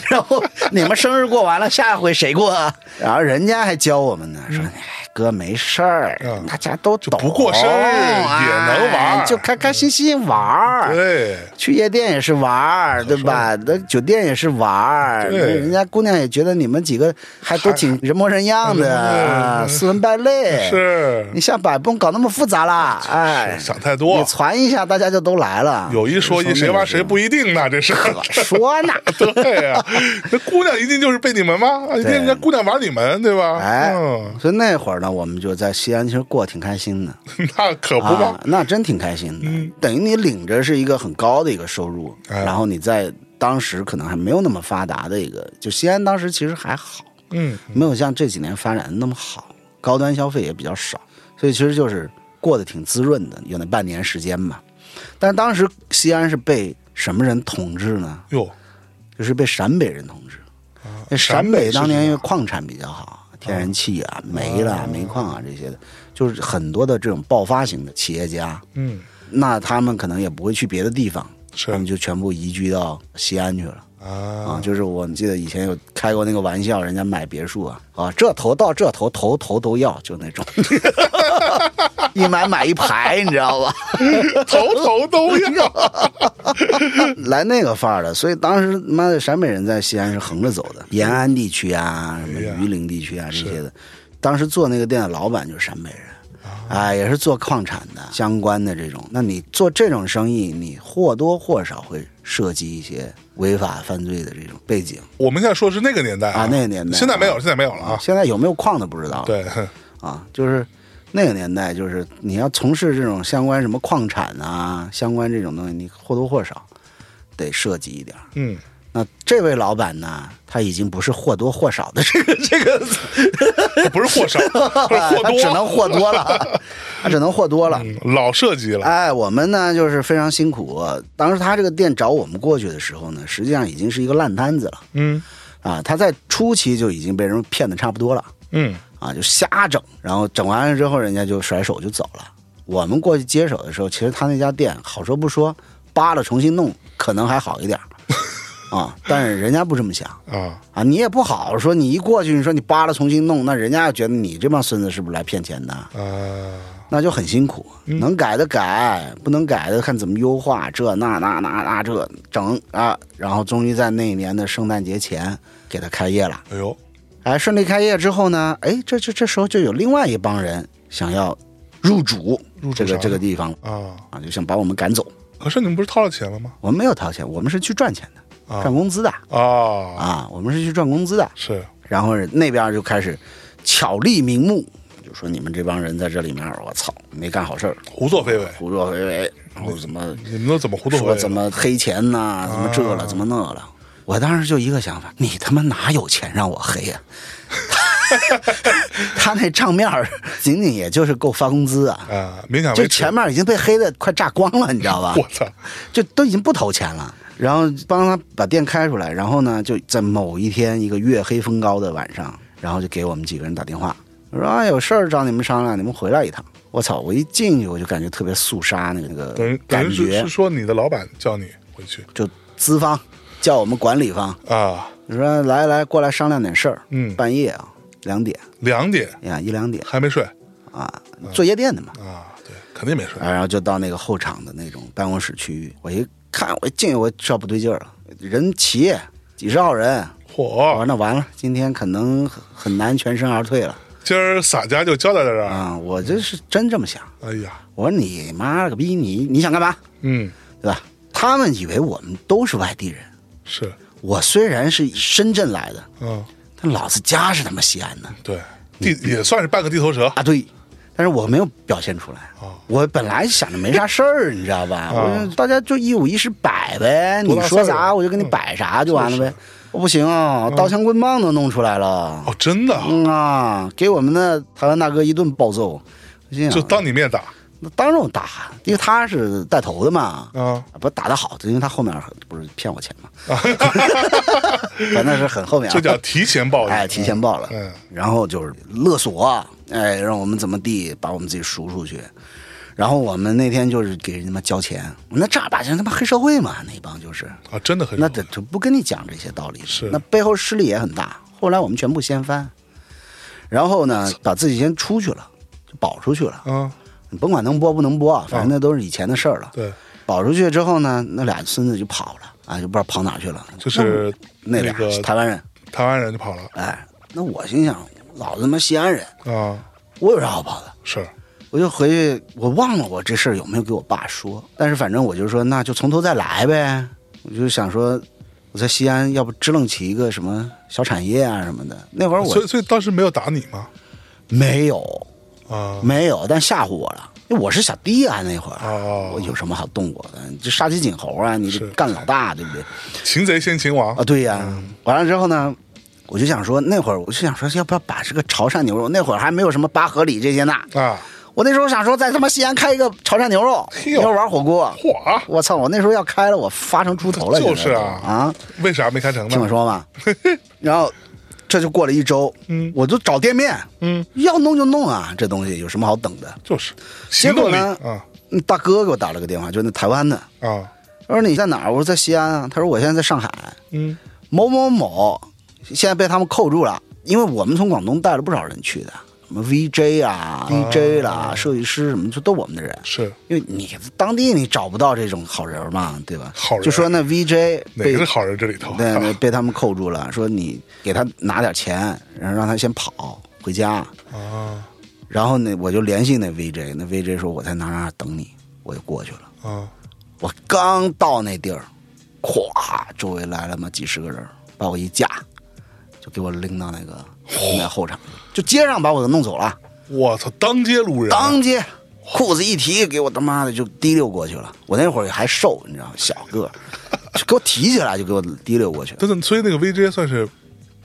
[SPEAKER 2] 然后你们生日过完了，下回谁过啊？然后人家还教我们呢，说。哎哥没事儿
[SPEAKER 3] 嗯，
[SPEAKER 2] 大家都懂，
[SPEAKER 3] 不过生日也能玩
[SPEAKER 2] 哎就开开心心玩儿。
[SPEAKER 3] 对，
[SPEAKER 2] 去夜店也是玩儿，对吧？那酒店也是玩儿，
[SPEAKER 3] 对
[SPEAKER 2] 那人家姑娘也觉得你们几个还都挺人模人样的，啊斯文败类。
[SPEAKER 3] 是
[SPEAKER 2] 你像把不用搞那么复杂啦，哎，
[SPEAKER 3] 想太多
[SPEAKER 2] 你传一下，大家就都来了。
[SPEAKER 3] 有一说一，谁
[SPEAKER 2] 那
[SPEAKER 3] 挖
[SPEAKER 2] 个
[SPEAKER 3] 谁不一定呢，这是。
[SPEAKER 2] 说呢？
[SPEAKER 3] [LAUGHS] 对呀，那姑娘一定就是被你们吗？啊一定人家姑娘玩你们，对吧？
[SPEAKER 2] 哎
[SPEAKER 3] 嗯，， [LAUGHS]
[SPEAKER 2] 所以那会儿呢，我们就在西安，其实过得挺开心的
[SPEAKER 3] 那可不
[SPEAKER 2] 啊
[SPEAKER 3] 嘛，，
[SPEAKER 2] 那真挺开心的。等于你领着是一个很高的一个收入，
[SPEAKER 3] 哎
[SPEAKER 2] 然后你在当时可能还没有那么发达的一个，就西安当时其实还好。
[SPEAKER 3] 嗯，
[SPEAKER 2] 没有像这几年发展的那么好，高端消费也比较少，所以其实就是过得挺滋润的，有那半年时间吧。但是当时西安是被什么人统治呢？
[SPEAKER 3] 哟，
[SPEAKER 2] 就是被陕北人统治。那
[SPEAKER 3] 啊陕
[SPEAKER 2] 陕
[SPEAKER 3] 北
[SPEAKER 2] 北
[SPEAKER 3] 是
[SPEAKER 2] 当年
[SPEAKER 3] 什么
[SPEAKER 2] 因为矿产比较好，天然气啊、煤啦、煤矿啊这些的，就是很多的这种爆发型的企业家，
[SPEAKER 3] 嗯，
[SPEAKER 2] 那他们可能也不会去别的地方，
[SPEAKER 3] 是
[SPEAKER 2] 他们就全部移居到西安去了。啊，
[SPEAKER 3] 啊，
[SPEAKER 2] 就是我记得以前有开过那个玩笑，人家买别墅啊，啊，这头到这头，头头都要，就那种， [LAUGHS] 一买买一排，你知道吧？
[SPEAKER 3] [LAUGHS] 头头都要， [LAUGHS]
[SPEAKER 2] 来那个范儿的，所以当时妈的陕北人在西安是横着走的，延安地区啊，什么
[SPEAKER 3] 哎呀
[SPEAKER 2] 榆林地区啊这些的，当时做那个店的老板就是陕北人。啊，也是做矿产
[SPEAKER 3] 啊
[SPEAKER 2] 的相关的这种，那你做这种生意，你或多或少会涉及一些违法犯罪的这种背景
[SPEAKER 3] 我们现在说的是那个年代
[SPEAKER 2] 啊，那个年代
[SPEAKER 3] 现在没有，
[SPEAKER 2] 啊
[SPEAKER 3] 现在没有了啊。
[SPEAKER 2] 现在有没有矿的不知道，
[SPEAKER 3] 对，
[SPEAKER 2] 啊，就是那个年代，就是你要从事这种相关什么矿产啊，相关这种东西，你或多或少得涉及一点儿。
[SPEAKER 3] 嗯，
[SPEAKER 2] 那这位老板呢，他已经不是或多或少的这个 [LAUGHS] 这个，
[SPEAKER 3] [LAUGHS] 不是货
[SPEAKER 2] [LAUGHS]
[SPEAKER 3] 少， [LAUGHS] 不是货
[SPEAKER 2] 他只能
[SPEAKER 3] 多，
[SPEAKER 2] 或多
[SPEAKER 3] [LAUGHS]
[SPEAKER 2] 了，他只能或多了。
[SPEAKER 3] 嗯老涉及了。
[SPEAKER 2] 哎，我们呢就是非常辛苦。当时他这个店找我们过去的时候呢，实际上已经是一个烂摊子了
[SPEAKER 3] 嗯
[SPEAKER 2] 啊。他在初期就已经被人骗的差不多了
[SPEAKER 3] 嗯，
[SPEAKER 2] 啊，就瞎整，然后整完了之后，人家就甩手就走了。我们过去接手的时候，其实他那家店好说不说，扒了重新弄可能还好一点
[SPEAKER 3] [LAUGHS]
[SPEAKER 2] 儿啊，但是人家不这么想。
[SPEAKER 3] 啊，
[SPEAKER 2] 啊，你也不好说，你一过去，你说你扒了重新弄，那人家觉得你这帮孙子是不是来骗钱的？
[SPEAKER 3] 啊，
[SPEAKER 2] 那就很辛苦，
[SPEAKER 3] 嗯
[SPEAKER 2] 能改的改，不能改的看怎么优化，这那那那那这整啊，然后终于在那一年的圣诞节前给他开业了。
[SPEAKER 3] 哎呦，
[SPEAKER 2] 哎，顺利开业之后呢，哎，这这这时候就有另外一帮人想要入主
[SPEAKER 3] 入主
[SPEAKER 2] 这个
[SPEAKER 3] 啥
[SPEAKER 2] 这个地方
[SPEAKER 3] 啊，
[SPEAKER 2] 啊，就想把我们赶走。
[SPEAKER 3] 可是你们不是掏了钱了吗？
[SPEAKER 2] 我们没有掏钱，我们是去赚钱的，
[SPEAKER 3] 啊
[SPEAKER 2] 赚工资的
[SPEAKER 3] 啊，
[SPEAKER 2] 啊，我们是去赚工资的。
[SPEAKER 3] 是，
[SPEAKER 2] 然后那边就开始巧立名目，就说你们这帮人在这里面，我操，没干好事儿，
[SPEAKER 3] 胡作非为，
[SPEAKER 2] 胡作非为，然后怎么
[SPEAKER 3] 你们都怎么胡作非为
[SPEAKER 2] 说
[SPEAKER 3] 啊的？
[SPEAKER 2] 怎么黑钱呐、怎么这了，怎么那了。我当时就一个想法，你他妈哪有钱让我黑呀、 [LAUGHS] 他那账面儿仅仅也就是够发工资啊，
[SPEAKER 3] 啊？勉强
[SPEAKER 2] 就
[SPEAKER 3] 维持
[SPEAKER 2] 前。面已经被黑的快榨光了，你知道吧？
[SPEAKER 3] 我操，
[SPEAKER 2] [LAUGHS] 就都已经不投钱了。然后帮他把店开出来，然后呢，就在某一天一个月黑风高的晚上，然后就给我们几个人打电话，说啊有事儿找你们商量，你们回来一趟。我操！我一进去我就感觉特别肃杀那个
[SPEAKER 3] 等于等
[SPEAKER 2] 感
[SPEAKER 3] 于是
[SPEAKER 2] 觉
[SPEAKER 3] 是，说你的老板叫你回去
[SPEAKER 2] 就资方叫我们管理方，
[SPEAKER 3] 啊，
[SPEAKER 2] 你说来来过来商量点事儿。
[SPEAKER 3] 嗯
[SPEAKER 2] 半夜啊，两点
[SPEAKER 3] 两点
[SPEAKER 2] 呀，一两点
[SPEAKER 3] 还没睡
[SPEAKER 2] 啊，
[SPEAKER 3] 嗯
[SPEAKER 2] 做夜店的嘛。
[SPEAKER 3] 啊？对，肯定没睡
[SPEAKER 2] 啊，然后就到那个后场的那种办公室区域，我一看，我一进去我知道不对劲儿了，人齐几十号人，我说
[SPEAKER 3] 嚯，
[SPEAKER 2] 那完了，今天可能很很难全身而退了
[SPEAKER 3] 今儿洒家就交代在这儿。
[SPEAKER 2] 啊、我这是真这么想，
[SPEAKER 3] 哎呀，
[SPEAKER 2] 我说你妈了个逼，你你想干嘛，
[SPEAKER 3] 嗯，
[SPEAKER 2] 对吧？他们以为我们都是外地人，
[SPEAKER 3] 是，
[SPEAKER 2] 我虽然是深圳来的，
[SPEAKER 3] 嗯，
[SPEAKER 2] 但老子家是他妈西安的
[SPEAKER 3] 对，地也算是半个地头蛇。
[SPEAKER 2] 啊，对。但是我没有表现出来
[SPEAKER 3] 哦，
[SPEAKER 2] 我本来想着没啥事儿，你知道吧？我说大家就一五一十摆呗，
[SPEAKER 3] 多
[SPEAKER 2] 你
[SPEAKER 3] 大
[SPEAKER 2] 说
[SPEAKER 3] 事儿
[SPEAKER 2] 啥
[SPEAKER 3] 啊
[SPEAKER 2] 我就给你
[SPEAKER 3] 嗯
[SPEAKER 2] 摆啥就完了
[SPEAKER 3] 就
[SPEAKER 2] 呗
[SPEAKER 3] 是。
[SPEAKER 2] 我不行啊，刀枪棍棒都弄出来了。
[SPEAKER 3] 哦，真的啊，
[SPEAKER 2] 嗯啊，给我们的台湾大哥一顿暴揍。我心想
[SPEAKER 3] 就当你面打
[SPEAKER 2] 那当然我打，因为他是带头的嘛。
[SPEAKER 3] 啊
[SPEAKER 2] 不打得好，因为他后面不是骗我钱嘛， [LAUGHS] 反正是很后面啊。
[SPEAKER 3] 这啊叫提前报应。
[SPEAKER 2] 哎，提前报了。
[SPEAKER 3] 嗯
[SPEAKER 2] 然后就是勒索，哎，让我们怎么地，把我们自己赎出去。然后我们那天就是给人家嘛交钱，那正儿八经他妈黑社会嘛，那帮就是，
[SPEAKER 3] 啊，真的很
[SPEAKER 2] 那得就不跟你讲这些道理，
[SPEAKER 3] 是
[SPEAKER 2] 那背后势力也很大。后来我们全部掀翻，然后呢，把自己先出去了，就保出去了。
[SPEAKER 3] 啊，
[SPEAKER 2] 你甭管能播不能播，反正那都是以前的事儿了。
[SPEAKER 3] 嗯对，
[SPEAKER 2] 保出去之后呢，那俩孙子就跑了，啊，就不知道跑哪去了。
[SPEAKER 3] 就是
[SPEAKER 2] 那
[SPEAKER 3] 那
[SPEAKER 2] 俩
[SPEAKER 3] 个
[SPEAKER 2] 台湾人，
[SPEAKER 3] 台湾人就跑了
[SPEAKER 2] 哎，那我心想，老子他妈西安人，
[SPEAKER 3] 啊，
[SPEAKER 2] 我有啥好跑的？
[SPEAKER 3] 是
[SPEAKER 2] 我就回去，我忘了我这事儿有没有给我爸说，但是反正我就说，那就从头再来呗。我就想说，我在西安要不支棱起一个什么小产业啊什么的。那会儿
[SPEAKER 3] 所以
[SPEAKER 2] 我
[SPEAKER 3] 所以当时没有打你吗？
[SPEAKER 2] 没有
[SPEAKER 3] 啊，
[SPEAKER 2] 没有，但吓唬我了，因为我是小弟啊那会儿，
[SPEAKER 3] 哦
[SPEAKER 2] 我有什么好动我的？这杀鸡儆猴啊，你
[SPEAKER 3] 是
[SPEAKER 2] 干老大对不对？
[SPEAKER 3] 擒贼先擒王
[SPEAKER 2] 啊，对呀、
[SPEAKER 3] 嗯
[SPEAKER 2] 完了之后呢，我就想说，那会儿我就想说，要不要把这个潮汕牛肉？那会儿还没有什么八合里这些那，
[SPEAKER 3] 啊，
[SPEAKER 2] 我那时候想说，在他妈西安开一个潮汕牛肉，
[SPEAKER 3] 嘿哎呦
[SPEAKER 2] 牛肉丸火锅。
[SPEAKER 3] 嚯，
[SPEAKER 2] 我操！我那时候要开了，我发成猪头了。
[SPEAKER 3] 就
[SPEAKER 2] 现在
[SPEAKER 3] 是
[SPEAKER 2] 都
[SPEAKER 3] 啊
[SPEAKER 2] 啊，
[SPEAKER 3] 为啥没开成呢？
[SPEAKER 2] 听我说
[SPEAKER 3] [LAUGHS]
[SPEAKER 2] 嘛。然后这就过了一周，
[SPEAKER 3] 嗯
[SPEAKER 2] 我就找店面，
[SPEAKER 3] 嗯，
[SPEAKER 2] 要弄就弄啊，这东西有什么好等的？
[SPEAKER 3] 就是
[SPEAKER 2] 结
[SPEAKER 3] 行
[SPEAKER 2] 果
[SPEAKER 3] 动力
[SPEAKER 2] 呢
[SPEAKER 3] 啊
[SPEAKER 2] 嗯大哥给我打了个电话，就那台湾的，
[SPEAKER 3] 啊，
[SPEAKER 2] 他说你在哪儿？我说在西安啊。他说我现在在上海，
[SPEAKER 3] 嗯，
[SPEAKER 2] 某某某，现在被他们扣住了，因为我们从广东带了不少人去的，什么 VJ 啊、DJ 啦、设计师什么，就都我们的人。
[SPEAKER 3] 是
[SPEAKER 2] 因为你当地你找不到这种好人嘛，对吧？
[SPEAKER 3] 好人
[SPEAKER 2] 就说那 VJ
[SPEAKER 3] 哪
[SPEAKER 2] 被
[SPEAKER 3] 个是好人这里头？
[SPEAKER 2] 对
[SPEAKER 3] [LAUGHS]
[SPEAKER 2] 对
[SPEAKER 3] 啊
[SPEAKER 2] 被他们扣住了，说你给他拿点钱，然后让他先跑回家。
[SPEAKER 3] 啊
[SPEAKER 2] 然后呢，我就联系那 VJ，那 VJ 说我在哪儿哪儿等你，我就过去了。
[SPEAKER 3] 啊
[SPEAKER 2] 我刚到那地儿，咵，周围来了嘛几十个人，把我一架，就给我拎到那个我们在后场，就街上把我给弄走了，
[SPEAKER 3] 我操，当街掳人，啊
[SPEAKER 2] 当街裤子一提，给我他妈的就提溜过去了。我那会儿还瘦，你知道吗，小个儿，就给我提起来就给我提溜过去，
[SPEAKER 3] 但是所以那个 VJ 算是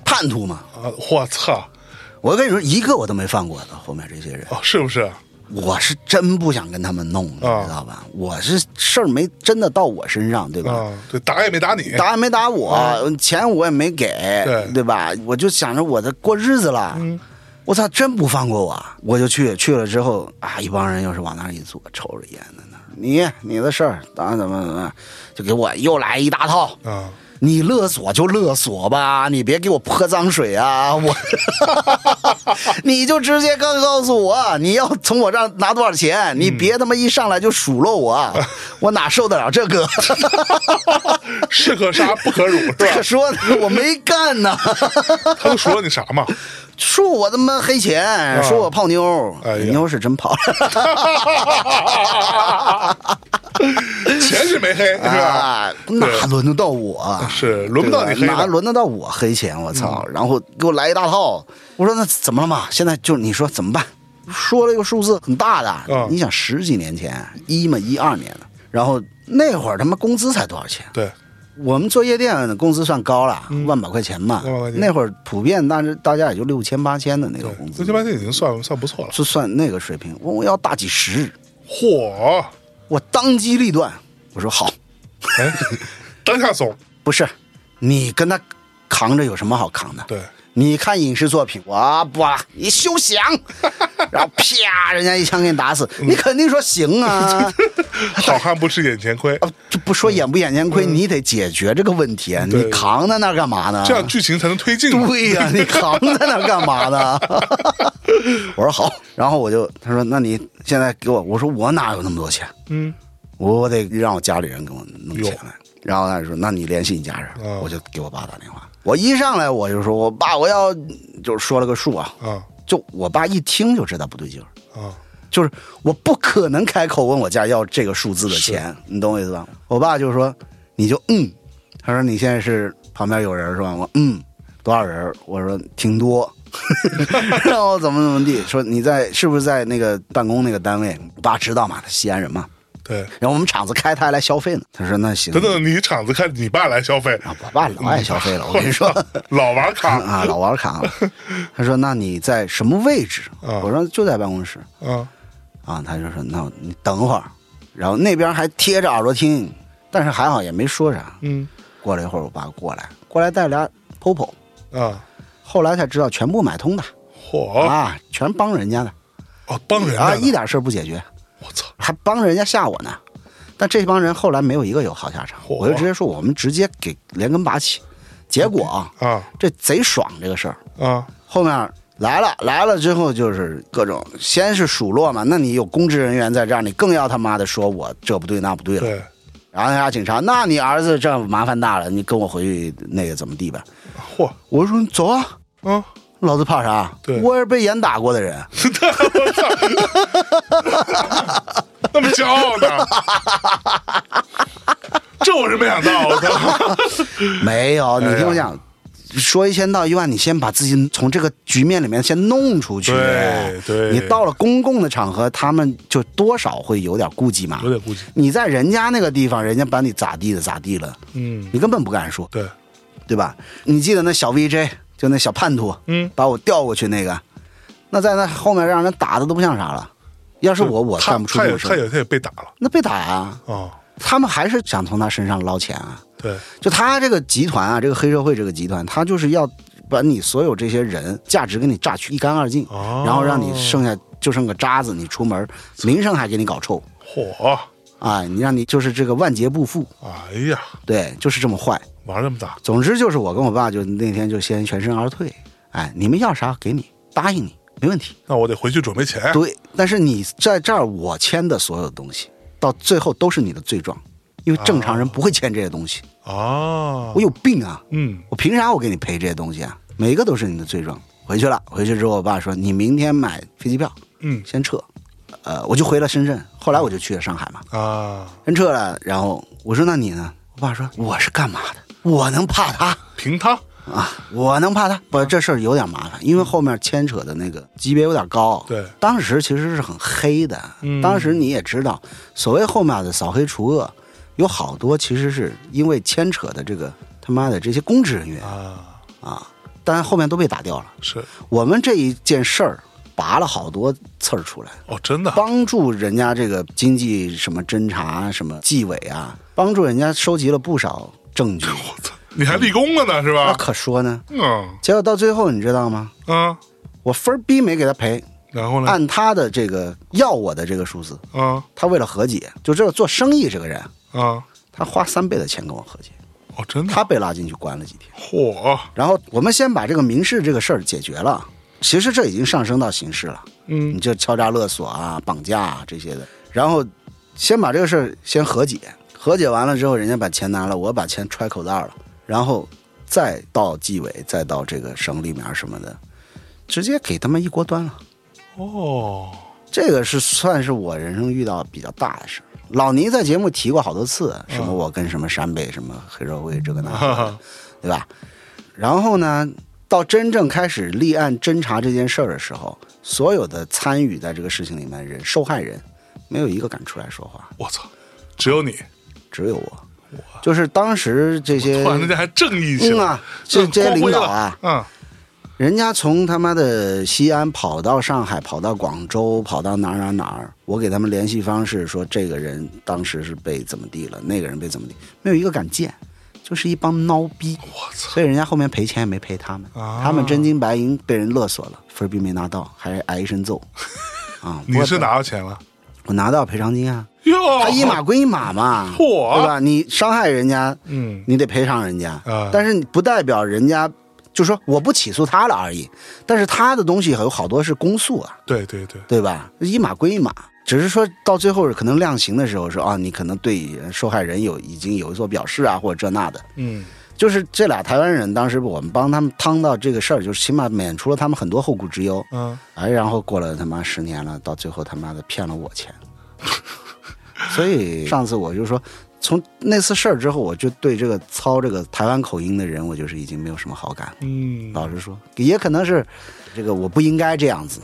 [SPEAKER 2] 叛徒嘛。
[SPEAKER 3] 啊，我操，
[SPEAKER 2] 我跟你说，一个我都没放过的，后面这些人。
[SPEAKER 3] 哦，是不是？
[SPEAKER 2] 我是真不想跟他们弄，你知
[SPEAKER 3] 啊
[SPEAKER 2] 道吧？我是事儿没真的到我身上，对吧？
[SPEAKER 3] 啊，对，打也没打你，
[SPEAKER 2] 打也没打我，钱我也没给，
[SPEAKER 3] 哎对嗯
[SPEAKER 2] 吧？我就想着我在过日子了，我操，真不放过我，我就去去了之后啊，一帮人又是往那儿一坐，抽着烟在那儿，你你的事儿，当然怎么怎么样，就给我又来一大套。
[SPEAKER 3] 啊，
[SPEAKER 2] 你勒索就勒索吧，你别给我泼脏水啊！
[SPEAKER 3] [LAUGHS]
[SPEAKER 2] 我， [LAUGHS] 你就直接告告诉我你要从我这儿拿多少钱，
[SPEAKER 3] 嗯
[SPEAKER 2] 你别他妈一上来就数落
[SPEAKER 3] [LAUGHS]
[SPEAKER 2] 我，我哪受得了这个？ [LAUGHS]
[SPEAKER 3] 是可杀不可辱，是
[SPEAKER 2] 可
[SPEAKER 3] 吧？
[SPEAKER 2] 说呢， [LAUGHS] 我没干
[SPEAKER 3] [LAUGHS]
[SPEAKER 2] 呢，
[SPEAKER 3] 他都数落你啥嘛？
[SPEAKER 2] 说我他妈黑钱，说我泡妞，
[SPEAKER 3] 啊哎呀
[SPEAKER 2] 妞是真
[SPEAKER 3] [LAUGHS]
[SPEAKER 2] 泡，
[SPEAKER 3] [LAUGHS] 钱是没黑，是吧？
[SPEAKER 2] 啊，哪轮得到我？
[SPEAKER 3] 是轮不到你黑嗯
[SPEAKER 2] 对吧哪
[SPEAKER 3] 的，
[SPEAKER 2] 轮得到我黑钱？我操！然后给我来一大套，我说那怎么了嘛？现在就是你说怎么办？说了一个数字很大的，
[SPEAKER 3] 嗯
[SPEAKER 2] 你想十几年前一嘛一二年的，然后那会儿他妈工资才多少钱？
[SPEAKER 3] 对，
[SPEAKER 2] 我们做夜店的工资算高了，万把块钱嘛
[SPEAKER 3] 嗯万把块。钱
[SPEAKER 2] 那会儿普遍大致大家也就六千八千的那个
[SPEAKER 3] 对
[SPEAKER 2] 工，资
[SPEAKER 3] 六，七八千已经算算不错了。
[SPEAKER 2] 就算那个水平，我我要大几十，
[SPEAKER 3] 嚯，
[SPEAKER 2] 我当机立断，我说好，
[SPEAKER 3] 哎，当下怂，
[SPEAKER 2] 不是，你跟他扛着有什么好扛的？
[SPEAKER 3] 对，
[SPEAKER 2] 你看影视作品，我不，你休
[SPEAKER 3] [LAUGHS]
[SPEAKER 2] 想！然后啪，人家一枪给你打死，
[SPEAKER 3] 嗯
[SPEAKER 2] 你肯定说行
[SPEAKER 3] [LAUGHS]
[SPEAKER 2] 啊。
[SPEAKER 3] 好汉不吃眼前亏，
[SPEAKER 2] 啊这不说眼不眼前亏，你得解决这个问题啊！你
[SPEAKER 3] 嗯对
[SPEAKER 2] 扛在那儿干嘛呢？
[SPEAKER 3] 这样剧情才能推进
[SPEAKER 2] [LAUGHS]
[SPEAKER 3] 嘛。
[SPEAKER 2] 对呀、你扛在那儿干嘛呢？我说好，然后我就他说那你现在给我，我说我哪有那么多钱？
[SPEAKER 3] 嗯，
[SPEAKER 2] 我我得让我家里人给我弄钱
[SPEAKER 3] 哟
[SPEAKER 2] 来。然后他就说那你联系你家人，
[SPEAKER 3] 啊
[SPEAKER 2] 我就给我爸打电话。我一上来我就说我爸我要就是说了个数啊，
[SPEAKER 3] 啊
[SPEAKER 2] 就我爸一听就知道不对劲儿，
[SPEAKER 3] 啊，
[SPEAKER 2] 就是我不可能开口问我家要这个数字的钱，你懂我意思吧？我爸就说你就嗯，他说你现在是旁边有人是吧？我嗯，多少人？我说挺多。 [LAUGHS] 然后怎么怎么地说你在是不是在那个办公那个单位？我爸知道嘛，他西安人嘛。
[SPEAKER 3] 对。
[SPEAKER 2] 然后我们厂子开他还来消费呢。他说那行，
[SPEAKER 3] 等等，你厂子看你爸来消费，
[SPEAKER 2] 啊我爸老爱消费了，我跟你说。
[SPEAKER 3] 老玩卡
[SPEAKER 2] 啊，老玩卡了。他说：“那你在什么位置？”
[SPEAKER 3] 啊
[SPEAKER 2] 我说：“就在办公室。
[SPEAKER 3] 啊，”
[SPEAKER 2] 啊，他就说：“那你等会儿。”然后那边还贴着耳朵听，但是还好也没说啥。
[SPEAKER 3] 嗯
[SPEAKER 2] 过了一会儿，我爸过来，过来带俩 POPO，
[SPEAKER 3] 啊，
[SPEAKER 2] 后来才知道全部买通的、
[SPEAKER 3] 嚯
[SPEAKER 2] 啊，全帮人家的
[SPEAKER 3] 哦，帮人
[SPEAKER 2] 啊，
[SPEAKER 3] 家
[SPEAKER 2] 一
[SPEAKER 3] 呢，
[SPEAKER 2] 点事儿不解决，
[SPEAKER 3] 我操，
[SPEAKER 2] 还帮人家吓我呢。但这帮人后来没有一个有好下场，
[SPEAKER 3] 嚯
[SPEAKER 2] 我就直接说我们直接给连根拔起。结果啊，
[SPEAKER 3] 啊
[SPEAKER 2] 这贼爽这个事儿，
[SPEAKER 3] 啊，
[SPEAKER 2] 后面来了来了之后就是各种，先是数落嘛，那你有公职人员在这儿，你更要他妈的说我这不对那不对了。
[SPEAKER 3] 对，
[SPEAKER 2] 然后那俩警察，那你儿子这麻烦大了，你跟我回去那个怎么地吧？
[SPEAKER 3] 嚯
[SPEAKER 2] 我说走啊，
[SPEAKER 3] 啊，
[SPEAKER 2] 老子怕啥？
[SPEAKER 3] 对
[SPEAKER 2] 我也是被严打过的人，
[SPEAKER 3] [LAUGHS] 那么骄傲
[SPEAKER 2] [LAUGHS]
[SPEAKER 3] 呢？这我是没想到，我操！
[SPEAKER 2] 没有。你
[SPEAKER 3] 哎呀
[SPEAKER 2] 听我讲，说一千道一万，你先把自己从这个局面里面先弄出去。
[SPEAKER 3] 对对
[SPEAKER 2] 你到了公共的场合，他们就多少会有点顾忌嘛。
[SPEAKER 3] 有点顾忌，
[SPEAKER 2] 你在人家那个地方，人家把你咋地的咋地了，
[SPEAKER 3] 嗯，
[SPEAKER 2] 你根本不敢说。
[SPEAKER 3] 对，
[SPEAKER 2] [LAUGHS] 对吧？你记得那小 VJ，就那小叛徒，
[SPEAKER 3] 嗯，
[SPEAKER 2] 把我调过去那个，那在那后面让人打的都不像啥了。要是我，我
[SPEAKER 3] 他
[SPEAKER 2] 干不出
[SPEAKER 3] 他
[SPEAKER 2] 这
[SPEAKER 3] 也
[SPEAKER 2] 种事
[SPEAKER 3] 他
[SPEAKER 2] 儿，
[SPEAKER 3] 也他也被打了
[SPEAKER 2] 那被打啊！
[SPEAKER 3] 啊，
[SPEAKER 2] 他们还是想从他身上捞钱啊！
[SPEAKER 3] 对，
[SPEAKER 2] 就他这个集团啊，这个黑社会这个集团，他就是要把你所有这些人价值给你榨取一干二净，
[SPEAKER 3] 哦
[SPEAKER 2] 然后让你剩下就剩个渣子，你出门名声还给你搞臭
[SPEAKER 3] 嚯，
[SPEAKER 2] 啊！你让你就是这个万劫不复，
[SPEAKER 3] 哎呀，
[SPEAKER 2] 对，就是这么坏。
[SPEAKER 3] 玩这么大，
[SPEAKER 2] 总之就是我跟我爸就那天就先全身而退，哎，你们要啥给你，答应你没问题。
[SPEAKER 3] 那我得回去准备钱。
[SPEAKER 2] 对，但是你在这儿我签的所有的东西，到最后都是你的罪状，因为正常人不会签这些东西。
[SPEAKER 3] 啊
[SPEAKER 2] 我，有病啊！
[SPEAKER 3] 嗯，
[SPEAKER 2] 我凭啥我给你赔这些东西啊？每一个都是你的罪状。回去了，回去之后，我爸说你明天买飞机票，
[SPEAKER 3] 嗯
[SPEAKER 2] 先撤。呃呃，我就回了深圳，后来我就去了上海嘛，
[SPEAKER 3] 啊，
[SPEAKER 2] 先撤了。然后我说那你呢？我爸说我是干嘛的？我能怕他
[SPEAKER 3] 凭他
[SPEAKER 2] 啊？我能怕他？不，这事儿有点麻烦，因为后面牵扯的那个级别有点高。
[SPEAKER 3] 对
[SPEAKER 2] 当时其实是很黑的。当时你也知道，所谓后面的扫黑除恶，有好多其实是因为牵扯的这个他妈的这些公职人员
[SPEAKER 3] 啊，
[SPEAKER 2] 啊，但后面都被打掉了。
[SPEAKER 3] 是
[SPEAKER 2] 我们这一件事儿拔了好多刺儿出来。
[SPEAKER 3] 哦，真的啊
[SPEAKER 2] 帮助人家这个经济什么侦查、什么纪委啊，帮助人家收集了不少证据。
[SPEAKER 3] 你还立功了呢，是
[SPEAKER 2] 那
[SPEAKER 3] 吧？
[SPEAKER 2] 可说呢，
[SPEAKER 3] 嗯
[SPEAKER 2] 结果到最后你知道吗？
[SPEAKER 3] 啊，
[SPEAKER 2] 我分儿逼没给他赔，
[SPEAKER 3] 然后呢？
[SPEAKER 2] 按他的这个要我的这个数字，
[SPEAKER 3] 啊
[SPEAKER 2] 他为了和解，就知道做生意这个人，
[SPEAKER 3] 啊，
[SPEAKER 2] 他花三倍的钱跟我和解，
[SPEAKER 3] 哦，真的啊，
[SPEAKER 2] 他被拉进去关了几天。
[SPEAKER 3] 嚯，
[SPEAKER 2] 然后我们先把这个民事这个事儿解决了，其实这已经上升到刑事了。
[SPEAKER 3] 嗯
[SPEAKER 2] 你就敲诈勒索啊、绑架啊这些的，然后先把这个事儿先和解，和解完了之后，人家把钱拿了，我把钱揣口袋了，然后再到纪委，再到这个省里面什么的，直接给他们一锅端了。
[SPEAKER 3] 哦，
[SPEAKER 2] 这个是算是我人生遇到比较大的事儿。老倪在节目提过好多次，什么我跟什么陕北什么黑社会这个那个
[SPEAKER 3] 哈 [LAUGHS]
[SPEAKER 2] 的，
[SPEAKER 3] 哈，
[SPEAKER 2] 对吧？然后呢，到真正开始立案侦查这件事儿的时候，所有的参与在这个事情里面的人，受害人没有一个敢出来说话，
[SPEAKER 3] 我操，只有你，
[SPEAKER 2] 只有我。就是当时这些
[SPEAKER 3] 突，然之间还正义起
[SPEAKER 2] 嗯
[SPEAKER 3] 来
[SPEAKER 2] 啊，，这这些
[SPEAKER 3] 光辉
[SPEAKER 2] 领导
[SPEAKER 3] 了
[SPEAKER 2] 啊，
[SPEAKER 3] 啊，
[SPEAKER 2] 人家从他妈的西安跑到上海，跑到广州，跑到哪儿哪儿哪儿，我给他们联系方式，说这个人当时是被怎么地了，那个人被怎么地，没有一个敢见，就是一帮孬逼。
[SPEAKER 3] 我操，
[SPEAKER 2] 所以人家后面赔钱也没赔他们，
[SPEAKER 3] 啊
[SPEAKER 2] 他们真金白银被人勒索了，分儿币没拿到，还挨一身
[SPEAKER 3] [LAUGHS]
[SPEAKER 2] 揍。啊、
[SPEAKER 3] 你是
[SPEAKER 2] 我
[SPEAKER 3] 拿到钱了？
[SPEAKER 2] 我拿到赔偿金啊，
[SPEAKER 3] 哟，
[SPEAKER 2] 他一码归一码嘛，
[SPEAKER 3] [LAUGHS] 嚯
[SPEAKER 2] 对吧？你伤害人家，
[SPEAKER 3] 嗯
[SPEAKER 2] 你得赔偿人家
[SPEAKER 3] 啊，
[SPEAKER 2] 但是你不代表人家就说我不起诉他了而已，但是他的东西有好多是公诉啊，
[SPEAKER 3] 对对对，
[SPEAKER 2] 对吧？一码归一码，只是说到最后可能量刑的时候说啊，你可能对受害人有已经有所表示啊，或者这那的，
[SPEAKER 3] 嗯，
[SPEAKER 2] 就是这俩台湾人，当时我们帮他们趟到这个事儿，就是起码免除了他们很多后顾之忧。
[SPEAKER 3] 嗯，
[SPEAKER 2] 哎，然后过了他妈十年了，到最后他妈的骗了我
[SPEAKER 3] [LAUGHS]
[SPEAKER 2] 钱。所以上次我就说，从那次事儿之后，我就对这个操这个台湾口音的人，我就是已经没有什么好感。
[SPEAKER 3] 嗯，
[SPEAKER 2] 老实说，也可能是这个我不应该这样子。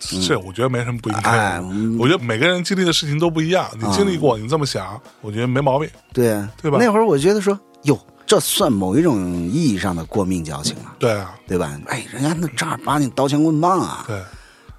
[SPEAKER 3] 这我觉得没什么不应该
[SPEAKER 2] 哎啊
[SPEAKER 3] 的。我觉得每个人经历的事情都不一样，你经历过，你这么想，我觉得没毛病。
[SPEAKER 2] 对啊
[SPEAKER 3] 对吧
[SPEAKER 2] 那会儿我觉得说，哟，这算某一种意义上的过命交情了，
[SPEAKER 3] 对啊，
[SPEAKER 2] 对吧？哎，人家那正儿八经刀枪棍棒啊。
[SPEAKER 3] 对，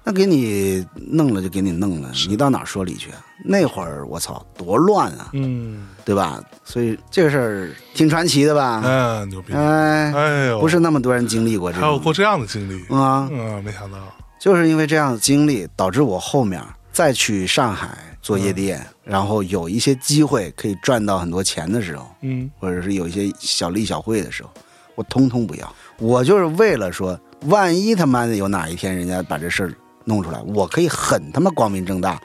[SPEAKER 2] 那给你弄了就给你弄了，你到哪儿说理去啊？那会儿我操，多乱啊，
[SPEAKER 3] 嗯，
[SPEAKER 2] 对吧？所以这个事儿挺传奇的吧？
[SPEAKER 3] 哎，牛逼，
[SPEAKER 2] 哎，
[SPEAKER 3] 哎呦，
[SPEAKER 2] 啊不是那么多人经历过这
[SPEAKER 3] 还有
[SPEAKER 2] 种
[SPEAKER 3] 过这样的经历，
[SPEAKER 2] 啊、
[SPEAKER 3] 嗯，没想到，
[SPEAKER 2] 就是因为这样的经历，导致我后面再去上海做夜店，然后有一些机会可以赚到很多钱的时候，
[SPEAKER 3] 嗯，
[SPEAKER 2] 或者是有一些小利小惠的时候，我通通不要。我就是为了说，万一他妈的有哪一天人家把这事儿弄出来，我可以很他妈光明正大，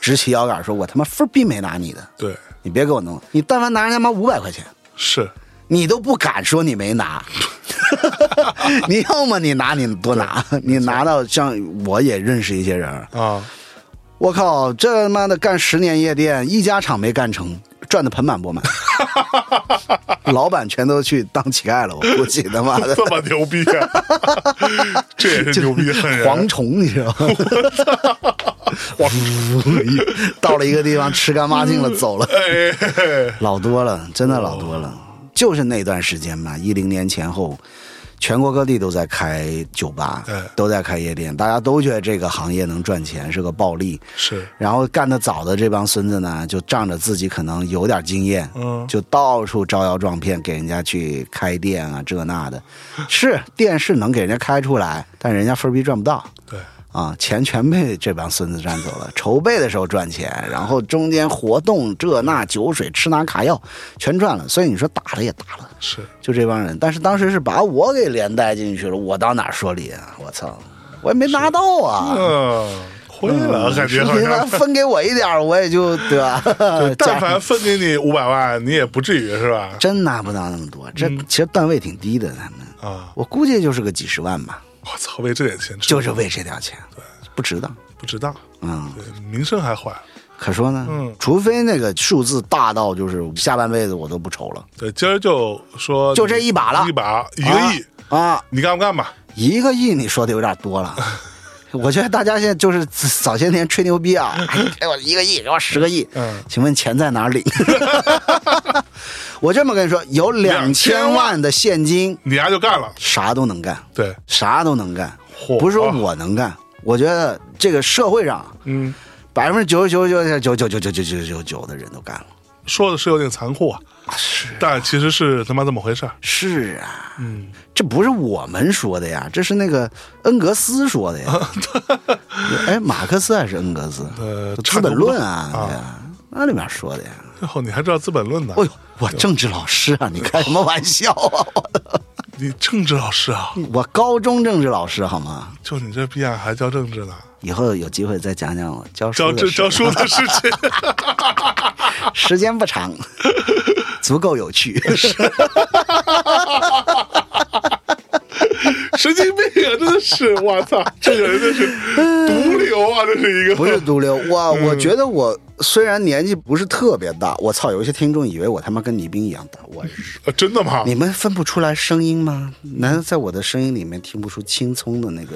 [SPEAKER 2] 直起腰杆说，我他妈分儿逼没拿你的，
[SPEAKER 3] 对，
[SPEAKER 2] 你别给我弄。你但凡拿人家妈五百块钱，
[SPEAKER 3] 是，
[SPEAKER 2] 你都不敢说你没拿。 [LAUGHS] 你要么你拿，你多
[SPEAKER 3] [LAUGHS]
[SPEAKER 2] 拿，你拿到像我也认识一些人儿，
[SPEAKER 3] 啊，
[SPEAKER 2] 我靠，这他妈的干十年夜店，一家厂没干成，赚的盆满钵
[SPEAKER 3] [LAUGHS]
[SPEAKER 2] 满，老板全都去当乞丐了，我估计他妈的
[SPEAKER 3] 这么牛逼
[SPEAKER 2] [LAUGHS]
[SPEAKER 3] 啊， [LAUGHS] 这也是牛逼狠人，
[SPEAKER 2] 蝗虫，你知道
[SPEAKER 3] [LAUGHS]
[SPEAKER 2] 吗？
[SPEAKER 3] 黄，
[SPEAKER 2] [LAUGHS] 到了一个地方吃干抹净了，走了，
[SPEAKER 3] 哎嘿嘿，
[SPEAKER 2] 老多了，真的老多了。就是那段时间嘛，一零年前后，全国各地都在开酒吧
[SPEAKER 3] 对，
[SPEAKER 2] 都在开夜店，大家都觉得这个行业能赚钱，是个暴利。
[SPEAKER 3] [LAUGHS] 是，
[SPEAKER 2] 然后干得早的这帮孙子呢，就仗着自己可能有点经验，
[SPEAKER 3] 嗯
[SPEAKER 2] 就到处招摇撞骗，给人家去开店啊，这那的。是店是能给人家开出来，但人家分儿逼赚不到
[SPEAKER 3] 对，
[SPEAKER 2] 啊，钱全被这帮孙子占走了。筹备的时候赚钱，然后中间活动这那酒水吃拿卡要全赚了，所以你说打了也打了，
[SPEAKER 3] 是，
[SPEAKER 2] 就这帮人。但是当时是把我给连带进去了，我到哪儿说理啊？我操，我也没拿到啊。
[SPEAKER 3] 嗯，亏了，感觉好
[SPEAKER 2] 你
[SPEAKER 3] 像
[SPEAKER 2] 们。分给我一点儿，我也就对
[SPEAKER 3] [LAUGHS]
[SPEAKER 2] 吧？
[SPEAKER 3] 对
[SPEAKER 2] 加
[SPEAKER 3] [LAUGHS] 但凡分给你五百万，你也不至于是吧？
[SPEAKER 2] 真拿不到那么多，这
[SPEAKER 3] 嗯
[SPEAKER 2] 其实段位挺低的，他们
[SPEAKER 3] 啊，
[SPEAKER 2] 我估计就是个几十万吧，
[SPEAKER 3] 我操，为这点钱吃，
[SPEAKER 2] 就是为这点钱，不值当。
[SPEAKER 3] 不值当，
[SPEAKER 2] 嗯，
[SPEAKER 3] 对，名声还坏了。
[SPEAKER 2] 可说呢，
[SPEAKER 3] 嗯
[SPEAKER 2] 除非那个数字大到就是下半辈子我都不愁了，
[SPEAKER 3] 对，今儿就说
[SPEAKER 2] 就这一把了
[SPEAKER 3] 一把一
[SPEAKER 2] 啊
[SPEAKER 3] 个亿，
[SPEAKER 2] 啊，
[SPEAKER 3] 你干不干吧？
[SPEAKER 2] 一个亿你说的有点多了。我觉得大家现在就是早些年吹牛逼啊，哎给我一个亿，给我十个亿，
[SPEAKER 3] 嗯
[SPEAKER 2] 请问钱在哪儿领？我这么跟你说，有两千万的现金，
[SPEAKER 3] 你丫就干了，
[SPEAKER 2] 啥都能干，
[SPEAKER 3] 对，
[SPEAKER 2] 啥都能干
[SPEAKER 3] 嚯，
[SPEAKER 2] 不是说我能干，我觉得这个社会上
[SPEAKER 3] 嗯，
[SPEAKER 2] 百分之九十九九点九九九九九九九九的人都干了。
[SPEAKER 3] 说的是有点残酷啊，
[SPEAKER 2] 是
[SPEAKER 3] 但其实是他妈这么回事儿，
[SPEAKER 2] 是啊，
[SPEAKER 3] 嗯，
[SPEAKER 2] 这不是我们说的呀，这是那个恩格斯说的
[SPEAKER 3] [LAUGHS]
[SPEAKER 2] 呀。哎，马克思还是恩格斯？
[SPEAKER 3] 呃
[SPEAKER 2] 《
[SPEAKER 3] 差
[SPEAKER 2] 资
[SPEAKER 3] 不
[SPEAKER 2] 本
[SPEAKER 3] 多
[SPEAKER 2] 论》啊，
[SPEAKER 3] 啊
[SPEAKER 2] 对啊，那里面说的呀。
[SPEAKER 3] 最后你还知道《资本论》呢？
[SPEAKER 2] 哎呦，我政治老师啊，你开什么玩笑啊？我
[SPEAKER 3] 你政治老师啊，
[SPEAKER 2] 我高中政治老师好吗？
[SPEAKER 3] 就你这逼样还教政治呢？
[SPEAKER 2] 以后有机会再讲讲我教
[SPEAKER 3] 教
[SPEAKER 2] 书
[SPEAKER 3] 这
[SPEAKER 2] 的
[SPEAKER 3] 教
[SPEAKER 2] 事，
[SPEAKER 3] 书的事情，
[SPEAKER 2] 时间不
[SPEAKER 3] [LAUGHS]
[SPEAKER 2] 长，足够有趣。
[SPEAKER 3] [LAUGHS] 神经病啊！真的是，我 [LAUGHS] 操，这个人真是毒瘤啊！这是一个，
[SPEAKER 2] 不是毒瘤，我
[SPEAKER 3] 嗯
[SPEAKER 2] 我觉得我虽然年纪不是特别大，我操，有一些听众以为我他妈跟倪斌一样大，我是。
[SPEAKER 3] 啊真的吗？
[SPEAKER 2] 你们分不出来声音吗？难道在我的声音里面听不出青葱的
[SPEAKER 3] [LAUGHS]
[SPEAKER 2] 那个？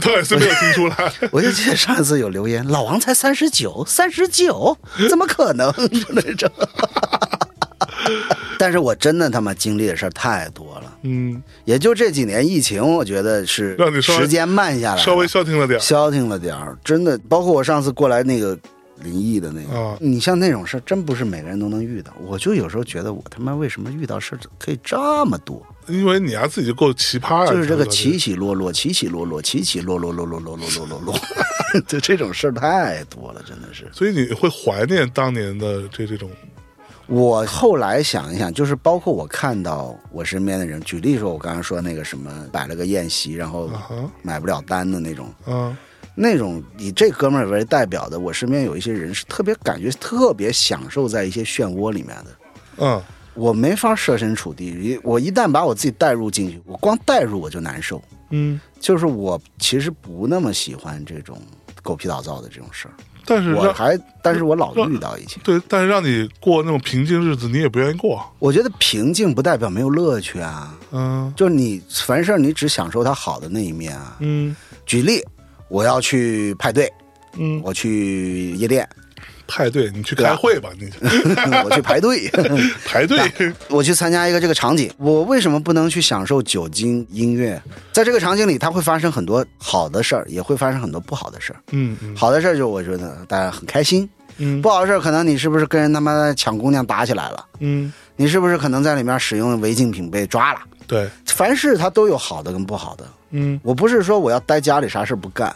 [SPEAKER 3] 对，是没有听出来。
[SPEAKER 2] 我就记得上一次有留言，老王才三十九，三十九怎么可能？ [LAUGHS] 就那种。但是我真的他妈经历的事儿太多了，
[SPEAKER 3] [LAUGHS] 嗯，
[SPEAKER 2] 也就这几年疫情，我觉得是
[SPEAKER 3] 让你稍微
[SPEAKER 2] 时间慢下来了，
[SPEAKER 3] 稍微消停了点儿。
[SPEAKER 2] 消停了点儿，真的。包括我上次过来那个灵异的那个，
[SPEAKER 3] 啊
[SPEAKER 2] 你像那种事儿，真不是每个人都能遇到。我就有时候觉得，我他妈为什么遇到事儿可以这么多？
[SPEAKER 3] 因为你丫自己就够奇葩呀，
[SPEAKER 2] 就是这个
[SPEAKER 3] 奇
[SPEAKER 2] 起起落落，起起落落，起起落落，落落落落落落 [LAUGHS] 落，就这种事儿太多了，真的是。
[SPEAKER 3] 所以你会怀念当年的这这种，
[SPEAKER 2] 我后来想一想，就是包括我看到我身边的人，举例说，我刚刚说那个什么摆了个宴席，然后
[SPEAKER 3] 啊哈
[SPEAKER 2] 买不了单的那种，
[SPEAKER 3] 啊，
[SPEAKER 2] 那种以这哥们儿为代表的，我身边有一些人是特别感觉特别享受在一些漩涡里面的。
[SPEAKER 3] 嗯，
[SPEAKER 2] 我没法设身处地，我一旦把我自己带入进去，我光带入我就难受。
[SPEAKER 3] 嗯，
[SPEAKER 2] 就是我其实不那么喜欢这种狗屁倒灶的这种事儿，
[SPEAKER 3] 但是
[SPEAKER 2] 我
[SPEAKER 3] 让
[SPEAKER 2] 还但是我老遇到一些，
[SPEAKER 3] 对，但是让你过那种平静日子，你也不愿意过，
[SPEAKER 2] 我觉得平静不代表没有乐趣啊，
[SPEAKER 3] 嗯
[SPEAKER 2] 就是你凡事你只享受它好的那一面啊。
[SPEAKER 3] 嗯
[SPEAKER 2] 举例，我要去派对，
[SPEAKER 3] 嗯，
[SPEAKER 2] 我去夜店， [LAUGHS]
[SPEAKER 3] 派对，你去开会吧， [LAUGHS] 你
[SPEAKER 2] 我去排队。 [LAUGHS]
[SPEAKER 3] 排队，
[SPEAKER 2] 我去参加一个这个场景，我为什么不能去享受酒精音乐？在这个场景里，它会发生很多好的事儿，也会发生很多不好的事儿。
[SPEAKER 3] [LAUGHS] 嗯嗯
[SPEAKER 2] 好的事儿就我觉得大家很开心，
[SPEAKER 3] 嗯
[SPEAKER 2] 不好的事儿可能你是不是跟人他妈抢姑娘打起来了？
[SPEAKER 3] 嗯，
[SPEAKER 2] 你是不是可能在里面使用违禁品被抓了？
[SPEAKER 3] 对，
[SPEAKER 2] 凡事它都有好的跟不好的。
[SPEAKER 3] 嗯
[SPEAKER 2] 我不是说我要待家里啥事儿不干，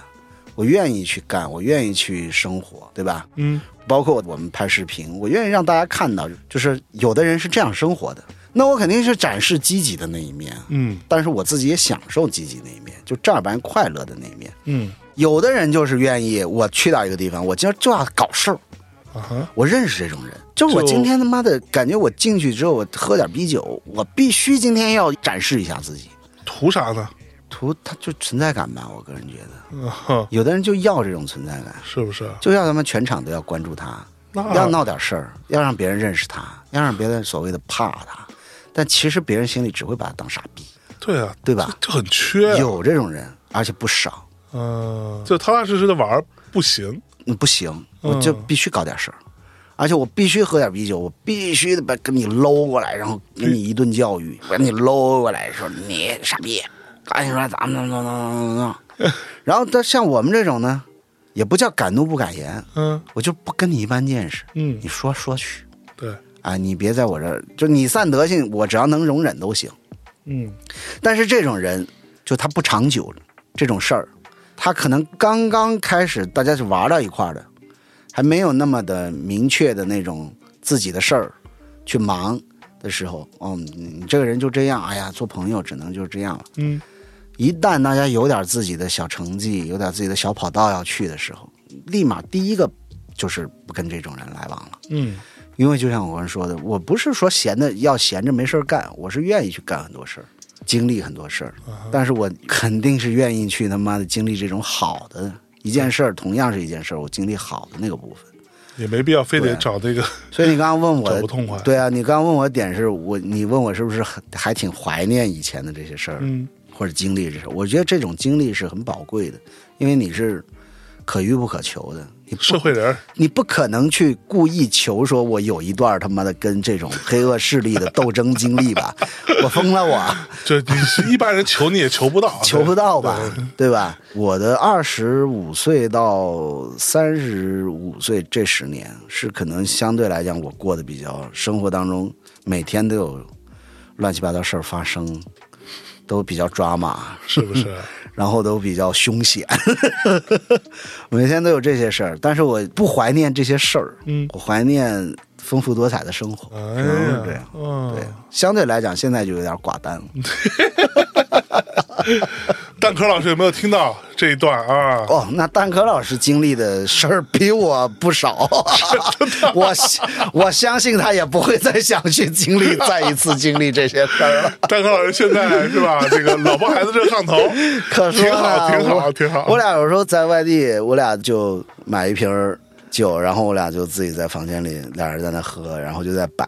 [SPEAKER 2] 我愿意去干，我愿意去生活，对吧？
[SPEAKER 3] 嗯
[SPEAKER 2] 包括我们拍视频，我愿意让大家看到，就是有的人是这样生活的，那我肯定是展示积极的那一面，
[SPEAKER 3] 嗯
[SPEAKER 2] 但是我自己也享受积极那一面，就正儿八经快乐的那一面。
[SPEAKER 3] 嗯，
[SPEAKER 2] 有的人就是愿意，我去到一个地方，我今儿就要搞事儿。
[SPEAKER 3] 啊哈，
[SPEAKER 2] 我认识这种人，就我
[SPEAKER 3] 就
[SPEAKER 2] 今天他妈的感觉，我进去之后，我喝点啤酒，我必须今天要展示一下自己，
[SPEAKER 3] 图啥呢？
[SPEAKER 2] 图他就存在感吧。我个人觉得，
[SPEAKER 3] 啊哈，
[SPEAKER 2] 有的人就要这种存在感，
[SPEAKER 3] [LAUGHS] 是不是？
[SPEAKER 2] 就要他们全场都要关注他，
[SPEAKER 3] 那
[SPEAKER 2] 要闹点事儿，要让别人认识他，要让别人所谓的怕他，但其实别人心里只会把他当傻逼，
[SPEAKER 3] 对啊，
[SPEAKER 2] 对吧？
[SPEAKER 3] 就很缺，啊
[SPEAKER 2] 有这种人，而且不少。
[SPEAKER 3] 嗯，就踏踏实实的玩儿不行，
[SPEAKER 2] 嗯，不行，我就必须搞点事儿，而且我必须喝点啤酒，我必须得把跟你搂过来，然后给你一顿教育，把你搂过来说你傻逼，赶紧说咱们怎么怎么怎么怎么，然后但像我们这种呢，也不叫敢怒不敢言，
[SPEAKER 3] 嗯
[SPEAKER 2] 我就不跟你一般见识，
[SPEAKER 3] 嗯
[SPEAKER 2] 你说说去，
[SPEAKER 3] 对，
[SPEAKER 2] 啊，你别在我这儿，就你散德性，我只要能容忍都行。
[SPEAKER 3] 嗯
[SPEAKER 2] 但是这种人，就他不长久，这种事儿，他可能刚刚开始，大家是玩到一块儿的，还没有那么的明确的那种自己的事儿去忙的时候，哦，你你这个人就这样，哎呀，做朋友只能就这样了。
[SPEAKER 3] 嗯，
[SPEAKER 2] 一旦大家有点自己的小成绩，有点自己的小跑道要去的时候，立马第一个就是不跟这种人来往了。
[SPEAKER 3] 嗯
[SPEAKER 2] 因为就像我刚才说的，我不是说闲的要闲着没事儿干，我是愿意去干很多事儿，经历很多事儿，
[SPEAKER 3] 嗯
[SPEAKER 2] 但是我肯定是愿意去他妈的经历这种好的一件事儿，同样是一件事儿，我经历好的那个部分。
[SPEAKER 3] 也没必要非
[SPEAKER 2] 啊
[SPEAKER 3] 得找这个。
[SPEAKER 2] 所以你刚刚问我
[SPEAKER 3] [LAUGHS] 找不痛快
[SPEAKER 2] 对啊，你刚刚问我点是我，你问我是不是很还挺怀念以前的这些事儿，
[SPEAKER 3] 嗯，
[SPEAKER 2] 或者经历这事儿？我觉得这种经历是很宝贵的，因为你是可遇不可求的，你不
[SPEAKER 3] 社
[SPEAKER 2] [LAUGHS]
[SPEAKER 3] 会人儿，
[SPEAKER 2] 你不可能去故意求说，我有一段他妈的跟这种黑恶势力的斗争经历吧，我疯了我。
[SPEAKER 3] 这你一般人求你也求不到，
[SPEAKER 2] 求不到吧
[SPEAKER 3] 对，
[SPEAKER 2] 对吧？我的二十五岁到三十五岁这十年，是可能相对来讲我过得比较生活当中每天都有乱七八糟事儿发生，都比较抓马，
[SPEAKER 3] 是不是？
[SPEAKER 2] [LAUGHS] 然后都比较凶险， [LAUGHS] 每天都有这些事儿。但是我不怀念这些事儿，
[SPEAKER 3] 嗯
[SPEAKER 2] 我怀念丰富多彩的生活，
[SPEAKER 3] 哎
[SPEAKER 2] 只能是这
[SPEAKER 3] 呀
[SPEAKER 2] 样，。
[SPEAKER 3] 嗯
[SPEAKER 2] 对，，相对来讲现在就有点寡淡了。
[SPEAKER 3] 蛋壳老师有没有听到这一段啊？
[SPEAKER 2] 哦，那蛋壳老师经历的事儿比我不少， [LAUGHS] 我我相信他也不会再想去经历再一次经历这些事儿了。
[SPEAKER 3] 蛋壳老师现在
[SPEAKER 2] [LAUGHS]
[SPEAKER 3] 是吧？这个老婆孩子热炕头，
[SPEAKER 2] 可说
[SPEAKER 3] 挺好，
[SPEAKER 2] 呢
[SPEAKER 3] 挺好，
[SPEAKER 2] 我
[SPEAKER 3] 挺好。
[SPEAKER 2] 我俩有时候在外地，我俩就买一瓶儿酒，然后我俩就自己在房间里，俩人在那喝，然后就在
[SPEAKER 3] [LAUGHS]
[SPEAKER 2] 摆，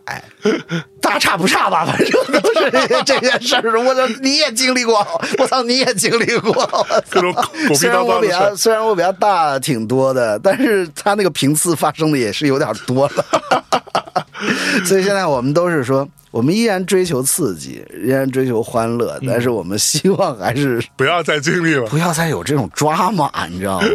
[SPEAKER 2] 大差不差吧，反正都是 [LAUGHS] 这些这些事儿。我操，你也经历过， [LAUGHS] 我操，你也经历过，我操
[SPEAKER 3] 各种狗狗屁
[SPEAKER 2] 虽然
[SPEAKER 3] 叨
[SPEAKER 2] 我
[SPEAKER 3] 叨
[SPEAKER 2] 比
[SPEAKER 3] 的事
[SPEAKER 2] 他
[SPEAKER 3] 儿。
[SPEAKER 2] 虽然我比他大挺多的，但是他那个频次发生的也是有点多了，
[SPEAKER 3] [LAUGHS]
[SPEAKER 2] 所以现在我们都是说，我们依然追求刺激，依然追求欢乐，但是我们希望还是
[SPEAKER 3] 不要再经历了。
[SPEAKER 2] 不要再有这种抓马，你知道
[SPEAKER 3] [LAUGHS]
[SPEAKER 2] 吗？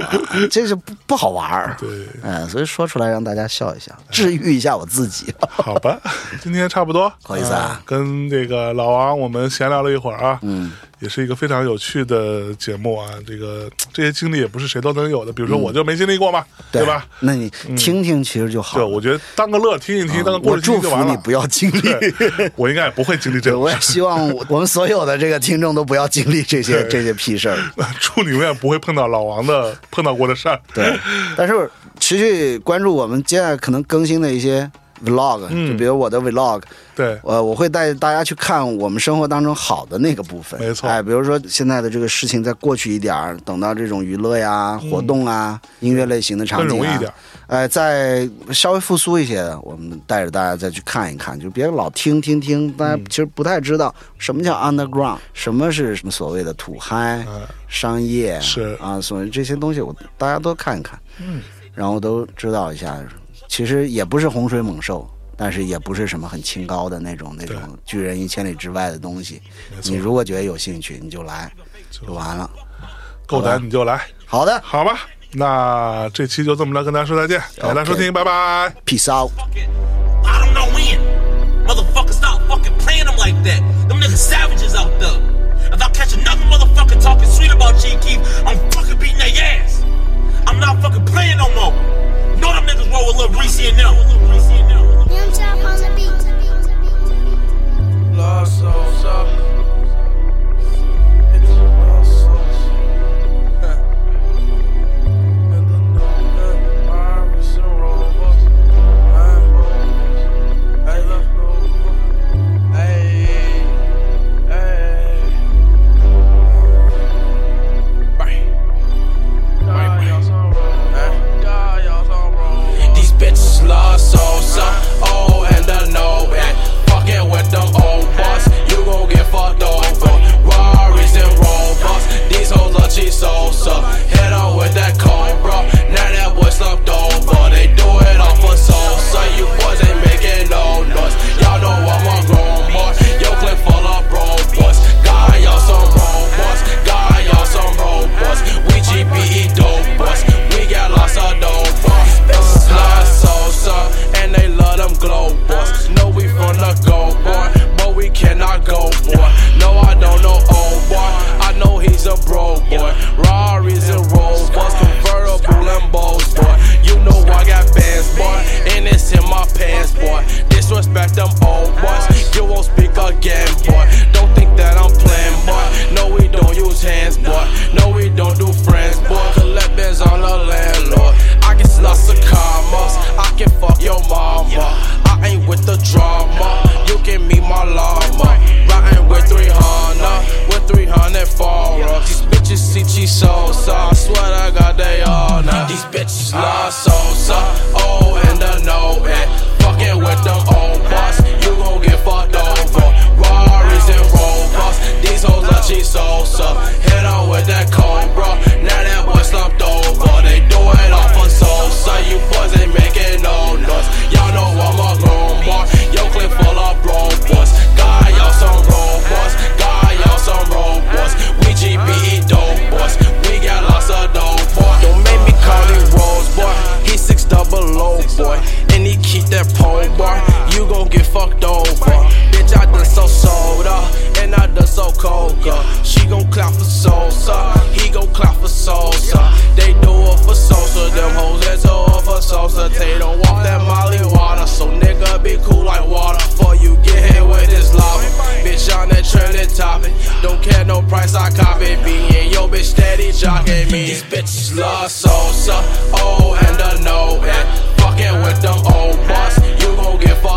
[SPEAKER 2] 这是不不好玩儿。
[SPEAKER 3] 对，
[SPEAKER 2] 嗯，所以说出来让大家笑一笑，治愈一下我自
[SPEAKER 3] [LAUGHS]
[SPEAKER 2] 己。
[SPEAKER 3] 好吧，今天差不多，
[SPEAKER 2] 好意思
[SPEAKER 3] 嗯
[SPEAKER 2] 啊
[SPEAKER 3] 跟这个老王我们闲聊了一会儿啊，嗯，也是一个非常有趣的节目啊。这个这些经历也不是谁都能有的，比
[SPEAKER 2] 嗯
[SPEAKER 3] 如说我就没经历过嘛，对吧？？嗯
[SPEAKER 2] 那你听听其实就好
[SPEAKER 3] 对，
[SPEAKER 2] 了。嗯
[SPEAKER 3] 我觉得当个乐听一听，当个故
[SPEAKER 2] 啊我
[SPEAKER 3] 事听
[SPEAKER 2] 祝
[SPEAKER 3] 听就
[SPEAKER 2] 福
[SPEAKER 3] 完
[SPEAKER 2] 你
[SPEAKER 3] 了
[SPEAKER 2] 不。要经历。
[SPEAKER 3] 对，我应该也不会经历
[SPEAKER 2] [LAUGHS]
[SPEAKER 3] 这
[SPEAKER 2] 对，[LAUGHS]
[SPEAKER 3] 种 [LAUGHS]
[SPEAKER 2] 我也
[SPEAKER 3] 事。
[SPEAKER 2] 希望我我们所有的这个听众都不要经历这些这些屁事儿。
[SPEAKER 3] 祝你永远不会碰到老王的碰到过的事儿。
[SPEAKER 2] 对，但是持续关注我们接下来可能更新的一些 vlog，、就
[SPEAKER 3] 嗯
[SPEAKER 2] 比如我的 vlog，
[SPEAKER 3] [LAUGHS] 对，
[SPEAKER 2] 呃，我会带大家去看我们生活当中好的那个部分，
[SPEAKER 3] 没错
[SPEAKER 2] 哎，比如说现在的这个事情再过去一点儿，等到这种娱乐呀、活动啊、音乐类型的场景、啊、
[SPEAKER 3] 嗯更容易一点儿
[SPEAKER 2] 哎，再稍微复苏一些的，我们带着大家再去看一看，就别老听听听，大家其实不太知道什么叫 underground，什么是什么所谓的土嗨、商业
[SPEAKER 3] 是
[SPEAKER 2] 啊，所以这些东西我大家都看一看，嗯，然后都知道一下，其实也不是洪水猛兽。但是也不是什么很清高的那种那种拒人于千里之外的东西。你如果觉得有兴趣，你就来，就完了。
[SPEAKER 3] 够胆你就来，
[SPEAKER 2] 好的
[SPEAKER 3] 好吧？那这期就这么着，跟大家说再见，感谢大家收听，拜拜。
[SPEAKER 2] ，peace out。
[SPEAKER 5] I don't know when. Motherfucker, stop fucking playing them like that. Them niggas savages out there. If I catch another motherfucker talking sweet about G Keith, I'm fucking beating their ass. I'm not fucking playing no more. Know them niggas roll with Lil Reese and them.
[SPEAKER 6] Yum Chop on the beat.
[SPEAKER 7] Lost souls up. It's lost souls. And the known virus and robots. Huh? I love no. Hey, hey. Right. God, y'all some wrong. Huh? God, y'all some wrong.
[SPEAKER 8] These bitches love Sosa, oh and the no and fucking with them old boss. You gon' get fucked over. Rarries and robots, these hoes love cheap Sosa. Hit on with that cobra, now that boy slumped over. They do it all for Sosa, you boys ain't making no noise. Y'all know I'm a grown boy, yo clip full of robots. God, y'all some robots, God, y'all some robots. We GPE dope boys, we got lots of dope boys. Sly salsa, and they love them glow boys. No, we from the go boy, but we cannot go boy. No, I don't know old boy, I know he's a bro boy. Rari's and robots, convertible and bows boy. You know I got bands boy, and it's in my pants boy. Disrespect them old boys, you won't speak again boy. Don't think that I'm playing boy. No, we don't use hands boy. No, we don't do friends boy. Collect bands on the landlord. I get lots of commas. I can fuck your mama. I ain't with the drama. You can meet my llama. Riding with 300, with 300 followers. These bitches see cheese salsa. I swear to God they all know. These bitches love salsa. Oh, and E dogging me. These bitches love uh, salsa, oh and a no, and fucking with them old boss, you gon' get fucked. uh,